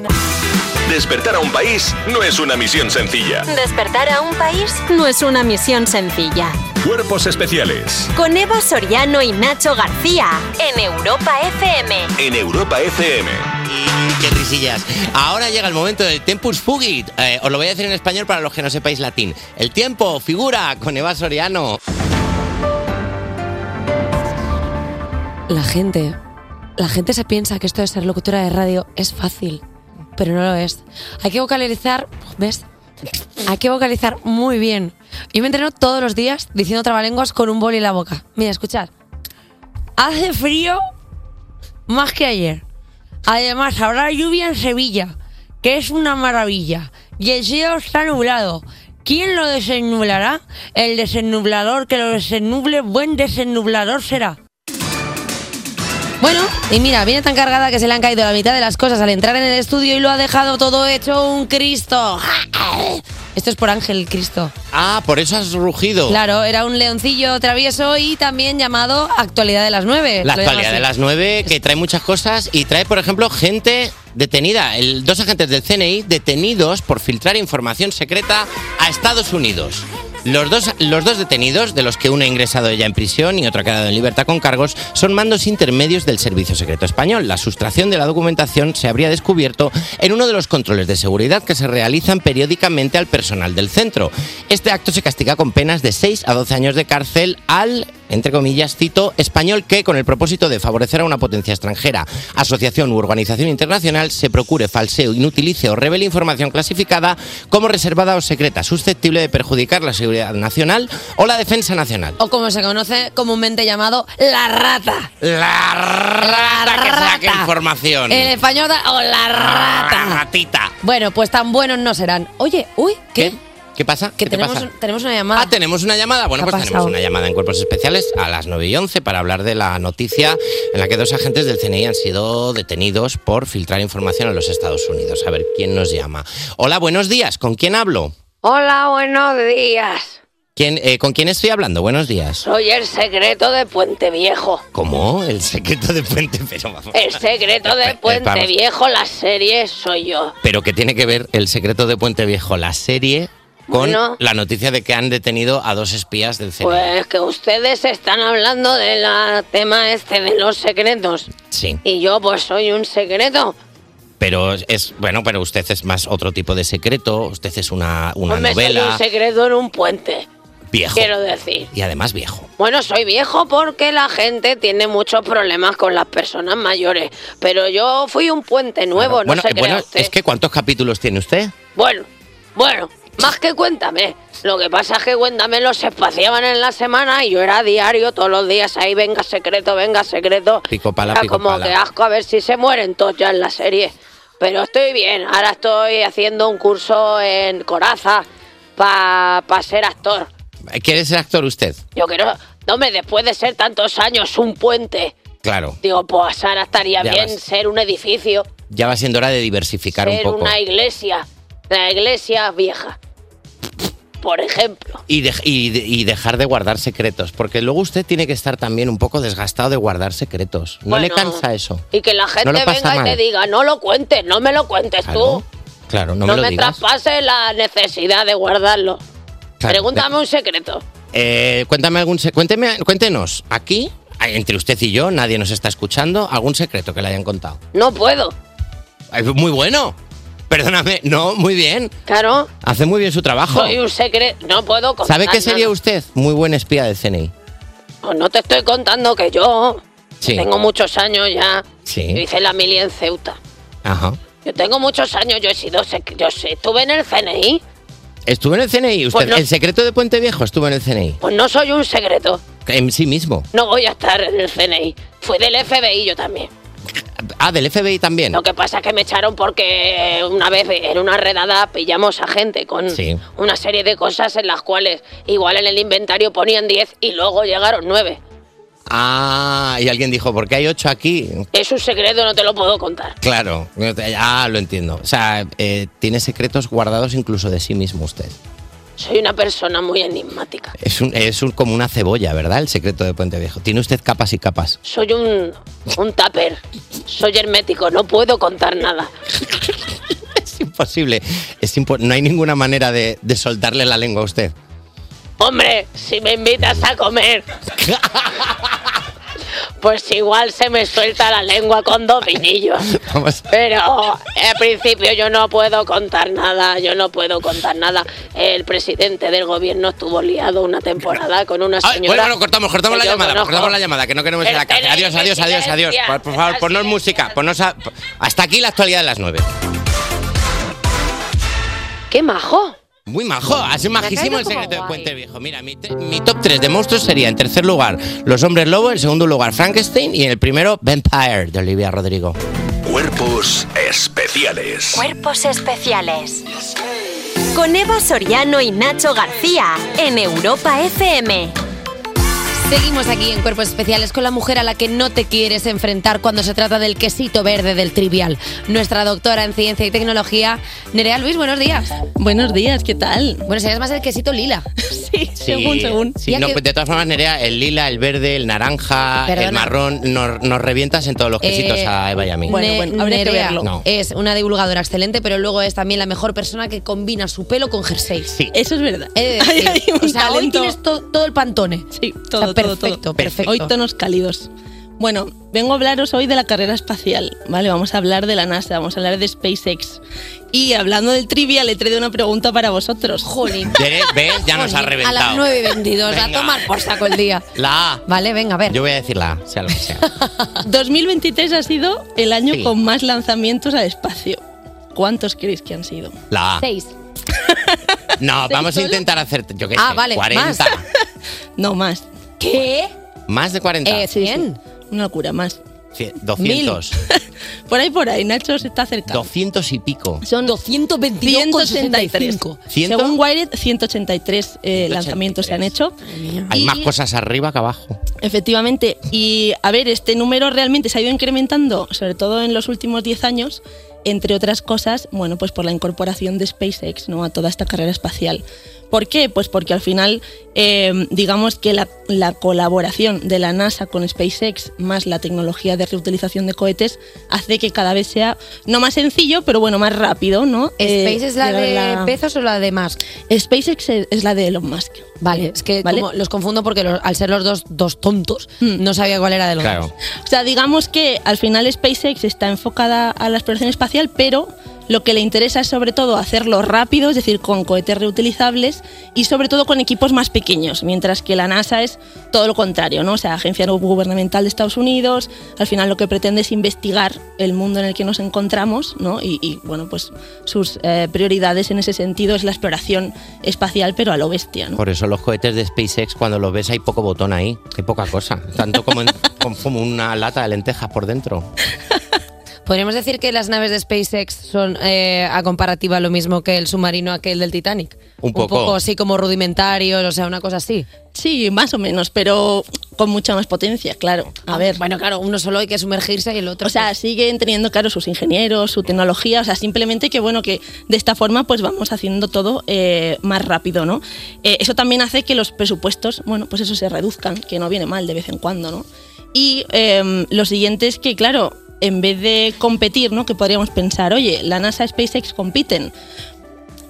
[SPEAKER 6] Despertar a un país no es una misión sencilla.
[SPEAKER 2] Despertar a un país no es una misión sencilla.
[SPEAKER 6] Cuerpos especiales
[SPEAKER 2] Con Evo Soriano y Nacho García en Europa FM.
[SPEAKER 6] en Europa FM.
[SPEAKER 4] Mm, Qué risillas. Ahora llega el momento del Tempus Fugit. Eh, os lo voy a decir en español para los que no sepáis latín. El tiempo, figura, con Eva Soriano.
[SPEAKER 3] La gente, la gente se piensa que esto de ser locutora de radio es fácil, pero no lo es. Hay que vocalizar, ¿ves? Hay que vocalizar muy bien. Yo me entreno todos los días diciendo trabalenguas con un boli en la boca. Mira, escuchad. Hace frío más que ayer. Además, habrá lluvia en Sevilla, que es una maravilla. Y el cielo está nublado. ¿Quién lo desenublará? El desenublador que lo desennuble, buen desenublador será. Bueno, y mira, viene tan cargada que se le han caído la mitad de las cosas al entrar en el estudio y lo ha dejado todo hecho un Cristo. Esto es por Ángel Cristo.
[SPEAKER 4] Ah, por eso has rugido.
[SPEAKER 3] Claro, era un leoncillo travieso y también llamado Actualidad de las Nueve.
[SPEAKER 4] La
[SPEAKER 3] Lo llaman
[SPEAKER 4] actualidad de
[SPEAKER 3] así.
[SPEAKER 4] las 9 que trae muchas cosas y trae, por ejemplo, gente detenida. El- dos agentes del CNI detenidos por filtrar información secreta a Estados Unidos. Los dos, los dos detenidos, de los que uno ha ingresado ya en prisión y otro ha quedado en libertad con cargos, son mandos intermedios del Servicio Secreto Español. La sustracción de la documentación se habría descubierto en uno de los controles de seguridad que se realizan periódicamente al personal del centro. Este acto se castiga con penas de 6 a 12 años de cárcel al entre comillas, cito, español que, con el propósito de favorecer a una potencia extranjera, asociación u organización internacional, se procure, falseo, inutilice o revele información clasificada como reservada o secreta, susceptible de perjudicar la seguridad nacional o la defensa nacional.
[SPEAKER 3] O como se conoce comúnmente llamado la rata.
[SPEAKER 4] La rata que saca información.
[SPEAKER 3] En español, da- o la rata.
[SPEAKER 4] La ratita.
[SPEAKER 3] Bueno, pues tan buenos no serán. Oye, uy,
[SPEAKER 4] ¿Qué? ¿Qué pasa?
[SPEAKER 3] que
[SPEAKER 4] ¿Qué te
[SPEAKER 3] tenemos,
[SPEAKER 4] pasa?
[SPEAKER 3] tenemos una llamada.
[SPEAKER 4] Ah, tenemos una llamada. Bueno,
[SPEAKER 3] ¿Qué ha
[SPEAKER 4] pues tenemos
[SPEAKER 3] pasado?
[SPEAKER 4] una llamada en Cuerpos Especiales a las 9 y 11 para hablar de la noticia en la que dos agentes del CNI han sido detenidos por filtrar información en los Estados Unidos. A ver quién nos llama. Hola, buenos días. ¿Con quién hablo?
[SPEAKER 5] Hola, buenos días.
[SPEAKER 4] ¿Quién, eh, ¿Con quién estoy hablando? Buenos días.
[SPEAKER 5] Soy el secreto de Puente Viejo.
[SPEAKER 4] ¿Cómo? El secreto de Puente. Pero, vamos.
[SPEAKER 5] El secreto de Puente
[SPEAKER 4] vamos.
[SPEAKER 5] Viejo, la serie soy yo.
[SPEAKER 4] Pero ¿qué tiene que ver el secreto de Puente Viejo, la serie, con
[SPEAKER 5] Bueno.
[SPEAKER 4] la noticia de que han detenido a dos espías del CNI?
[SPEAKER 5] Pues que ustedes están hablando del tema este de los secretos.
[SPEAKER 4] Sí.
[SPEAKER 5] Y yo pues soy un secreto.
[SPEAKER 4] Pero es, bueno, pero usted es más otro tipo de secreto, usted es una, una
[SPEAKER 5] Hombre, soy
[SPEAKER 4] novela
[SPEAKER 5] un secreto en un puente.
[SPEAKER 4] viejo.
[SPEAKER 5] Quiero decir.
[SPEAKER 4] Y además viejo.
[SPEAKER 5] Bueno, soy viejo porque la gente tiene muchos problemas con las personas mayores. Pero yo fui un puente nuevo, Pues no
[SPEAKER 4] bueno,
[SPEAKER 5] se
[SPEAKER 4] eh,
[SPEAKER 5] crea
[SPEAKER 4] bueno,
[SPEAKER 5] usted.
[SPEAKER 4] es que ¿cuántos capítulos tiene usted?
[SPEAKER 5] Bueno, bueno, más que cuéntame. Lo que pasa es que cuéntame los espaciaban en la semana y yo era diario, todos los días ahí, venga secreto, venga secreto.
[SPEAKER 4] Pico pala,
[SPEAKER 5] Era
[SPEAKER 4] pico
[SPEAKER 5] como
[SPEAKER 4] pala.
[SPEAKER 5] que asco a ver si se mueren todos ya en la serie. Pero estoy bien, ahora estoy haciendo un curso en Coraza para ser actor.
[SPEAKER 4] ¿Quiere ser actor usted?
[SPEAKER 5] Yo quiero, no me después de ser tantos años un puente,
[SPEAKER 4] Claro.
[SPEAKER 5] digo, pues ahora estaría
[SPEAKER 4] Ya
[SPEAKER 5] bien
[SPEAKER 4] vas.
[SPEAKER 5] ser un edificio,
[SPEAKER 4] Ya va siendo hora de diversificar un
[SPEAKER 5] ser
[SPEAKER 4] poco.
[SPEAKER 5] una iglesia, la iglesia vieja, por ejemplo.
[SPEAKER 4] Y, dej- y de- y dejar de guardar secretos, porque luego usted tiene que estar también un poco desgastado de guardar secretos. ¿No le
[SPEAKER 5] Bueno.
[SPEAKER 4] cansa eso?
[SPEAKER 5] Y que la gente
[SPEAKER 4] No lo pasa
[SPEAKER 5] venga y
[SPEAKER 4] mal.
[SPEAKER 5] te diga, no lo cuentes, no me lo cuentes tú.
[SPEAKER 4] Claro, no,
[SPEAKER 5] No,
[SPEAKER 4] me lo
[SPEAKER 5] me,
[SPEAKER 4] digas.
[SPEAKER 5] traspases la necesidad de guardarlo.
[SPEAKER 4] Claro,
[SPEAKER 5] Pregúntame un secreto.
[SPEAKER 4] Eh, cuéntame algún se- cuénteme, cuéntenos, aquí, ah, entre usted y yo, nadie nos está escuchando, algún secreto que le hayan contado.
[SPEAKER 5] No puedo.
[SPEAKER 4] Ay, Muy bueno. Perdóname, no, muy bien.
[SPEAKER 5] Claro,
[SPEAKER 4] Hace muy bien su trabajo.
[SPEAKER 5] soy un secreto. No puedo contar.
[SPEAKER 4] ¿Sabe qué sería
[SPEAKER 5] nada.
[SPEAKER 4] usted? Muy buen espía del CNI.
[SPEAKER 5] Pues no te estoy contando que yo
[SPEAKER 4] Sí.
[SPEAKER 5] tengo muchos años ya.
[SPEAKER 4] Sí.
[SPEAKER 5] Yo hice la mili en Ceuta.
[SPEAKER 4] Ajá.
[SPEAKER 5] Yo tengo muchos años, yo he sido. sec- Yo sé, estuve en el CNI,
[SPEAKER 4] Estuvo en el CNI, usted.
[SPEAKER 5] Pues no-
[SPEAKER 4] El secreto de Puente Viejo estuvo en el CNI.
[SPEAKER 5] pues no soy un secreto.
[SPEAKER 4] En sí mismo.
[SPEAKER 5] No voy a estar en el CNI. Fui del FBI yo también.
[SPEAKER 4] Ah, del FBI también.
[SPEAKER 5] Lo que pasa es que me echaron porque una vez en una redada pillamos a gente con
[SPEAKER 4] Sí.
[SPEAKER 5] una serie de cosas en las cuales igual en el inventario ponían 10 y luego llegaron 9.
[SPEAKER 4] Ah, y alguien dijo, ¿por qué hay ocho aquí?
[SPEAKER 5] Es un secreto, no te lo puedo contar.
[SPEAKER 4] Claro. Ah, lo entiendo. O sea, eh, tiene secretos guardados incluso de sí mismo usted.
[SPEAKER 5] Soy una persona muy enigmática.
[SPEAKER 4] Es, un, es un- como una cebolla, ¿verdad? El secreto de Puente Viejo. Tiene usted capas y capas.
[SPEAKER 5] Soy un, un tupper. Soy hermético, no puedo contar nada.
[SPEAKER 4] Es imposible. Es impo- no hay ninguna manera de, de soltarle la lengua a usted.
[SPEAKER 5] Hombre, si me invitas a comer. Pues igual se me suelta la lengua con dos vinillos.
[SPEAKER 4] Vamos.
[SPEAKER 5] Pero al principio yo no puedo contar nada, yo no puedo contar nada. El presidente del gobierno estuvo liado una temporada con una
[SPEAKER 4] Ay, Ah, bueno,
[SPEAKER 5] señora.
[SPEAKER 4] bueno, cortamos, cortamos la
[SPEAKER 5] que yo
[SPEAKER 4] llamada,
[SPEAKER 5] conozco.
[SPEAKER 4] cortamos la llamada, que no queremos ir a la cárcel. Adiós, adiós, adiós, adiós. Por, por favor, ponnos música. Ponnos a- hasta aquí la actualidad de las nueve.
[SPEAKER 5] ¡Qué majo!
[SPEAKER 4] Muy majo, así
[SPEAKER 5] Me ha caído
[SPEAKER 4] majísimo el
[SPEAKER 5] como
[SPEAKER 4] secreto de
[SPEAKER 5] guay.
[SPEAKER 4] Puente Viejo. Mira, mi, te- mi top 3 de monstruos sería en tercer lugar Los Hombres Lobo, en segundo lugar Frankenstein y en el primero Vampire de Olivia Rodrigo.
[SPEAKER 6] Cuerpos especiales.
[SPEAKER 2] Cuerpos especiales. Con Eva Soriano y Nacho García en Europa FM.
[SPEAKER 3] Seguimos aquí en Cuerpos Especiales con la mujer a la que no te quieres enfrentar cuando se trata del quesito verde del trivial. Nuestra doctora en ciencia y tecnología, Nerea Luis, buenos días.
[SPEAKER 1] Buenos días, ¿qué tal?
[SPEAKER 3] Bueno, serías más el quesito lila.
[SPEAKER 1] sí,
[SPEAKER 4] Sí, sí, no, de todas formas, Nerea, el lila, el verde, el naranja,
[SPEAKER 3] Perdona.
[SPEAKER 4] el marrón, nos, nos revientas en todos los quesitos
[SPEAKER 3] Eh,
[SPEAKER 4] a Eva y a mí.
[SPEAKER 3] Ne-
[SPEAKER 1] habría que
[SPEAKER 3] Nerea
[SPEAKER 1] verlo.
[SPEAKER 4] No.
[SPEAKER 3] Es una divulgadora excelente, pero luego es también la mejor persona que combina su pelo con jersey.
[SPEAKER 4] Sí.
[SPEAKER 1] Eso es verdad.
[SPEAKER 3] o sea, hoy tienes to- todo el pantone.
[SPEAKER 1] Sí,
[SPEAKER 3] Está
[SPEAKER 1] todo,
[SPEAKER 3] perfecto,
[SPEAKER 1] todo, todo.
[SPEAKER 3] perfecto.
[SPEAKER 1] Hoy tonos cálidos. Bueno, vengo a hablaros hoy de la carrera espacial, ¿vale? Vamos a hablar de la NASA, vamos a hablar de SpaceX. Y hablando del trivia, le traigo una pregunta para vosotros.
[SPEAKER 3] Jolín.
[SPEAKER 4] Ve- ¿Ves? Ya nos ha
[SPEAKER 3] a
[SPEAKER 4] reventado.
[SPEAKER 3] las 9 y 22, a
[SPEAKER 4] Venga.
[SPEAKER 3] tomar por saco el día.
[SPEAKER 4] La A.
[SPEAKER 3] Vale, venga, a ver.
[SPEAKER 4] Yo voy a decir la A, sea lo que sea.
[SPEAKER 1] 2023 ha sido el año
[SPEAKER 4] Sí.
[SPEAKER 1] con más lanzamientos al espacio. ¿Cuántos creéis que han sido?
[SPEAKER 4] La A.
[SPEAKER 1] Seis.
[SPEAKER 4] No, vamos a
[SPEAKER 1] solo?
[SPEAKER 4] intentar hacer, yo qué
[SPEAKER 1] Ah,
[SPEAKER 4] sé,
[SPEAKER 1] vale,
[SPEAKER 4] 40.
[SPEAKER 1] más.
[SPEAKER 4] Más.
[SPEAKER 1] No más. ¿Qué?
[SPEAKER 4] de 40.
[SPEAKER 3] Eh,
[SPEAKER 1] Una locura, más.
[SPEAKER 4] Cien- 200.
[SPEAKER 1] Por ahí, por ahí, Nacho se está acercando.
[SPEAKER 4] 200 y pico.
[SPEAKER 1] Son 222,65.
[SPEAKER 4] ¿Ciento?
[SPEAKER 1] Según Wired, 183 eh, lanzamientos se han hecho.
[SPEAKER 4] Hay
[SPEAKER 1] Y-
[SPEAKER 4] más cosas arriba que abajo.
[SPEAKER 1] Efectivamente, y a ver, este número realmente se ha ido incrementando, sobre todo en los últimos 10 años, entre otras cosas, bueno, pues por la incorporación de SpaceX ¿no? a toda esta carrera espacial. ¿Por qué? Pues porque al final, eh, digamos que la, la colaboración de la NASA con SpaceX más la tecnología de reutilización de cohetes hace que cada vez sea, no más sencillo, pero bueno, más rápido, ¿no? Eh,
[SPEAKER 3] ¿Space es la
[SPEAKER 1] llegar a
[SPEAKER 3] de
[SPEAKER 1] la-
[SPEAKER 3] Bezos o la de Musk?
[SPEAKER 1] SpaceX es es la de Elon Musk.
[SPEAKER 3] Vale, es que
[SPEAKER 1] ¿Vale? Mm.
[SPEAKER 3] como los confundo porque los- al ser los dos, dos tontos, no sabía cuál era de los dos.
[SPEAKER 1] O sea, digamos que al final SpaceX está enfocada a la exploración espacial, pero lo que le interesa es sobre todo hacerlo rápido, es decir, con cohetes reutilizables y sobre todo con equipos más pequeños, mientras que la NASA es todo lo contrario, ¿no? O sea, agencia no gubernamental de Estados Unidos, al final lo que pretende es investigar el mundo en el que nos encontramos, ¿no? Y, y, bueno, pues sus eh, prioridades en ese sentido es la exploración espacial, pero a lo bestia, ¿no?
[SPEAKER 4] Por eso los cohetes de SpaceX, cuando los ves, hay poco botón ahí. Hay poca cosa. Tanto como, en- como- como una lata de lentejas por dentro.
[SPEAKER 3] ¿Podríamos decir que las naves de SpaceX son eh, a comparativa lo mismo que el submarino aquel del Titanic?
[SPEAKER 4] Un poco.
[SPEAKER 3] Un poco así como rudimentarios, o sea, una cosa así.
[SPEAKER 1] Sí, más o menos, pero con mucha más potencia, claro. A ver.
[SPEAKER 3] Ah, Bueno, claro, uno solo hay que sumergirse y el otro. pues
[SPEAKER 1] O sea, siguen teniendo, claro, sus ingenieros, su tecnología, o sea, simplemente que, bueno, que de esta forma pues vamos haciendo todo eh, más rápido, ¿no? Eh, eso también hace que los presupuestos, bueno, pues eso se reduzcan, que no viene mal de vez en cuando, ¿no? Y em, lo siguiente es que, claro, en vez de competir, ¿no? Que podríamos pensar, oye, la NASA y SpaceX compiten,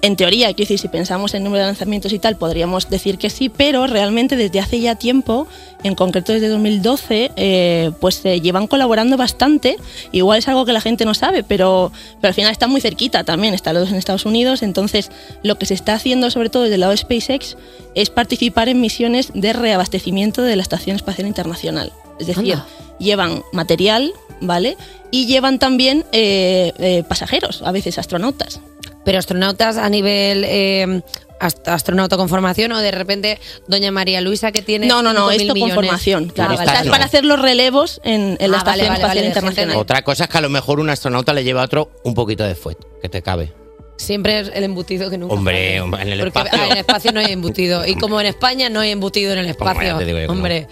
[SPEAKER 1] en teoría, quiero decir, si pensamos en número de lanzamientos y tal, podríamos decir que sí, pero realmente desde hace ya tiempo, en concreto desde 2012, eh, pues se llevan colaborando bastante. Igual es algo que la gente no sabe, pero, pero al final está muy cerquita también, están los dos en Estados Unidos. Entonces, lo que se está haciendo, sobre todo desde el lado de SpaceX, es participar en misiones de reabastecimiento de la Estación Espacial Internacional. Es decir,
[SPEAKER 3] Anda.
[SPEAKER 1] llevan material, ¿vale? Y llevan también eh, eh, pasajeros, a veces astronautas.
[SPEAKER 3] pero astronautas a nivel eh, ast- astronauta con formación o de repente Doña María Luisa que tiene.
[SPEAKER 1] No, no, no,
[SPEAKER 3] 5.000
[SPEAKER 1] esto con
[SPEAKER 3] millones.
[SPEAKER 1] formación, claro.
[SPEAKER 3] Ah, vale.
[SPEAKER 1] O sea, es para hacer los relevos en, en la
[SPEAKER 3] Ah, vale, vale,
[SPEAKER 1] Estación Espacial
[SPEAKER 3] vale, de gente
[SPEAKER 1] Internacional.
[SPEAKER 4] Otra cosa es que a lo mejor un astronauta le lleva a otro un poquito de fuet, que te cabe.
[SPEAKER 3] Siempre es el embutido que nunca.
[SPEAKER 4] Hombre, hombre, en el
[SPEAKER 3] Porque
[SPEAKER 4] espacio.
[SPEAKER 3] ah, en el espacio no hay embutido. Y como en España no hay embutido en el espacio.
[SPEAKER 4] ya te digo yo que no.
[SPEAKER 3] Hombre.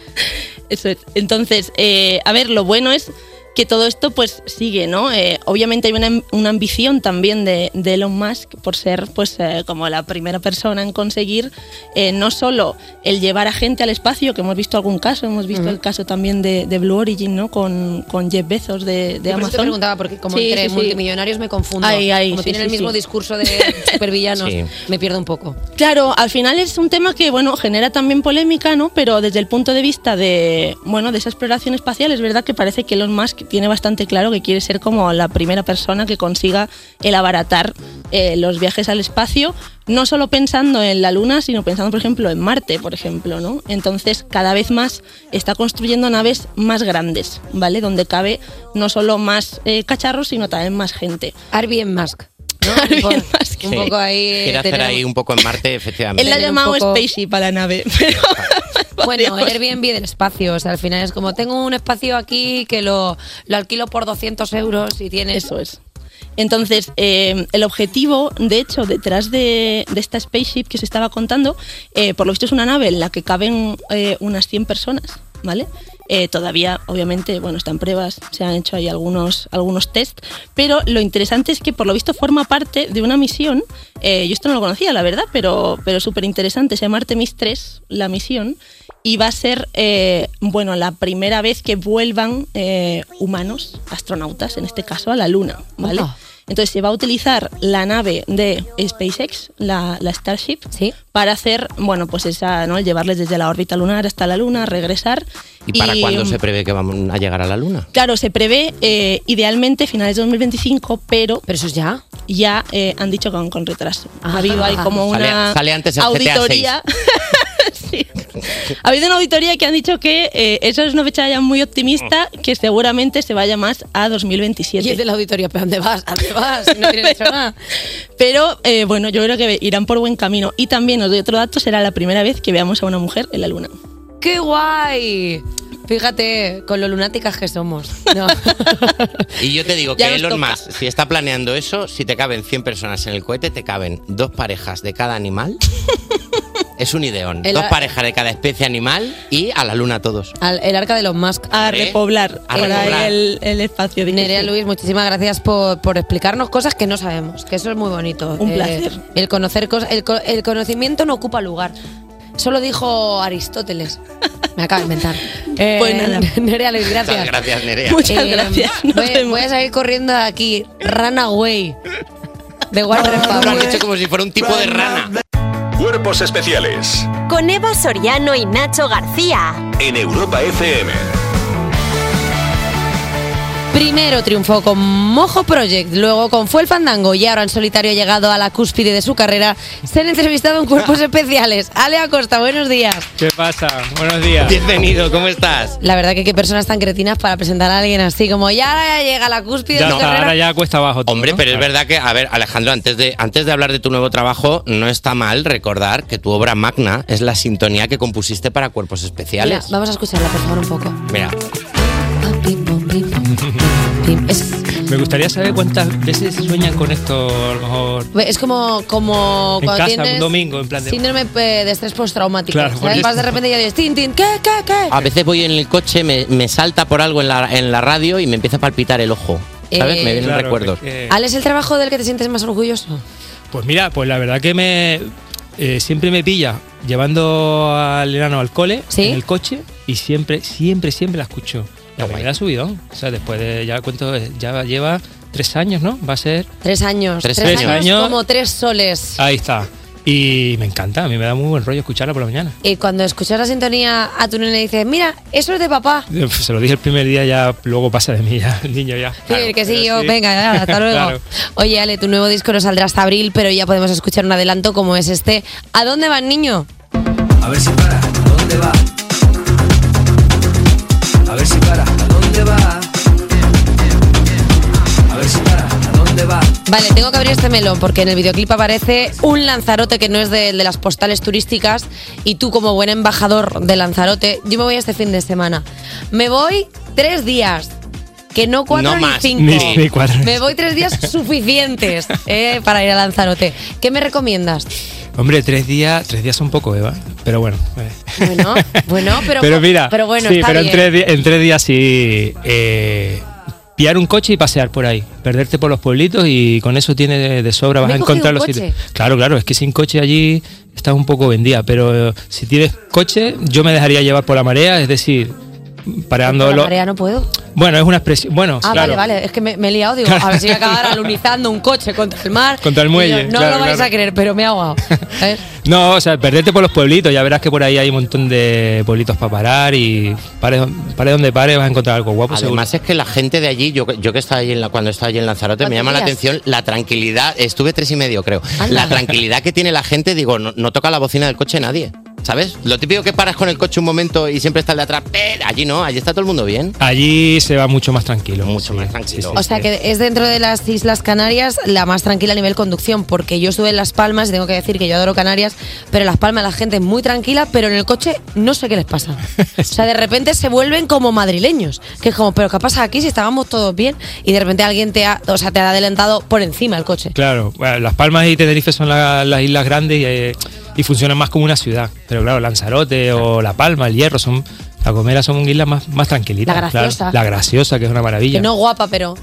[SPEAKER 1] Eso es. Entonces, eh, a ver, lo bueno es que todo esto pues sigue, ¿no? Eh, obviamente hay una, am- una ambición también de, de Elon Musk por ser pues eh, como la primera persona en conseguir eh, no solo el llevar a gente al espacio, que hemos visto algún caso, hemos visto
[SPEAKER 3] Ujú.
[SPEAKER 1] el caso también de, de Blue Origin, ¿no? Con, con Jeff Bezos
[SPEAKER 3] Yo
[SPEAKER 1] de, de
[SPEAKER 3] por eso
[SPEAKER 1] Amazon.
[SPEAKER 3] te preguntaba, porque como
[SPEAKER 1] Sí,
[SPEAKER 3] entre
[SPEAKER 1] sí, sí.
[SPEAKER 3] multimillonarios me confundo.
[SPEAKER 1] Ay, ay,
[SPEAKER 3] como
[SPEAKER 1] sí,
[SPEAKER 3] tienen
[SPEAKER 1] sí,
[SPEAKER 3] el mismo
[SPEAKER 1] sí.
[SPEAKER 3] discurso de supervillanos,
[SPEAKER 1] Sí.
[SPEAKER 3] me pierdo un poco.
[SPEAKER 1] Claro, al final es un tema que bueno genera también polémica, ¿no? Pero desde el punto de vista de bueno de esa exploración espacial es verdad que parece que Elon Musk tiene bastante claro que quiere ser como la primera persona que consiga el abaratar eh, los viajes al espacio, no solo pensando en la Luna, sino pensando por ejemplo en Marte, por ejemplo, ¿no? Entonces cada vez más está construyendo naves más grandes, ¿vale? Donde cabe no solo más eh, cacharros, sino también más gente.
[SPEAKER 3] Airbnb Musk. Un
[SPEAKER 4] Sí.
[SPEAKER 3] poco ahí.
[SPEAKER 4] Quiere hacer
[SPEAKER 3] tenemos-
[SPEAKER 4] ahí un poco en Marte, efectivamente.
[SPEAKER 1] Él la ha llamado
[SPEAKER 3] Un poco-
[SPEAKER 1] Spaceship a la nave.
[SPEAKER 3] Bueno, Airbnb del espacio. O sea, al final es como tengo un espacio aquí que lo, lo alquilo por 200 euros y tienes.
[SPEAKER 1] Eso es. Entonces, eh, el objetivo, de hecho, detrás de, de esta spaceship que se estaba contando, eh, por lo visto es una nave en la que caben eh, unas 100 personas, ¿vale? Eh, todavía, obviamente, bueno, están pruebas, se han hecho ahí algunos, algunos test, pero lo interesante es que por lo visto forma parte de una misión, eh, yo esto no lo conocía, la verdad, pero, pero súper interesante, se llama Artemis 3, la misión, y va a ser eh, bueno la primera vez que vuelvan eh, humanos astronautas en este caso a la luna vale
[SPEAKER 3] Opa.
[SPEAKER 1] entonces se va a utilizar la nave de SpaceX la, la Starship para hacer bueno pues esa no llevarles desde la órbita lunar hasta la luna regresar
[SPEAKER 4] ¿Y para cuándo
[SPEAKER 1] mm,
[SPEAKER 4] se prevé que vamos a llegar a la Luna?
[SPEAKER 1] Claro, se prevé eh, idealmente finales de 2025, pero.
[SPEAKER 3] ¿Pero eso es ya? Ah.
[SPEAKER 1] Ya eh, han dicho con, con retraso. Ha habido ahí como
[SPEAKER 4] Sale-
[SPEAKER 1] una
[SPEAKER 4] sale antes el GTA VI.
[SPEAKER 1] auditoría. Sí. Ha habido una auditoría que han dicho que eh, eso es una fecha ya muy optimista,
[SPEAKER 4] Mm.
[SPEAKER 1] que seguramente se vaya más a 2027.
[SPEAKER 3] Y es de la auditoría, ¿pero dónde vas? ¿A dónde vas? Si No tienes hecho nada.
[SPEAKER 1] Pero eh, bueno, yo creo que irán por buen camino. Y también os doy otro dato, será la primera vez que veamos a una mujer en la luna.
[SPEAKER 3] ¡Qué guay! Fíjate, con lo lunáticas que somos. No.
[SPEAKER 4] Y yo te digo
[SPEAKER 3] Ya
[SPEAKER 4] que
[SPEAKER 3] nos
[SPEAKER 4] Elon
[SPEAKER 3] toca.
[SPEAKER 4] Musk, si está planeando eso, si te caben 100 personas en el cohete, te caben dos parejas de cada animal. es un ideón.
[SPEAKER 3] El-
[SPEAKER 4] dos parejas de cada especie animal y a la luna todos.
[SPEAKER 3] Al- el arca de los Musk.
[SPEAKER 1] A
[SPEAKER 4] Hombre, repoblar a por ahí repoblar.
[SPEAKER 1] el, espacio.
[SPEAKER 3] Nerea Luis, muchísimas gracias por, por explicarnos cosas que no sabemos, que eso es muy bonito. Eh,
[SPEAKER 1] Un placer.
[SPEAKER 3] El, conocer cosas, el, co- el conocimiento no ocupa lugar. Eso lo dijo Aristóteles. Me acaba de inventar. Eh,
[SPEAKER 1] Pues nada.
[SPEAKER 3] Nerea Luis,
[SPEAKER 4] Muchas
[SPEAKER 3] gracias.
[SPEAKER 4] gracias, Nerea.
[SPEAKER 1] Muchas
[SPEAKER 3] Eh,
[SPEAKER 1] gracias.
[SPEAKER 3] Voy, voy a salir corriendo de aquí. Runaway. De Warner
[SPEAKER 4] Lo han dicho como si fuera un tipo de rana.
[SPEAKER 6] Cuerpos especiales
[SPEAKER 2] Con Eva Soriano y Nacho García.
[SPEAKER 6] en Europa FM.
[SPEAKER 3] Primero triunfó con Mojo Project, luego con Fue el Fandango y ahora en solitario ha llegado a la cúspide de su carrera. Se han entrevistado en cuerpos especiales. Ale Acosta, buenos días.
[SPEAKER 10] ¿Qué pasa? Buenos días.
[SPEAKER 4] Bienvenido, ¿cómo estás?
[SPEAKER 3] La verdad que qué personas tan cretinas para presentar a alguien así como ya ahora ya llega a la cúspide de
[SPEAKER 4] No.
[SPEAKER 3] su carrera.
[SPEAKER 10] ya cuesta abajo.
[SPEAKER 4] Hombre, pero es verdad que, a ver, Alejandro, antes de, antes de hablar de tu nuevo trabajo, no está mal recordar que tu obra magna es la sintonía que compusiste para Cuerpos
[SPEAKER 3] Mira,
[SPEAKER 4] Especiales.
[SPEAKER 3] vamos a escucharla por favor un poco.
[SPEAKER 4] Mira,
[SPEAKER 10] Me gustaría saber cuántas veces sueñan con esto, a lo mejor.
[SPEAKER 3] Es como, como
[SPEAKER 10] En
[SPEAKER 3] cuando
[SPEAKER 10] casa,
[SPEAKER 3] tienes
[SPEAKER 10] un domingo, en plan de-
[SPEAKER 3] síndrome eh, de estrés postraumático.
[SPEAKER 4] Claro,
[SPEAKER 3] ¿sabes?
[SPEAKER 4] por
[SPEAKER 3] Vas de
[SPEAKER 4] eso.
[SPEAKER 3] repente y ya dices, tin, tin, ¿qué, qué, qué?
[SPEAKER 10] Ah,
[SPEAKER 4] a veces voy en el coche, me, me salta por algo en la, en la radio y me empieza a palpitar el ojo. ¿Sabes?
[SPEAKER 3] Eh,
[SPEAKER 4] me vienen
[SPEAKER 10] Claro, pues,
[SPEAKER 4] recuerdos.
[SPEAKER 10] porque-
[SPEAKER 3] ¿Ale es el trabajo del que te sientes más orgulloso?
[SPEAKER 10] Pues mira, pues la verdad que me eh, siempre me pilla llevando al enano al cole en el coche y siempre, siempre, siempre la escucho. La me da subidón. O sea, después de ya cuánto es? ya lleva tres años, ¿no? Va a ser.
[SPEAKER 3] Tres años.
[SPEAKER 10] Tres años. años.
[SPEAKER 3] como tres soles.
[SPEAKER 10] Ahí está. Y me encanta, a mí me da muy buen rollo escucharla por la mañana.
[SPEAKER 3] Y cuando escuchas la sintonía a tu nene le dices, mira, eso es de papá.
[SPEAKER 10] Eh, Se lo dije el primer día, ya luego pasa de mí, ya, el niño ya.
[SPEAKER 3] Sí,
[SPEAKER 10] Claro,
[SPEAKER 3] que sí,
[SPEAKER 10] pero
[SPEAKER 3] yo,
[SPEAKER 10] sí.
[SPEAKER 3] venga, ya, hasta luego.
[SPEAKER 10] Claro.
[SPEAKER 3] Oye, Ale, tu nuevo disco no saldrá hasta abril, pero ya podemos escuchar un adelanto como es este. ¿A dónde van, niño?
[SPEAKER 11] A ver si para, ¿a dónde va? A ver si para, ¿a dónde va? A ver si para, ¿a dónde va?
[SPEAKER 3] Vale, tengo que abrir este melón porque en el videoclip aparece un Lanzarote que no es de, de las postales turísticas y tú como buen embajador de Lanzarote, yo me voy este fin de semana. Me voy tres días. Que no cuatro
[SPEAKER 10] No
[SPEAKER 3] ni
[SPEAKER 10] más.
[SPEAKER 3] cinco.
[SPEAKER 10] Ni- ni cuatro.
[SPEAKER 3] Me voy tres días suficientes eh, para ir a Lanzarote. ¿Qué me recomiendas?
[SPEAKER 10] Hombre, tres días, tres días son poco, Eva. Pero bueno. eh.
[SPEAKER 3] Bueno, bueno, pero,
[SPEAKER 10] pero mira,
[SPEAKER 3] pero bueno,
[SPEAKER 10] sí,
[SPEAKER 3] está
[SPEAKER 10] pero en
[SPEAKER 3] bien.
[SPEAKER 10] tres, di- en tres días sí. eh, pillar un coche y pasear por ahí. Perderte por los pueblitos y con eso tienes de sobra.
[SPEAKER 3] Me
[SPEAKER 10] Vas
[SPEAKER 3] he
[SPEAKER 10] a
[SPEAKER 3] cogido
[SPEAKER 10] encontrar
[SPEAKER 3] un
[SPEAKER 10] los
[SPEAKER 3] coche.
[SPEAKER 10] sitios. Claro, claro, es que sin coche allí estás un poco vendida. Pero eh, si tienes coche, yo me dejaría llevar por la marea, es decir,
[SPEAKER 3] Por la
[SPEAKER 10] parándolo.
[SPEAKER 3] marea no puedo.
[SPEAKER 10] Bueno, es una expresión. Bueno,
[SPEAKER 3] Ah,
[SPEAKER 10] Pues claro.
[SPEAKER 3] vale, vale. Es que me, me he liado. Digo, a ver si voy a acabar alunizando un coche contra el mar.
[SPEAKER 10] Contra el
[SPEAKER 3] Y yo,
[SPEAKER 10] muelle,
[SPEAKER 3] no
[SPEAKER 10] claro,
[SPEAKER 3] lo vais
[SPEAKER 10] claro.
[SPEAKER 3] a creer, pero me he ahogado. ¿sabes?
[SPEAKER 10] No, o sea, perderte por los pueblitos, ya verás que por ahí hay un montón de pueblitos para parar y pares, pares donde pares vas a encontrar algo guapo.
[SPEAKER 4] Además es que la gente de allí, yo, yo que estaba allí en la- cuando estaba allí en Lanzarote, me
[SPEAKER 10] ¿Cuántos
[SPEAKER 4] llama la
[SPEAKER 10] días?
[SPEAKER 4] atención la tranquilidad, estuve tres y medio creo, la tranquilidad que tiene la gente, digo, no, no toca la bocina del coche nadie, ¿sabes? Lo típico que paras con el coche un momento y siempre está el de atrás, ¡eh! allí no, allí está todo el mundo bien.
[SPEAKER 10] Allí se va mucho más tranquilo. Mucho
[SPEAKER 4] más tranquilo.
[SPEAKER 3] O sea que es dentro de las Islas Canarias la más tranquila a nivel conducción, porque yo estuve en Las Palmas y tengo que decir que yo adoro Canarias, pero en Las Palmas la gente es muy tranquila, pero en el coche no sé qué les pasa. O sea, de repente se vuelven como madrileños, que es como, pero ¿qué pasa aquí si estábamos todos bien? Y de repente alguien te ha, o sea, te ha adelantado por encima el coche.
[SPEAKER 10] Claro, bueno, Las Palmas y Tenerife son la- las islas grandes y, eh, y funcionan más como una ciudad. Pero claro, Lanzarote o La Palma, El Hierro, son La Gomera son islas más, más tranquilitas.
[SPEAKER 3] La
[SPEAKER 10] claro.
[SPEAKER 3] Graciosa.
[SPEAKER 10] La Graciosa, que es una maravilla.
[SPEAKER 3] Que no guapa, pero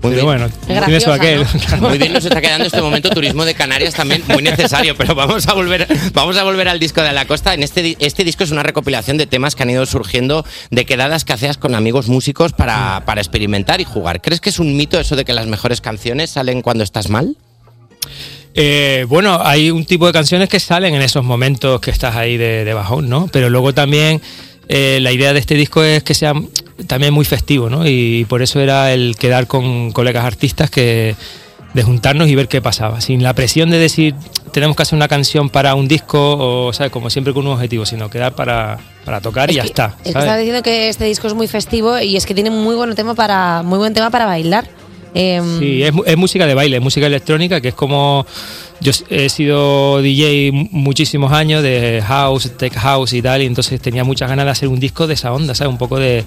[SPEAKER 10] Pero bueno,
[SPEAKER 3] Graciosa,
[SPEAKER 10] tiene su aquel.
[SPEAKER 3] ¿no?
[SPEAKER 10] Claro.
[SPEAKER 4] Muy bien nos está quedando este momento turismo de Canarias también muy necesario, pero vamos a volver, vamos a volver al disco de la costa. En este, di- este disco es una recopilación de temas que han ido surgiendo de quedadas que hacías con amigos músicos para, para experimentar y jugar. ¿Crees que es un mito eso de que las mejores canciones salen cuando estás mal?
[SPEAKER 10] Eh, bueno, hay un tipo de canciones que salen en esos momentos que estás ahí de, de bajón, ¿no? Pero luego también eh, la idea de este disco es que sea también muy festivo, ¿no? Y por eso era el quedar con colegas artistas que de juntarnos y ver qué pasaba, sin la presión de decir tenemos que hacer una canción para un disco o, sea, como siempre con un objetivo, sino quedar para, para tocar y ya está.
[SPEAKER 3] Es que
[SPEAKER 10] ¿sabes?
[SPEAKER 3] estaba diciendo que este disco es muy festivo y es que tiene muy buen tema para, muy buen tema para bailar. Em,
[SPEAKER 10] Sí, es, mu- es música de baile, es música electrónica, que es como. Yo s- he sido DJ mu- muchísimos años de house, tech house y tal, y entonces tenía muchas ganas de hacer un disco de esa onda, ¿sabes? Un poco de,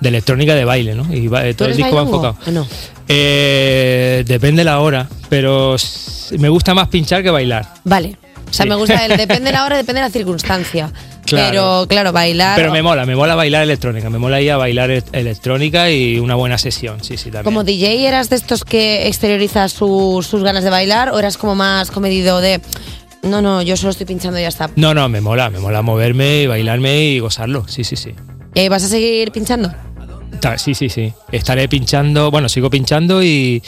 [SPEAKER 10] de electrónica de baile, ¿no? Y va- eh, todo el
[SPEAKER 3] eres
[SPEAKER 10] disco va
[SPEAKER 3] bailongo?
[SPEAKER 10] enfocado. Eh, depende la hora, pero s- me gusta más pinchar que bailar.
[SPEAKER 3] Vale. O sea,
[SPEAKER 10] Sí.
[SPEAKER 3] me gusta el depende de la hora, depende de la circunstancia. Pero
[SPEAKER 10] Claro.
[SPEAKER 3] claro, bailar.
[SPEAKER 10] Pero me mola, me mola bailar electrónica, me mola ir a bailar e- electrónica y una buena sesión, sí, sí, también.
[SPEAKER 3] como DJ eras de estos que exterioriza su- sus ganas de bailar o eras como más comedido de no, no, yo solo estoy pinchando y ya está.
[SPEAKER 10] No, no, me mola, me mola moverme y bailarme y gozarlo, sí, sí, sí.
[SPEAKER 3] ¿Y ahí vas a seguir pinchando?
[SPEAKER 10] Ta- Sí, sí, sí. Estaré pinchando, bueno, sigo pinchando y,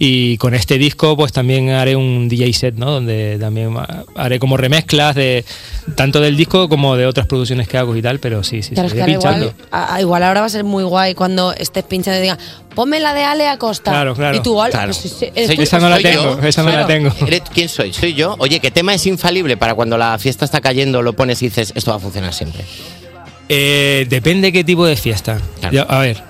[SPEAKER 10] y con este disco pues también haré un DJ set, ¿no? Donde también ha- haré como remezclas de tanto del disco como de otras producciones que hago y tal, pero sí, sí,
[SPEAKER 3] Claro, es que
[SPEAKER 10] seguiré
[SPEAKER 3] ahora
[SPEAKER 10] pinchando.
[SPEAKER 3] igual, a- a- igual ahora va a ser muy guay cuando estés pinchando y digas, ponme la de Ale Acosta.
[SPEAKER 10] Claro, claro.
[SPEAKER 3] Y tú, "Al-
[SPEAKER 4] Claro.
[SPEAKER 3] pues sí, sí, eres tú".
[SPEAKER 10] Esa no la tengo, esa no la tengo.
[SPEAKER 4] Eres- ¿Quién soy? Soy yo. Oye, ¿qué tema es infalible para cuando la fiesta está cayendo, lo pones y dices, esto va a funcionar siempre?
[SPEAKER 10] Eh, depende qué tipo de fiesta. Ya, a ver,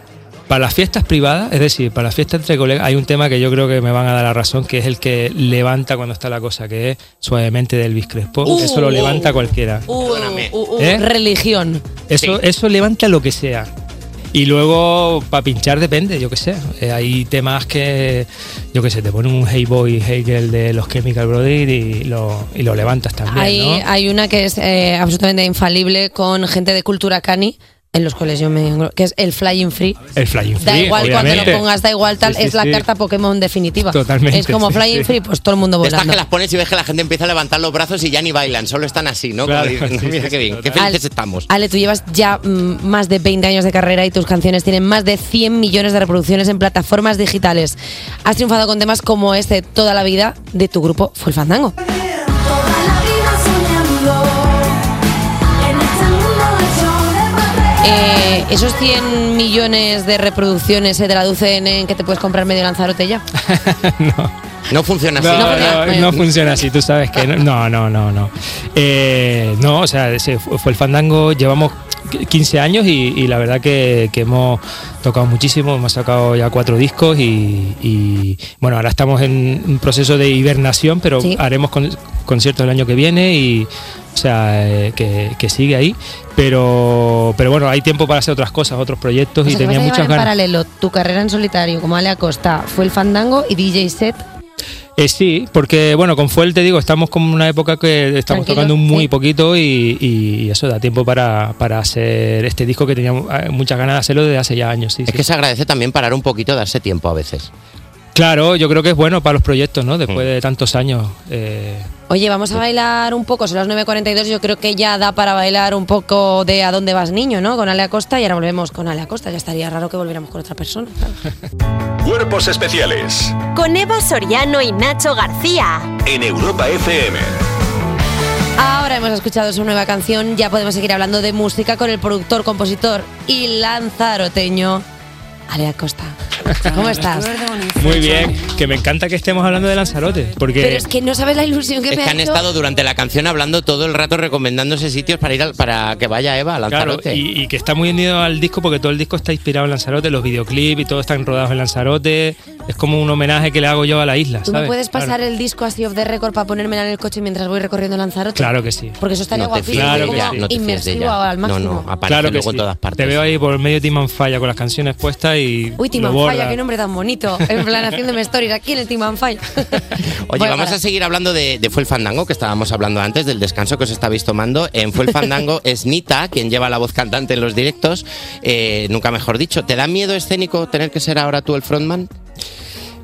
[SPEAKER 10] para las fiestas privadas, es decir, para las fiestas entre colegas, hay un tema que yo creo que me van a dar la razón, que es el que levanta cuando está la cosa, que es suavemente del Elvis Crespo.
[SPEAKER 3] Uh,
[SPEAKER 10] Eso lo
[SPEAKER 3] uh,
[SPEAKER 10] levanta cualquiera.
[SPEAKER 3] Uh, uh, uh,
[SPEAKER 10] ¿Eh?
[SPEAKER 3] Religión.
[SPEAKER 10] Eso, eso levanta lo que sea. Y luego, para pinchar depende, yo qué sé. Eh, hay temas que, yo qué sé, te pone un Hey Boy, Hey Girl de los Chemical Brothers y lo, y lo levantas también,
[SPEAKER 3] Hay,
[SPEAKER 10] ¿no?
[SPEAKER 3] hay una que es eh, absolutamente infalible con gente de cultura cani, en los cuales yo me englo- que es el Flying Free.
[SPEAKER 10] El Flying Free,
[SPEAKER 3] Da igual cuando
[SPEAKER 10] obviamente.
[SPEAKER 3] lo pongas, da igual tal,
[SPEAKER 10] Sí, sí,
[SPEAKER 3] es la
[SPEAKER 10] sí.
[SPEAKER 3] carta Pokémon definitiva.
[SPEAKER 10] Totalmente,
[SPEAKER 3] Es como
[SPEAKER 10] sí,
[SPEAKER 3] Flying
[SPEAKER 10] sí.
[SPEAKER 3] Free, pues todo el mundo
[SPEAKER 4] De Estas
[SPEAKER 3] volando.
[SPEAKER 4] que las pones y ves que la gente empieza a levantar los brazos y ya ni bailan, solo están así, ¿no? Como
[SPEAKER 10] Claro,
[SPEAKER 4] diciendo,
[SPEAKER 10] sí,
[SPEAKER 4] mira
[SPEAKER 10] sí, sí,
[SPEAKER 4] qué bien, qué
[SPEAKER 10] total.
[SPEAKER 4] felices estamos.
[SPEAKER 3] Ale, tú llevas ya mm, más de 20 años de carrera y tus canciones tienen más de 100 millones de reproducciones en plataformas digitales. Has triunfado con temas como este toda la vida de tu grupo Full Fandango. Eh, esos 100 millones de reproducciones se traducen en que te puedes comprar medio Lanzarote ya.
[SPEAKER 4] No funciona así.
[SPEAKER 10] No, no,
[SPEAKER 4] ¿verdad?
[SPEAKER 3] pues.
[SPEAKER 10] no, funciona así, tú sabes que no. No, no, no, no. Eh, no, o sea, ese fu- fue el fandango, llevamos 15 años y, y la verdad que, que hemos tocado muchísimo, hemos sacado ya cuatro discos y, y, bueno, ahora estamos en un proceso de hibernación, pero
[SPEAKER 3] Sí.
[SPEAKER 10] haremos con- conciertos el año que viene y o sea, eh, que, que sigue ahí, pero pero bueno, hay tiempo para hacer otras cosas, otros proyectos
[SPEAKER 3] O sea,
[SPEAKER 10] y
[SPEAKER 3] que Pues vas a
[SPEAKER 10] tenía
[SPEAKER 3] llevar
[SPEAKER 10] muchas
[SPEAKER 3] en
[SPEAKER 10] ganas.
[SPEAKER 3] paralelo tu carrera en solitario como Ale Acosta, fue el fandango y DJ set.
[SPEAKER 10] Eh, sí, porque bueno, con Fuel te digo, estamos como en una época que estamos
[SPEAKER 3] Tranquilo,
[SPEAKER 10] tocando muy
[SPEAKER 3] sí.
[SPEAKER 10] poquito y, y eso da tiempo para, para hacer este disco que teníamos eh, muchas ganas de hacerlo desde hace ya años.
[SPEAKER 4] Es que se agradece también parar un poquito, darse tiempo a veces.
[SPEAKER 10] Claro, yo creo que es bueno para los proyectos, ¿no? Después
[SPEAKER 4] Mm.
[SPEAKER 10] de tantos años. eh,
[SPEAKER 3] Oye, vamos a bailar un poco, son las 9.42, yo creo que ya da para bailar un poco de a dónde vas niño, ¿no? Con Ale Acosta y ahora volvemos con Ale Acosta, ya estaría raro que volviéramos con otra persona. claro.
[SPEAKER 6] Cuerpos especiales
[SPEAKER 2] Con Eva Soriano y Nacho García.
[SPEAKER 6] en Europa FM.
[SPEAKER 3] Ahora hemos escuchado su nueva canción, ya podemos seguir hablando de música con el productor, compositor y lanzaroteño Ale Acosta. ¿Cómo estás?
[SPEAKER 10] Muy bien, que me encanta que estemos hablando de Lanzarote, porque...
[SPEAKER 3] Pero es que no sabes la ilusión que
[SPEAKER 4] Es
[SPEAKER 3] me
[SPEAKER 4] que
[SPEAKER 3] ha
[SPEAKER 4] han
[SPEAKER 3] hecho.
[SPEAKER 4] estado durante la canción hablando todo el rato recomendándose sitios para ir al- para que vaya Eva a
[SPEAKER 10] Claro,
[SPEAKER 4] Lanzarote.
[SPEAKER 10] y, y que está muy unido al disco porque todo el disco está inspirado en Lanzarote, los videoclips y todo están rodados en Lanzarote. Es como un homenaje que le hago yo a la isla,
[SPEAKER 3] ¿Tú
[SPEAKER 10] ¿sabes?
[SPEAKER 3] me puedes
[SPEAKER 10] Claro.
[SPEAKER 3] pasar el disco así off the record para ponérmela en el coche mientras voy recorriendo Lanzarote?
[SPEAKER 10] Claro que sí.
[SPEAKER 3] Porque eso estaría
[SPEAKER 10] No te
[SPEAKER 3] guapísimo.
[SPEAKER 10] fíes de
[SPEAKER 3] como
[SPEAKER 10] ella, no te fíes de
[SPEAKER 3] inmersivo
[SPEAKER 10] ella.
[SPEAKER 3] al máximo.
[SPEAKER 4] aparece luego en todas
[SPEAKER 10] Te veo ahí por medio Team Falla con las canciones puestas y.
[SPEAKER 3] Uy, Team
[SPEAKER 10] lo
[SPEAKER 3] and
[SPEAKER 10] borda.
[SPEAKER 3] Falla, qué nombre tan bonito. En plan, haciéndome stories aquí en el Team and Falla.
[SPEAKER 4] Oye,
[SPEAKER 3] Bueno,
[SPEAKER 4] vamos
[SPEAKER 3] para.
[SPEAKER 4] a seguir hablando de, de Fue el Fandango, que estábamos hablando antes, del descanso que os estabais tomando. En Fue el Fandango es Nita, quien lleva la voz cantante en los directos, eh, nunca mejor dicho. ¿Te da miedo escénico tener que ser ahora tú el frontman?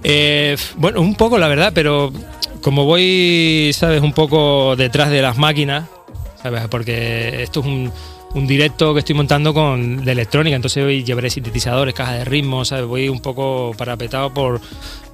[SPEAKER 10] Eh, bueno, un poco la verdad, pero como voy, sabes, un poco detrás de las máquinas, sabes, porque esto es un, un directo que estoy montando con de electrónica, entonces hoy llevaré sintetizadores, cajas de ritmo, sabes, voy un poco parapetado por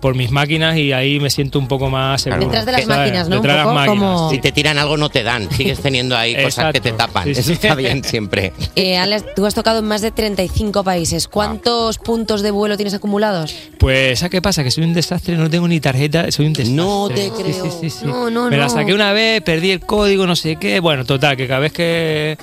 [SPEAKER 10] por mis máquinas y ahí me siento un poco más seguro.
[SPEAKER 3] Detrás de las
[SPEAKER 10] ¿sabes?
[SPEAKER 3] máquinas, ¿no? Un
[SPEAKER 10] Detrás de las
[SPEAKER 3] poco
[SPEAKER 10] máquinas.
[SPEAKER 3] como-
[SPEAKER 4] Si te tiran algo no te dan, sigues teniendo ahí cosas que te tapan. Eso está bien siempre.
[SPEAKER 3] Eh, Alex, tú has tocado en más de 35 países. ¿Cuántos puntos de vuelo tienes acumulados?
[SPEAKER 10] Pues, ¿sabes qué pasa? Que soy un desastre, no tengo ni tarjeta, soy un desastre. No
[SPEAKER 3] te creo. No, no,
[SPEAKER 10] Me la
[SPEAKER 3] no.
[SPEAKER 10] saqué una vez, perdí el código, no sé qué. Bueno, total, que cada vez que.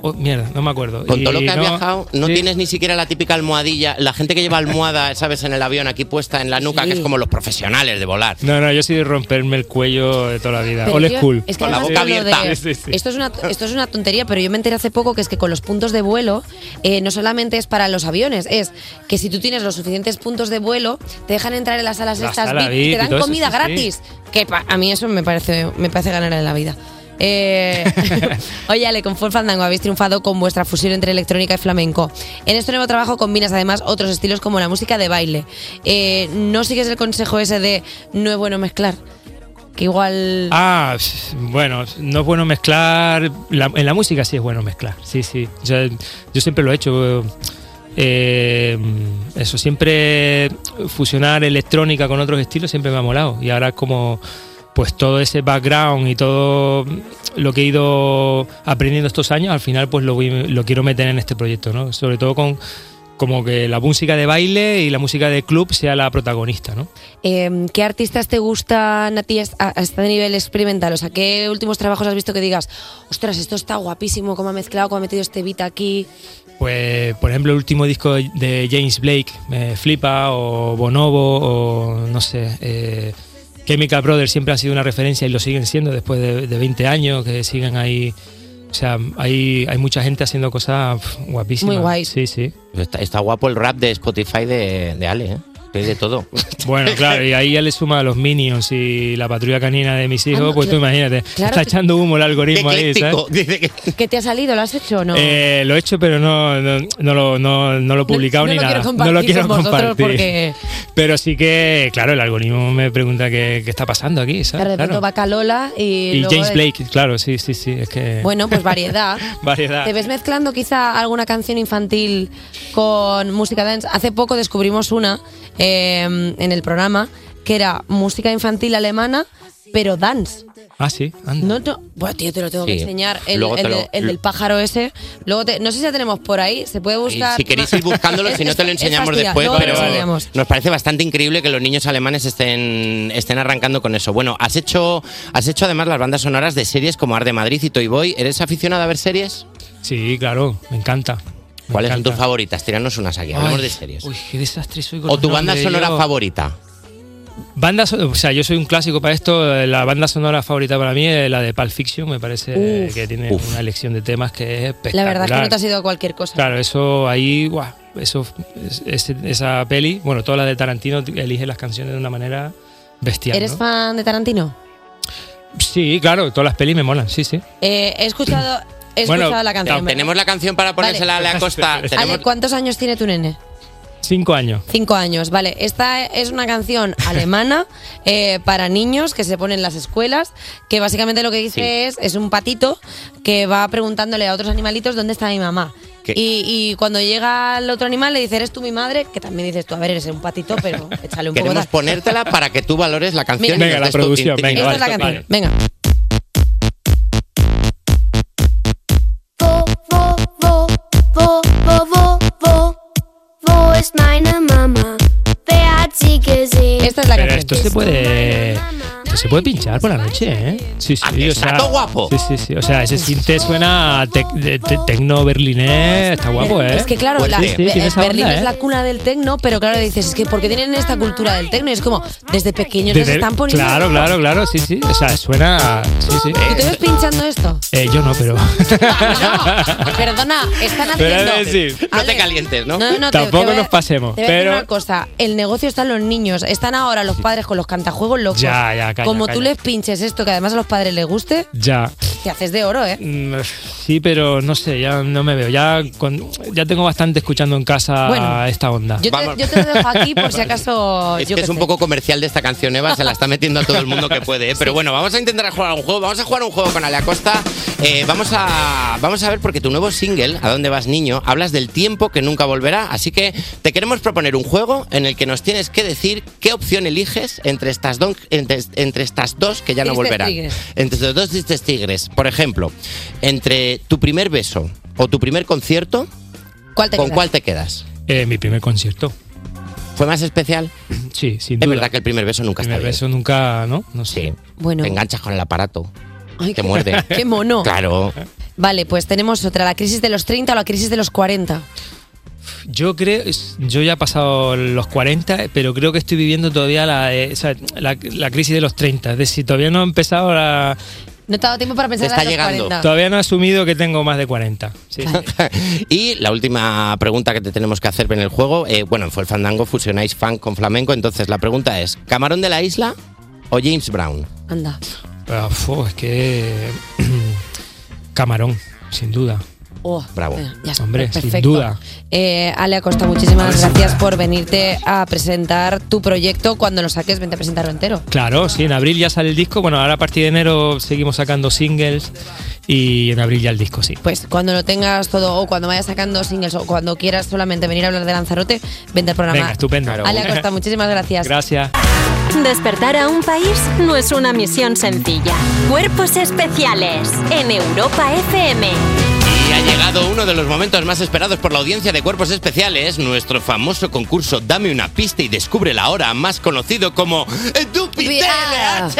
[SPEAKER 10] Oh, mierda, no me acuerdo.
[SPEAKER 4] Con
[SPEAKER 10] Y
[SPEAKER 4] todo lo que has
[SPEAKER 10] no-
[SPEAKER 4] viajado, no
[SPEAKER 10] sí.
[SPEAKER 4] tienes ni siquiera la típica almohadilla. La gente que lleva almohada, ¿sabes? En el avión aquí puesta en la nuca, que es como los profesionales de volar.
[SPEAKER 10] No, no, yo soy de romperme el cuello de toda la vida.
[SPEAKER 3] Pero
[SPEAKER 10] Old
[SPEAKER 3] yo-
[SPEAKER 10] school.
[SPEAKER 3] Es que además con lo de- Esto, es una, esto es una tontería, pero yo me enteré hace poco que es que con los puntos de vuelo eh, no solamente es para los aviones, es que si tú tienes los suficientes puntos de vuelo, te dejan entrar en las salas
[SPEAKER 10] La
[SPEAKER 3] estas
[SPEAKER 10] sala
[SPEAKER 3] VIP y te
[SPEAKER 10] VIP y
[SPEAKER 3] dan
[SPEAKER 10] todo eso,
[SPEAKER 3] comida
[SPEAKER 10] sí, sí.
[SPEAKER 3] gratis. Que pa- a mí eso me parece, me parece ganar en la vida. Eh, oye, Ale, con Full Fandango habéis triunfado con vuestra fusión entre electrónica y flamenco. En este nuevo trabajo combinas además otros estilos como la música de baile. Eh, ¿No sigues el consejo ese de no es bueno mezclar? Que igual...
[SPEAKER 10] Ah, pf, bueno, no es bueno mezclar. la- en la música sí es bueno mezclar. Sí, sí. O sea, yo siempre lo he hecho. eh, eso, siempre fusionar electrónica con otros estilos siempre me ha molado. Y ahora es como. Pues todo ese background y todo lo que he ido aprendiendo estos años, al final pues lo, voy- lo quiero meter en este proyecto, ¿no? Sobre todo con como que la música de baile y la música de club sea la protagonista, ¿no?
[SPEAKER 3] Eh, ¿Qué artistas te gustan a ti es- a, a este nivel experimental? O sea, ¿qué últimos trabajos has visto que digas, ostras, esto está guapísimo, cómo ha mezclado, cómo ha metido este beat aquí?
[SPEAKER 10] Pues, por ejemplo, el último disco de James Blake, me flipa, o Bonobo, o no sé. eh, Chemical Brothers siempre han sido una referencia y lo siguen siendo después de, de 20 años, que siguen ahí. O sea, hay, hay mucha gente haciendo cosas pf, guapísimas.
[SPEAKER 3] Muy guay.
[SPEAKER 10] Sí, sí.
[SPEAKER 4] Está, está guapo el rap de Spotify de, de Ale, ¿eh? Que hay de todo.
[SPEAKER 10] Bueno, claro, y ahí ya le suma a los Minions y la patrulla canina de mis hijos,
[SPEAKER 3] Ah, no,
[SPEAKER 10] pues tú
[SPEAKER 3] cla-
[SPEAKER 10] imagínate.
[SPEAKER 3] claro
[SPEAKER 10] está
[SPEAKER 3] que-
[SPEAKER 10] echando humo el algoritmo ahí, ¿sabes?
[SPEAKER 3] ¿Qué te ha salido? ¿Lo has hecho o no?
[SPEAKER 10] Eh, lo he hecho, pero no, no, no lo, no- no lo he publicado
[SPEAKER 3] no
[SPEAKER 10] ni
[SPEAKER 3] lo quiero
[SPEAKER 10] nada.
[SPEAKER 3] compartir
[SPEAKER 10] no lo quiero
[SPEAKER 3] con vosotros
[SPEAKER 10] compartir.
[SPEAKER 3] porque-
[SPEAKER 10] Pero sí que, claro, el algoritmo me pregunta qué, qué está pasando aquí,
[SPEAKER 3] de
[SPEAKER 10] ¿sabes?
[SPEAKER 3] repente
[SPEAKER 10] Claro.
[SPEAKER 3] va Calola y,
[SPEAKER 10] Y
[SPEAKER 3] luego
[SPEAKER 10] James
[SPEAKER 3] el-
[SPEAKER 10] Blake, claro, sí, sí, sí. Es que.
[SPEAKER 3] Bueno, pues variedad.
[SPEAKER 10] Variedad.
[SPEAKER 3] ¿Te ves mezclando quizá alguna canción infantil con música dance? Hace poco descubrimos una eh, en el programa que era música infantil alemana, pero dance.
[SPEAKER 10] Ah, sí, anda.
[SPEAKER 3] No, no. Bueno, tío, te lo tengo que
[SPEAKER 10] Sí.
[SPEAKER 3] enseñar. El,
[SPEAKER 10] Luego te
[SPEAKER 3] el
[SPEAKER 10] lo-
[SPEAKER 3] de- el del pájaro ese. Luego te- no sé si la tenemos por ahí. Se puede buscar.
[SPEAKER 4] Si queréis ir buscándolo,
[SPEAKER 3] Es-
[SPEAKER 4] si no
[SPEAKER 3] es-
[SPEAKER 4] te lo
[SPEAKER 3] es
[SPEAKER 4] enseñamos
[SPEAKER 3] fastidia,
[SPEAKER 4] después,
[SPEAKER 3] luego te lo
[SPEAKER 4] pero
[SPEAKER 3] enseñamos.
[SPEAKER 4] nos parece bastante increíble que los niños alemanes estén, estén arrancando con eso. Bueno, has hecho, has hecho además las bandas sonoras de series como Arde Madrid y Toy Boy. ¿Eres aficionado a ver series?
[SPEAKER 10] Sí, claro, me encanta.
[SPEAKER 4] ¿Cuáles son tus favoritas? Tíranos unas aquí, hablamos
[SPEAKER 10] Ay,
[SPEAKER 4] de series.
[SPEAKER 10] Uy, qué desastre soy con
[SPEAKER 4] ¿O
[SPEAKER 10] los
[SPEAKER 4] tu banda
[SPEAKER 10] nombres,
[SPEAKER 4] sonora
[SPEAKER 10] Diego.
[SPEAKER 4] favorita?
[SPEAKER 10] Banda son- o sea, yo soy un clásico para esto. eh, La banda sonora favorita para mí es la de Pulp Fiction. Me parece eh,
[SPEAKER 3] Uf.
[SPEAKER 10] que tiene
[SPEAKER 3] Uf.
[SPEAKER 10] una elección de temas que es espectacular.
[SPEAKER 3] La verdad es que no te ha sido cualquier cosa.
[SPEAKER 10] Claro, eso ahí, guau, eso, es- es- esa peli, bueno, todas las de Tarantino t- elige las canciones de una manera bestial.
[SPEAKER 3] ¿Eres
[SPEAKER 10] ¿no?
[SPEAKER 3] fan de Tarantino?
[SPEAKER 10] Sí, claro, todas las pelis me molan, sí, sí.
[SPEAKER 3] Eh, he escuchado, he escuchado la canción.
[SPEAKER 4] Tenemos la canción para ponérsela a la costa.
[SPEAKER 3] Ale,
[SPEAKER 4] Tenemos
[SPEAKER 3] ¿cuántos años tiene tu nene?
[SPEAKER 10] cinco años.
[SPEAKER 3] Cinco años, vale. Esta es una canción alemana eh, para niños que se pone en las escuelas, que básicamente lo que dice es, es un patito que va preguntándole a otros animalitos dónde está mi mamá.
[SPEAKER 4] ¿Qué?
[SPEAKER 3] Y, y cuando llega el otro animal le dice, ¿eres tú mi madre? Que también dices tú, a ver, eres un patito, pero échale un poco
[SPEAKER 4] Queremos
[SPEAKER 3] de...
[SPEAKER 4] ponértela para que tú valores la canción.
[SPEAKER 3] Mira.
[SPEAKER 4] y nos
[SPEAKER 3] Venga, la
[SPEAKER 4] des tu
[SPEAKER 10] producción,
[SPEAKER 4] tin- tin-
[SPEAKER 10] venga,
[SPEAKER 3] Esta es la
[SPEAKER 4] vale.
[SPEAKER 3] canción. Venga.
[SPEAKER 9] Wo, wo, wo, wo, wo, wo, wo, wo ist meine Mama? Wer hat sie gesehen?
[SPEAKER 3] Esta es la
[SPEAKER 10] Pero esto se puede. esto se puede pinchar por la noche, ¿eh? Sí, sí. o sea,
[SPEAKER 4] todo guapo.
[SPEAKER 10] Sí, sí, sí. O sea, ese cinte suena a tec- de- de- tecno berlinés. Está guapo, ¿eh?
[SPEAKER 3] Es que claro,
[SPEAKER 4] Pues
[SPEAKER 3] la-
[SPEAKER 10] Sí, sí,
[SPEAKER 3] Be-
[SPEAKER 10] tiene esa
[SPEAKER 3] Berlín
[SPEAKER 10] onda,
[SPEAKER 3] es
[SPEAKER 10] ¿eh?
[SPEAKER 3] la cuna del tecno, pero claro, dices, es que ¿por qué tienen esta cultura del tecno? Y es como, desde pequeños les
[SPEAKER 10] Desde-
[SPEAKER 3] están poniendo...
[SPEAKER 10] Claro, claro, claro. Sí, sí. O sea, suena. a- Sí, sí.
[SPEAKER 3] ¿Tú te ves pinchando esto?
[SPEAKER 10] Eh, yo no, pero.
[SPEAKER 3] Perdona, están
[SPEAKER 10] Pero
[SPEAKER 3] haciendo...
[SPEAKER 10] es decir.
[SPEAKER 4] No te calientes, ¿no?
[SPEAKER 3] No, no, no, te-
[SPEAKER 10] Tampoco
[SPEAKER 3] te voy a-
[SPEAKER 10] nos pasemos.
[SPEAKER 3] Te voy a decir
[SPEAKER 10] Pero.
[SPEAKER 3] una cosa, el negocio está en los niños, están ahora los padres con los cantajuegos locos.
[SPEAKER 10] Ya, ya, calla,
[SPEAKER 3] Como tú
[SPEAKER 10] calla.
[SPEAKER 3] les pinches esto, que además a los padres les guste,
[SPEAKER 10] Ya.
[SPEAKER 3] te haces de oro, ¿eh?
[SPEAKER 10] Mm, Sí, pero no sé, ya no me veo. Ya, con- ya tengo bastante escuchando en casa
[SPEAKER 3] Bueno,
[SPEAKER 10] esta onda.
[SPEAKER 3] Yo te, yo te lo dejo aquí por si acaso...
[SPEAKER 4] Es
[SPEAKER 3] yo
[SPEAKER 4] que
[SPEAKER 3] qué
[SPEAKER 4] es un
[SPEAKER 3] sé.
[SPEAKER 4] poco comercial de esta canción, Eva, se la está metiendo a todo el mundo que puede. ¿eh? Pero bueno, vamos a intentar jugar a un juego. Vamos a jugar a un juego con Ale Acosta. Eh, vamos, a, vamos a ver, porque tu nuevo single, ¿A dónde vas, niño? Hablas del tiempo que nunca volverá. Así que te queremos proponer un juego en el que nos tienes que decir qué opción eliges entre estas, don- entre, entre estas dos que ya no
[SPEAKER 8] Tristes
[SPEAKER 4] volverán.
[SPEAKER 8] tigres.
[SPEAKER 4] Entre los dos tristes tigres. Por ejemplo, entre tu primer beso o tu primer concierto,
[SPEAKER 3] ¿Cuál te
[SPEAKER 4] ¿con
[SPEAKER 3] quedas?
[SPEAKER 4] cuál te quedas?
[SPEAKER 10] Eh, mi primer concierto.
[SPEAKER 4] ¿Fue más especial?
[SPEAKER 10] Sí, sin
[SPEAKER 4] Es
[SPEAKER 10] duda.
[SPEAKER 4] verdad que el primer beso nunca
[SPEAKER 10] Primer
[SPEAKER 4] está bien.
[SPEAKER 10] beso nunca, ¿no? No
[SPEAKER 4] sé.
[SPEAKER 3] Bueno.
[SPEAKER 4] Te enganchas con el aparato.
[SPEAKER 3] Ay,
[SPEAKER 4] te
[SPEAKER 3] qué-
[SPEAKER 4] muerde.
[SPEAKER 3] qué mono.
[SPEAKER 4] Claro.
[SPEAKER 3] Vale, pues tenemos otra, la crisis de los 30 o la crisis de los 40.
[SPEAKER 10] Yo creo, es- yo ya he pasado los 40, pero creo que estoy viviendo todavía la, de- o sea, la, la crisis de los 30. Es decir, todavía no he empezado la...
[SPEAKER 3] No te ha dado tiempo para pensar en los 40.
[SPEAKER 10] Todavía no he asumido que tengo más de 40. Sí.
[SPEAKER 4] y la última pregunta que te tenemos que hacer en el juego, eh, bueno, en Fue el Fandango fusionáis funk con flamenco, entonces la pregunta es, ¿Camarón de la Isla o James Brown?
[SPEAKER 3] Anda.
[SPEAKER 10] Ah, fu, es que... Camarón, sin duda.
[SPEAKER 3] Oh,
[SPEAKER 4] Bravo.
[SPEAKER 3] eh, ya está,
[SPEAKER 10] Hombre,
[SPEAKER 3] perfecto.
[SPEAKER 10] sin duda.
[SPEAKER 3] Eh, Ale Acosta, muchísimas gracias por venirte a presentar tu proyecto. Cuando lo saques, vente a presentarlo entero.
[SPEAKER 10] Claro, sí, en abril ya sale el disco. Bueno, ahora a partir de enero seguimos sacando singles y en abril ya el disco, sí.
[SPEAKER 3] Pues cuando lo tengas todo, o cuando vayas sacando singles, o cuando quieras solamente venir a hablar de Lanzarote, vente al programa.
[SPEAKER 10] Venga, estupendo.
[SPEAKER 3] Ale Acosta, muchísimas gracias.
[SPEAKER 10] Gracias.
[SPEAKER 2] Despertar a un país no es una misión sencilla. Cuerpos especiales en Europa FM.
[SPEAKER 4] Y ha llegado uno de los momentos más esperados por la audiencia de Cuerpos Especiales, nuestro famoso concurso Dame una pista y descubre la hora, más conocido como Dupi DLH.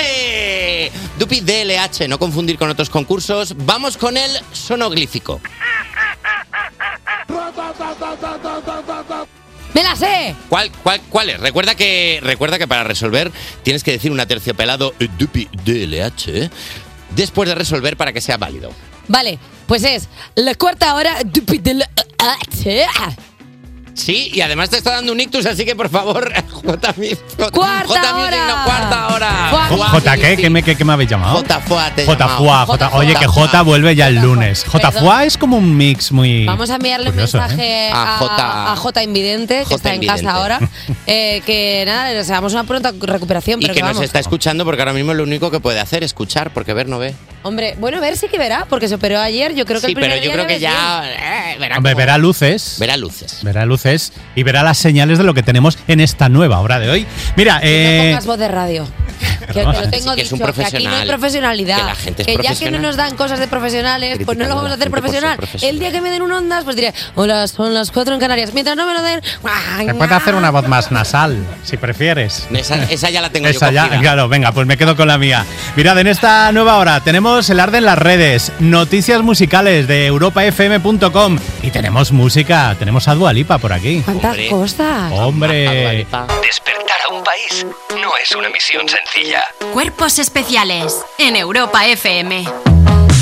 [SPEAKER 4] Dupi DLH, no confundir con otros concursos. Vamos con el sonoglífico.
[SPEAKER 3] ¡Me la sé!
[SPEAKER 4] ¿Cuál, cuál, cuál es? Recuerda que, recuerda que para resolver tienes que decir un aterciopelado dupi DLH ¿eh? después de resolver para que sea válido.
[SPEAKER 3] Vale, pues es la cuarta hora. dupi de la- ah, che.
[SPEAKER 4] Sí, y además te está dando un ictus, así que por favor, J.
[SPEAKER 3] ¡Cuarta hora!
[SPEAKER 4] ¡Cuarta hora!
[SPEAKER 14] J, ¿qué? ¿Qué me, qué, qué me habéis llamado?
[SPEAKER 4] J. Fua te he
[SPEAKER 14] J.
[SPEAKER 4] llamado.
[SPEAKER 14] Fua, J. Oye, que J vuelve ya el lunes. J.
[SPEAKER 3] Perdón.
[SPEAKER 14] Fua es como un mix muy.
[SPEAKER 3] Vamos a enviarle
[SPEAKER 14] curioso,
[SPEAKER 3] un mensaje
[SPEAKER 14] ¿eh?
[SPEAKER 3] a,
[SPEAKER 14] A Jota-
[SPEAKER 3] a Jota Invidente, que
[SPEAKER 4] Jota
[SPEAKER 3] está en
[SPEAKER 4] Invidente.
[SPEAKER 3] casa ahora. Eh, que nada, le deseamos una pronta recuperación,
[SPEAKER 4] Y
[SPEAKER 3] pero
[SPEAKER 4] que
[SPEAKER 3] vamos.
[SPEAKER 4] nos está escuchando porque ahora mismo lo único que puede hacer es escuchar, porque ver no ve.
[SPEAKER 3] Hombre, bueno, ver sí que verá, porque se operó ayer. Yo creo que
[SPEAKER 4] Sí,
[SPEAKER 3] el primer
[SPEAKER 4] pero yo
[SPEAKER 3] día
[SPEAKER 4] creo que
[SPEAKER 3] ves
[SPEAKER 4] ya, eh,
[SPEAKER 3] bien.
[SPEAKER 14] Hombre, verá luces.
[SPEAKER 4] Verá luces.
[SPEAKER 14] Verá luces y verá las señales de lo que tenemos en esta nueva hora de hoy. Mira, eh,
[SPEAKER 3] Pocas voz de radio. Que
[SPEAKER 4] No,
[SPEAKER 3] te lo tengo
[SPEAKER 4] que es
[SPEAKER 3] dicho,
[SPEAKER 4] un
[SPEAKER 3] que aquí no hay
[SPEAKER 4] profesional.
[SPEAKER 3] profesionalidad.
[SPEAKER 4] Que la gente es
[SPEAKER 3] Que ya que
[SPEAKER 4] profesional.
[SPEAKER 3] no nos dan cosas de profesionales, pues no lo vamos a hacer
[SPEAKER 4] Criticando a la gente por ser
[SPEAKER 3] profesional.
[SPEAKER 4] profesional.
[SPEAKER 3] El día que me den un ondas, pues diré, hola, son las cuatro en Canarias. Mientras no me lo den, ¡guau!
[SPEAKER 14] Te puedes hacer una voz más nasal, si prefieres.
[SPEAKER 4] Esa, esa ya la tengo
[SPEAKER 14] Esa
[SPEAKER 4] yo
[SPEAKER 14] ya,
[SPEAKER 4] cogida.
[SPEAKER 14] claro, venga, pues me quedo con la mía. Mirad, en esta nueva hora tenemos el arde en las redes, noticias musicales de europafm.com y tenemos música, tenemos a Dua Lipa por aquí.
[SPEAKER 3] ¿Cuántas cosas?
[SPEAKER 14] Hombre,
[SPEAKER 11] Despertar a un país no es una misión sencilla.
[SPEAKER 3] Cuerpos especiales en Europa FM.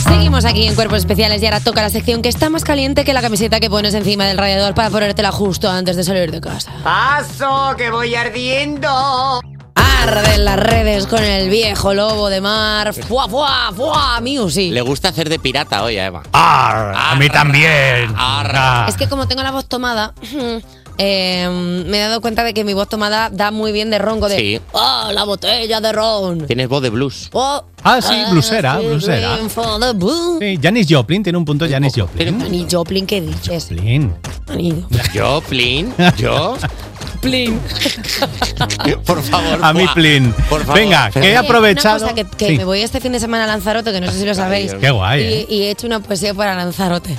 [SPEAKER 3] Seguimos aquí en Cuerpos Especiales y ahora toca la sección que está más caliente que la camiseta que pones encima del radiador para ponértela justo antes de salir de casa.
[SPEAKER 8] ¡Paso, que voy ardiendo!
[SPEAKER 3] Arden las redes con el viejo lobo de mar. ¡Fua, fua, fua! Music.
[SPEAKER 4] Le gusta hacer de pirata hoy a Eva.
[SPEAKER 14] a mí también. Ah.
[SPEAKER 4] Arr.
[SPEAKER 3] Es que como tengo la voz tomada, eh, me he dado cuenta de que mi voz tomada da muy bien de ronco de
[SPEAKER 4] Sí.
[SPEAKER 3] "Ah, la botella de ron!
[SPEAKER 4] Tienes voz de blues.
[SPEAKER 3] Oh,
[SPEAKER 14] Ah, sí,
[SPEAKER 3] ah,
[SPEAKER 14] blusera,
[SPEAKER 3] sí,
[SPEAKER 14] blusera.
[SPEAKER 3] green for the blue".
[SPEAKER 14] Sí, Janis Joplin tiene un punto Janis Joplin.
[SPEAKER 3] Ani Joplin, ¿qué dices?
[SPEAKER 14] Joplin.
[SPEAKER 3] Ani
[SPEAKER 4] Yo, Plin, yo.
[SPEAKER 3] Plin.
[SPEAKER 4] Por favor.
[SPEAKER 14] A mí,
[SPEAKER 4] buah.
[SPEAKER 14] Plin.
[SPEAKER 4] Por favor.
[SPEAKER 14] Venga, que he
[SPEAKER 3] Oye,
[SPEAKER 14] aprovechado.
[SPEAKER 3] Una cosa, que, que
[SPEAKER 14] Sí.
[SPEAKER 3] me voy este fin de semana a Lanzarote, que no sé si lo sabéis.
[SPEAKER 14] Qué guay,
[SPEAKER 3] Y,
[SPEAKER 14] ¿eh?
[SPEAKER 3] y he hecho una poesía para Lanzarote.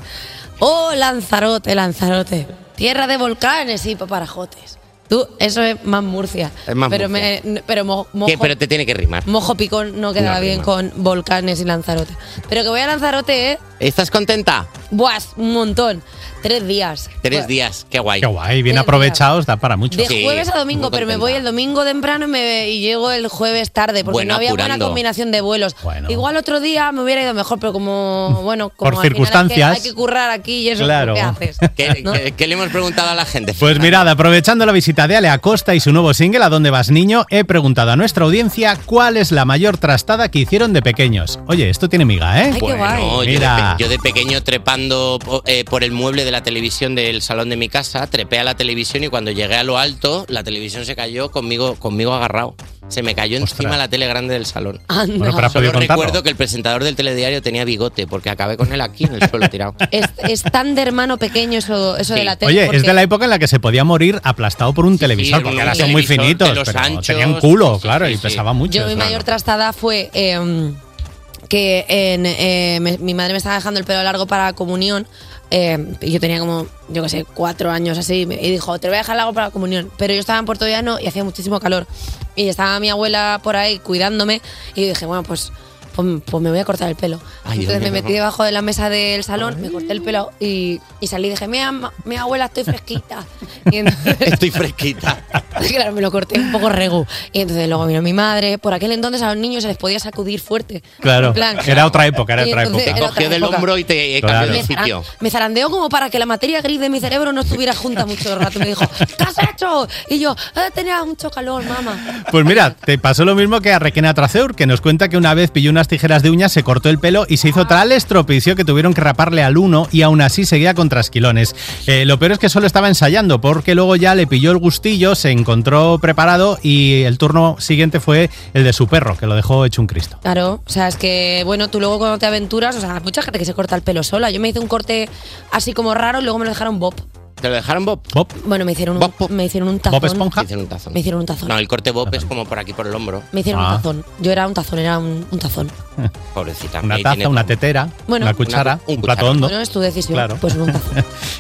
[SPEAKER 3] Oh, Lanzarote, Lanzarote. Tierra de volcanes y paparajotes. Tú, eso es más Murcia.
[SPEAKER 4] Es más
[SPEAKER 3] pero
[SPEAKER 4] Murcia.
[SPEAKER 3] Me, pero mo- mojo,
[SPEAKER 4] ¿Qué? Pero te tiene que rimar.
[SPEAKER 3] mojo picón no quedaba
[SPEAKER 4] No
[SPEAKER 3] bien
[SPEAKER 4] rima.
[SPEAKER 3] con volcanes y Lanzarote. Pero que voy a Lanzarote, ¿eh?
[SPEAKER 4] ¿Estás contenta?
[SPEAKER 3] Buas, un montón. Tres días.
[SPEAKER 4] Tres días. Qué guay.
[SPEAKER 14] Qué guay, bien aprovechados, da para mucho.
[SPEAKER 3] De jueves a domingo,
[SPEAKER 4] muy
[SPEAKER 3] pero me voy el domingo temprano y, me, y llego el jueves tarde, porque
[SPEAKER 14] Bueno,
[SPEAKER 3] no había buena
[SPEAKER 14] apurando.
[SPEAKER 3] combinación de vuelos. Igual otro día me hubiera ido mejor, pero como, bueno, como al
[SPEAKER 14] Por
[SPEAKER 3] final hay que-
[SPEAKER 14] circunstancias.
[SPEAKER 3] Hay que, currar aquí y eso
[SPEAKER 14] Claro.
[SPEAKER 3] ¿qué haces?
[SPEAKER 4] ¿Qué, qué- qué le hemos preguntado a la gente?
[SPEAKER 14] Pues mirad, aprovechando la visita de Ale Acosta y su nuevo single ¿A dónde vas niño? He preguntado a nuestra audiencia cuál es la mayor trastada que hicieron de pequeños. Oye, esto tiene miga, ¿eh?
[SPEAKER 4] Bueno, yo de,
[SPEAKER 14] Mira.
[SPEAKER 4] pe- yo de pequeño trepando po- eh, por el mueble de la televisión del salón de mi casa, trepé a la televisión y cuando llegué a lo alto, la televisión se cayó conmigo, conmigo agarrado. Se me cayó encima la tele grande del salón.
[SPEAKER 3] Anda.
[SPEAKER 14] Bueno, pero has
[SPEAKER 4] Solo
[SPEAKER 14] podido contarlo.
[SPEAKER 4] recuerdo que el presentador del telediario tenía bigote porque acabé con él aquí en el suelo tirado.
[SPEAKER 3] Es, es tan de hermano pequeño eso, eso de la tele.
[SPEAKER 14] Oye, es
[SPEAKER 3] porque-
[SPEAKER 14] de la época en la que se podía morir aplastado por un televisor,
[SPEAKER 4] un
[SPEAKER 14] porque ahora son muy
[SPEAKER 4] televisor de
[SPEAKER 14] finitos,
[SPEAKER 4] los
[SPEAKER 14] pero
[SPEAKER 4] anchos,
[SPEAKER 14] tenían culo, claro, y pesaba mucho.
[SPEAKER 3] Yo mi
[SPEAKER 14] claro.
[SPEAKER 3] mayor trastada fue eh, que en, eh, me- mi madre me estaba dejando el pelo largo para comunión. eh, y yo tenía como, yo qué sé, cuatro años así. me- Y dijo, te lo voy a dejar largo para la comunión. Pero yo estaba en Puerto Llano y hacía muchísimo calor. Y estaba mi abuela por ahí cuidándome. Y dije, bueno, pues, pues, pues me voy a cortar el pelo.
[SPEAKER 15] Ay, Dios
[SPEAKER 3] Entonces me
[SPEAKER 15] mío.
[SPEAKER 3] metí debajo de la mesa del salón, me corté el pelo y, y salí. Dije, mi, ama- mi abuela, estoy fresquita. Y entonces-
[SPEAKER 4] Estoy fresquita.
[SPEAKER 3] Claro, me lo corté un poco regu. Y entonces luego vino mi madre. Por aquel entonces a los niños se les podía sacudir fuerte.
[SPEAKER 14] Claro,
[SPEAKER 3] En plan-
[SPEAKER 14] era otra época, era
[SPEAKER 3] Y
[SPEAKER 14] otra
[SPEAKER 3] entonces
[SPEAKER 14] época.
[SPEAKER 3] era otra
[SPEAKER 4] Cogió del
[SPEAKER 3] época. Ah.
[SPEAKER 4] hombro y te eh,
[SPEAKER 14] Claro.
[SPEAKER 4] cambió de
[SPEAKER 3] Me, zaran-
[SPEAKER 4] sitio.
[SPEAKER 3] me zarandeó como para que la materia gris de mi cerebro no estuviera junta mucho rato. Me dijo, ¿qué has hecho? Y yo, "Ah, tenía mucho calor, mamá.
[SPEAKER 14] Pues mira, te pasó lo mismo que a Requena Traceur, que nos cuenta que una vez pilló unas tijeras de uñas, se cortó el pelo y se hizo tal estropicio que tuvieron que raparle al uno y aún así seguía con trasquilones. Eh, lo peor es que solo estaba ensayando, porque luego ya le pilló el gustillo, se encontró preparado y el turno siguiente fue el de su perro, que lo dejó hecho un Cristo.
[SPEAKER 3] Claro, o sea, es que, bueno, tú luego cuando te aventuras, o sea, hay mucha gente que se corta el pelo sola. Yo me hice un corte así como raro y luego me lo dejaron bob.
[SPEAKER 4] ¿Te lo dejaron Bob?
[SPEAKER 14] Bob.
[SPEAKER 3] Bueno, me hicieron un, me hicieron un tazón.
[SPEAKER 4] Me hicieron un tazón.
[SPEAKER 3] Me hicieron un tazón.
[SPEAKER 4] No, el corte Bob es como por aquí, por el hombro.
[SPEAKER 3] Me hicieron
[SPEAKER 14] Ah.
[SPEAKER 3] un tazón. Yo era un tazón, era un- un tazón.
[SPEAKER 4] Pobrecita.
[SPEAKER 14] Una
[SPEAKER 4] ahí
[SPEAKER 14] taza,
[SPEAKER 4] tiene
[SPEAKER 14] una
[SPEAKER 4] todo.
[SPEAKER 14] tetera,
[SPEAKER 3] Bueno.
[SPEAKER 14] una cuchara,
[SPEAKER 4] Una-
[SPEAKER 14] un, plato hondo.
[SPEAKER 3] Bueno, es tu decisión.
[SPEAKER 14] Claro.
[SPEAKER 3] Pues nunca.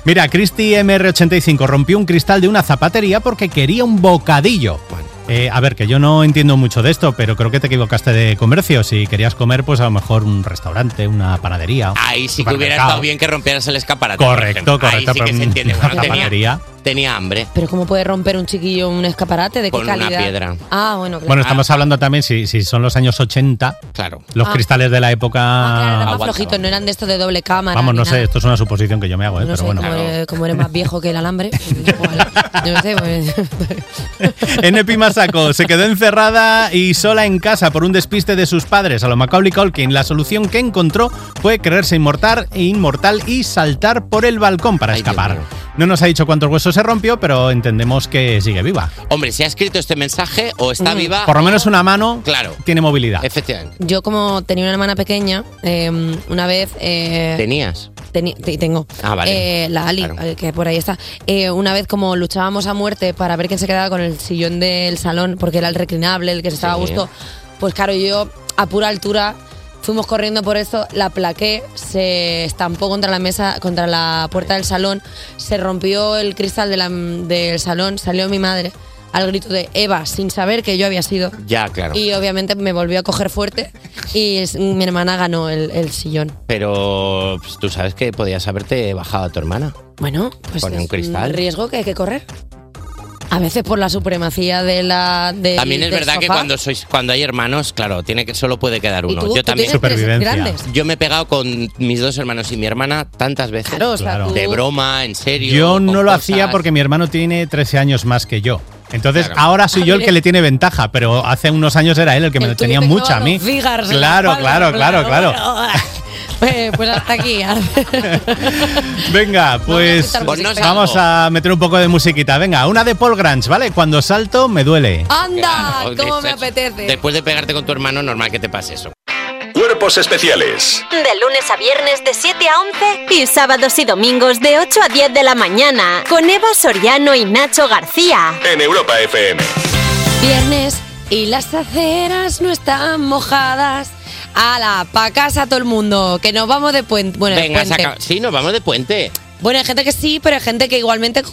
[SPEAKER 14] Mira, Christy MR85 rompió un cristal de una zapatería porque quería un bocadillo. Eh, a ver, que yo no entiendo mucho de esto, pero creo que te equivocaste de comercio. Si querías comer, pues a lo mejor un restaurante, una panadería.
[SPEAKER 4] Ahí sí que hubiera
[SPEAKER 14] Supermercado.
[SPEAKER 4] estado bien que rompieras el escaparate.
[SPEAKER 14] Correcto,
[SPEAKER 4] por ejemplo.
[SPEAKER 14] correcto,
[SPEAKER 4] Ahí sí que
[SPEAKER 14] pero
[SPEAKER 4] se entiende.
[SPEAKER 14] una
[SPEAKER 4] Bueno, tenía,
[SPEAKER 14] tapadería.
[SPEAKER 4] tenía hambre.
[SPEAKER 3] Pero ¿cómo puede romper un chiquillo un escaparate? ¿De qué
[SPEAKER 4] Con una
[SPEAKER 3] calidad?
[SPEAKER 4] piedra.
[SPEAKER 3] Ah, bueno, claro.
[SPEAKER 14] Bueno, estamos hablando también, si, si son los años 80,
[SPEAKER 4] claro.
[SPEAKER 14] los
[SPEAKER 3] Ah.
[SPEAKER 14] cristales de la época...
[SPEAKER 3] Era más flojito, no eran de estos de doble cámara.
[SPEAKER 14] Vamos,
[SPEAKER 3] ni
[SPEAKER 14] no
[SPEAKER 3] nada.
[SPEAKER 14] sé, esto es una suposición que yo me hago, eh,
[SPEAKER 3] No
[SPEAKER 14] pero
[SPEAKER 3] sé,
[SPEAKER 14] bueno.
[SPEAKER 3] como, eres, como eres más viejo que el alambre. pues, igual. Yo no sé, pues,
[SPEAKER 14] En Epimasaco se quedó encerrada y sola en casa por un despiste de sus padres a lo Macaulay Culkin. La solución que encontró fue creerse inmortal e inmortal y saltar por el balcón para escapar. No nos ha dicho cuántos huesos se rompió, pero entendemos que sigue viva.
[SPEAKER 4] Hombre, si ha escrito este mensaje o está
[SPEAKER 3] Mm.
[SPEAKER 4] viva.
[SPEAKER 14] Por lo menos una mano
[SPEAKER 4] Ah. Claro.
[SPEAKER 14] tiene movilidad.
[SPEAKER 4] Efectivamente.
[SPEAKER 3] yo como tenía una hermana pequeña, eh, una vez... eh,
[SPEAKER 4] Tenías.
[SPEAKER 3] teni- te- tengo.
[SPEAKER 4] Ah, vale.
[SPEAKER 3] Eh, la Ali, eh, que por ahí está. Eh, una vez como luchábamos a muerte para ver quién se quedaba con el sillón del salón, porque era el reclinable, el que se estaba a
[SPEAKER 4] Sí.
[SPEAKER 3] gusto, Pues claro, yo a pura altura fuimos corriendo por eso, la plaqué, se estampó contra la mesa, contra la puerta del salón, se rompió el cristal de la- del salón, salió mi madre al grito de Eva sin saber que yo había sido.
[SPEAKER 4] Ya, claro.
[SPEAKER 3] Y obviamente me volvió a coger fuerte y es- mi hermana ganó el, el sillón.
[SPEAKER 4] Pero pues, tú sabes que podías haberte bajado a tu hermana.
[SPEAKER 3] Bueno, pues
[SPEAKER 4] Con
[SPEAKER 3] es
[SPEAKER 4] un cristal.
[SPEAKER 3] riesgo que hay que correr. A veces por la supremacía de la. de-
[SPEAKER 4] También es
[SPEAKER 3] del
[SPEAKER 4] verdad que
[SPEAKER 3] sofá.
[SPEAKER 4] cuando sois cuando hay hermanos, claro, tiene que solo puede quedar uno.
[SPEAKER 3] tú?
[SPEAKER 4] Yo
[SPEAKER 3] ¿Tú
[SPEAKER 4] también
[SPEAKER 3] tienes tres Supervivencia. grandes?
[SPEAKER 4] Yo me he pegado con mis dos hermanos y mi hermana tantas veces.
[SPEAKER 3] Claro, o sea, Claro. tú-
[SPEAKER 4] De broma, en serio.
[SPEAKER 14] Yo
[SPEAKER 4] con
[SPEAKER 14] no lo
[SPEAKER 4] cosas.
[SPEAKER 14] hacía porque mi hermano tiene 13 años más que yo. Entonces,
[SPEAKER 4] Claro.
[SPEAKER 14] ahora soy
[SPEAKER 4] Ah,
[SPEAKER 14] yo el
[SPEAKER 4] mire.
[SPEAKER 14] que le tiene ventaja, pero hace unos años era él el que me lo tenía mucha a mí.
[SPEAKER 3] Figars en la
[SPEAKER 14] Claro,
[SPEAKER 3] espalda,
[SPEAKER 14] claro, claro, claro.
[SPEAKER 3] Eh, pues hasta aquí.
[SPEAKER 14] Venga, pues
[SPEAKER 3] quitar Ponnos música.
[SPEAKER 14] vamos a meter un poco de musiquita. Venga, una de Paul Grange, ¿vale? Cuando salto me duele.
[SPEAKER 4] Ah,
[SPEAKER 3] ¡Anda!
[SPEAKER 4] Claro,
[SPEAKER 3] ¿Cómo me
[SPEAKER 4] eso es-
[SPEAKER 3] apetece?
[SPEAKER 4] Después de pegarte con tu hermano, normal que te pase eso.
[SPEAKER 6] Cuerpos especiales
[SPEAKER 2] De lunes a viernes de 7 a 11 y sábados y domingos de 8 a 10 de la mañana con Eva Soriano y Nacho García.
[SPEAKER 6] en Europa FM.
[SPEAKER 3] Viernes y las aceras no están mojadas. ¡Hala! Pa' casa todo el mundo, que nos vamos de puente. Bueno, de
[SPEAKER 4] Venga,
[SPEAKER 3] puente.
[SPEAKER 4] saca- sí, nos vamos de puente.
[SPEAKER 3] Bueno, hay gente que sí, pero hay gente que igualmente.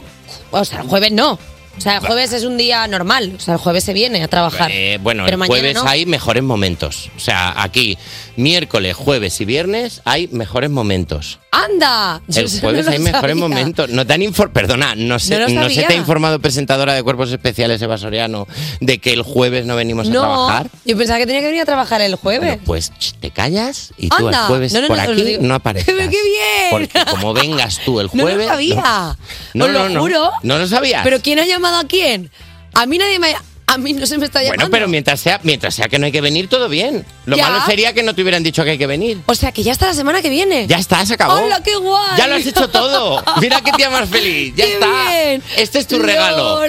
[SPEAKER 3] O sea, el jueves no. O sea, el jueves es un día normal. O sea, el jueves se viene a trabajar.
[SPEAKER 4] Eh, bueno,
[SPEAKER 3] Pero
[SPEAKER 4] el
[SPEAKER 3] mañana
[SPEAKER 4] jueves
[SPEAKER 3] no.
[SPEAKER 4] hay mejores momentos. O sea, aquí, miércoles, jueves y viernes hay mejores momentos.
[SPEAKER 3] ¡Anda! Yo
[SPEAKER 4] El
[SPEAKER 3] eso
[SPEAKER 4] jueves
[SPEAKER 3] no lo
[SPEAKER 4] hay mejores
[SPEAKER 3] sabía.
[SPEAKER 4] momentos. No te han infor- Perdona, no se,
[SPEAKER 3] No lo
[SPEAKER 4] no, se
[SPEAKER 3] sabía.
[SPEAKER 4] te ha informado, presentadora de Cuerpos Especiales, Eva Soriano, de que el jueves no venimos a
[SPEAKER 3] No,
[SPEAKER 4] trabajar.
[SPEAKER 3] yo pensaba que tenía que venir a trabajar el jueves.
[SPEAKER 4] Pues ch, te callas y tú
[SPEAKER 3] Anda.
[SPEAKER 4] el jueves
[SPEAKER 3] No, no,
[SPEAKER 4] por
[SPEAKER 3] no, os lo
[SPEAKER 4] aquí
[SPEAKER 3] digo.
[SPEAKER 4] no apareces.
[SPEAKER 3] ¡Qué bien!
[SPEAKER 4] Porque como vengas tú el
[SPEAKER 3] No
[SPEAKER 4] jueves.
[SPEAKER 3] lo sabía.
[SPEAKER 4] No,
[SPEAKER 3] Os lo
[SPEAKER 4] no, no.
[SPEAKER 3] juro.
[SPEAKER 4] No lo sabías.
[SPEAKER 3] ¿Pero quién ha llamado a quién? A mí nadie me ha... A mí no se me está llamando.
[SPEAKER 4] Bueno, pero mientras sea, mientras sea que no hay que venir, todo bien. Lo
[SPEAKER 3] Ya.
[SPEAKER 4] malo sería que no te hubieran dicho que hay que venir.
[SPEAKER 3] O sea, que ya está la semana que viene.
[SPEAKER 4] Ya está, se acabó.
[SPEAKER 3] ¡Hola, qué guay!
[SPEAKER 4] Ya lo has hecho todo. Mira qué día más feliz. Ya
[SPEAKER 3] ¡Qué
[SPEAKER 4] está.
[SPEAKER 3] bien!
[SPEAKER 4] Este es tu regalo.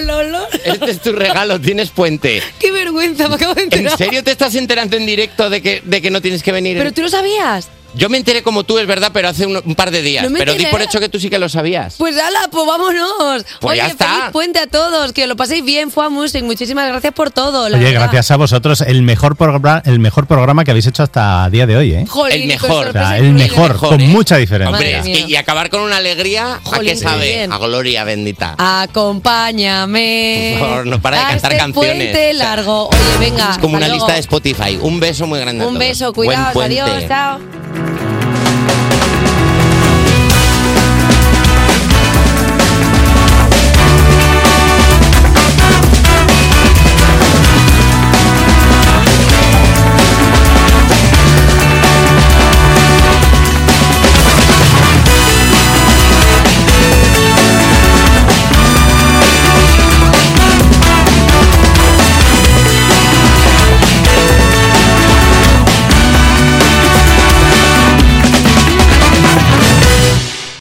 [SPEAKER 3] No, no, no.
[SPEAKER 4] Este es tu regalo, tienes puente.
[SPEAKER 3] ¡Qué vergüenza! Me acabo de
[SPEAKER 4] ¿En
[SPEAKER 3] enterar.
[SPEAKER 4] serio te estás enterando en directo de que, de que no tienes que venir?
[SPEAKER 3] ¿Pero tú lo sabías?
[SPEAKER 4] Yo me enteré como tú, es verdad, pero hace un, un par de días.
[SPEAKER 3] No me
[SPEAKER 4] pero di
[SPEAKER 3] enteré.
[SPEAKER 4] por hecho que tú sí que lo sabías.
[SPEAKER 3] Pues ala, pues vámonos.
[SPEAKER 4] Pues
[SPEAKER 3] Oye,
[SPEAKER 4] ya está.
[SPEAKER 3] feliz puente a todos. Que lo paséis bien, Fua Music. Muchísimas gracias por todo. la
[SPEAKER 14] Oye,
[SPEAKER 3] verdad.
[SPEAKER 14] gracias a vosotros, el mejor, programa, el mejor programa que habéis hecho hasta día de hoy, ¿eh?
[SPEAKER 3] Jolín, pues,
[SPEAKER 4] El mejor.
[SPEAKER 14] O sea, el mejor, con mucha diferencia.
[SPEAKER 4] Hombre, es que- y acabar con una alegría,
[SPEAKER 3] Jolín,
[SPEAKER 4] ¿a qué
[SPEAKER 3] qué
[SPEAKER 4] sabe?
[SPEAKER 3] bien. Ah,
[SPEAKER 4] A gloria bendita.
[SPEAKER 3] Acompáñame.
[SPEAKER 4] Por favor, no para de
[SPEAKER 3] a
[SPEAKER 4] cantar
[SPEAKER 3] este
[SPEAKER 4] canciones.
[SPEAKER 3] puente largo. Oye, venga.
[SPEAKER 4] Es como
[SPEAKER 3] hasta
[SPEAKER 4] una
[SPEAKER 3] luego.
[SPEAKER 4] lista de Spotify. Un beso muy grande. a
[SPEAKER 3] Un
[SPEAKER 4] todos.
[SPEAKER 3] beso,
[SPEAKER 4] Buen
[SPEAKER 3] cuidaos,
[SPEAKER 4] puente.
[SPEAKER 3] adiós, chao.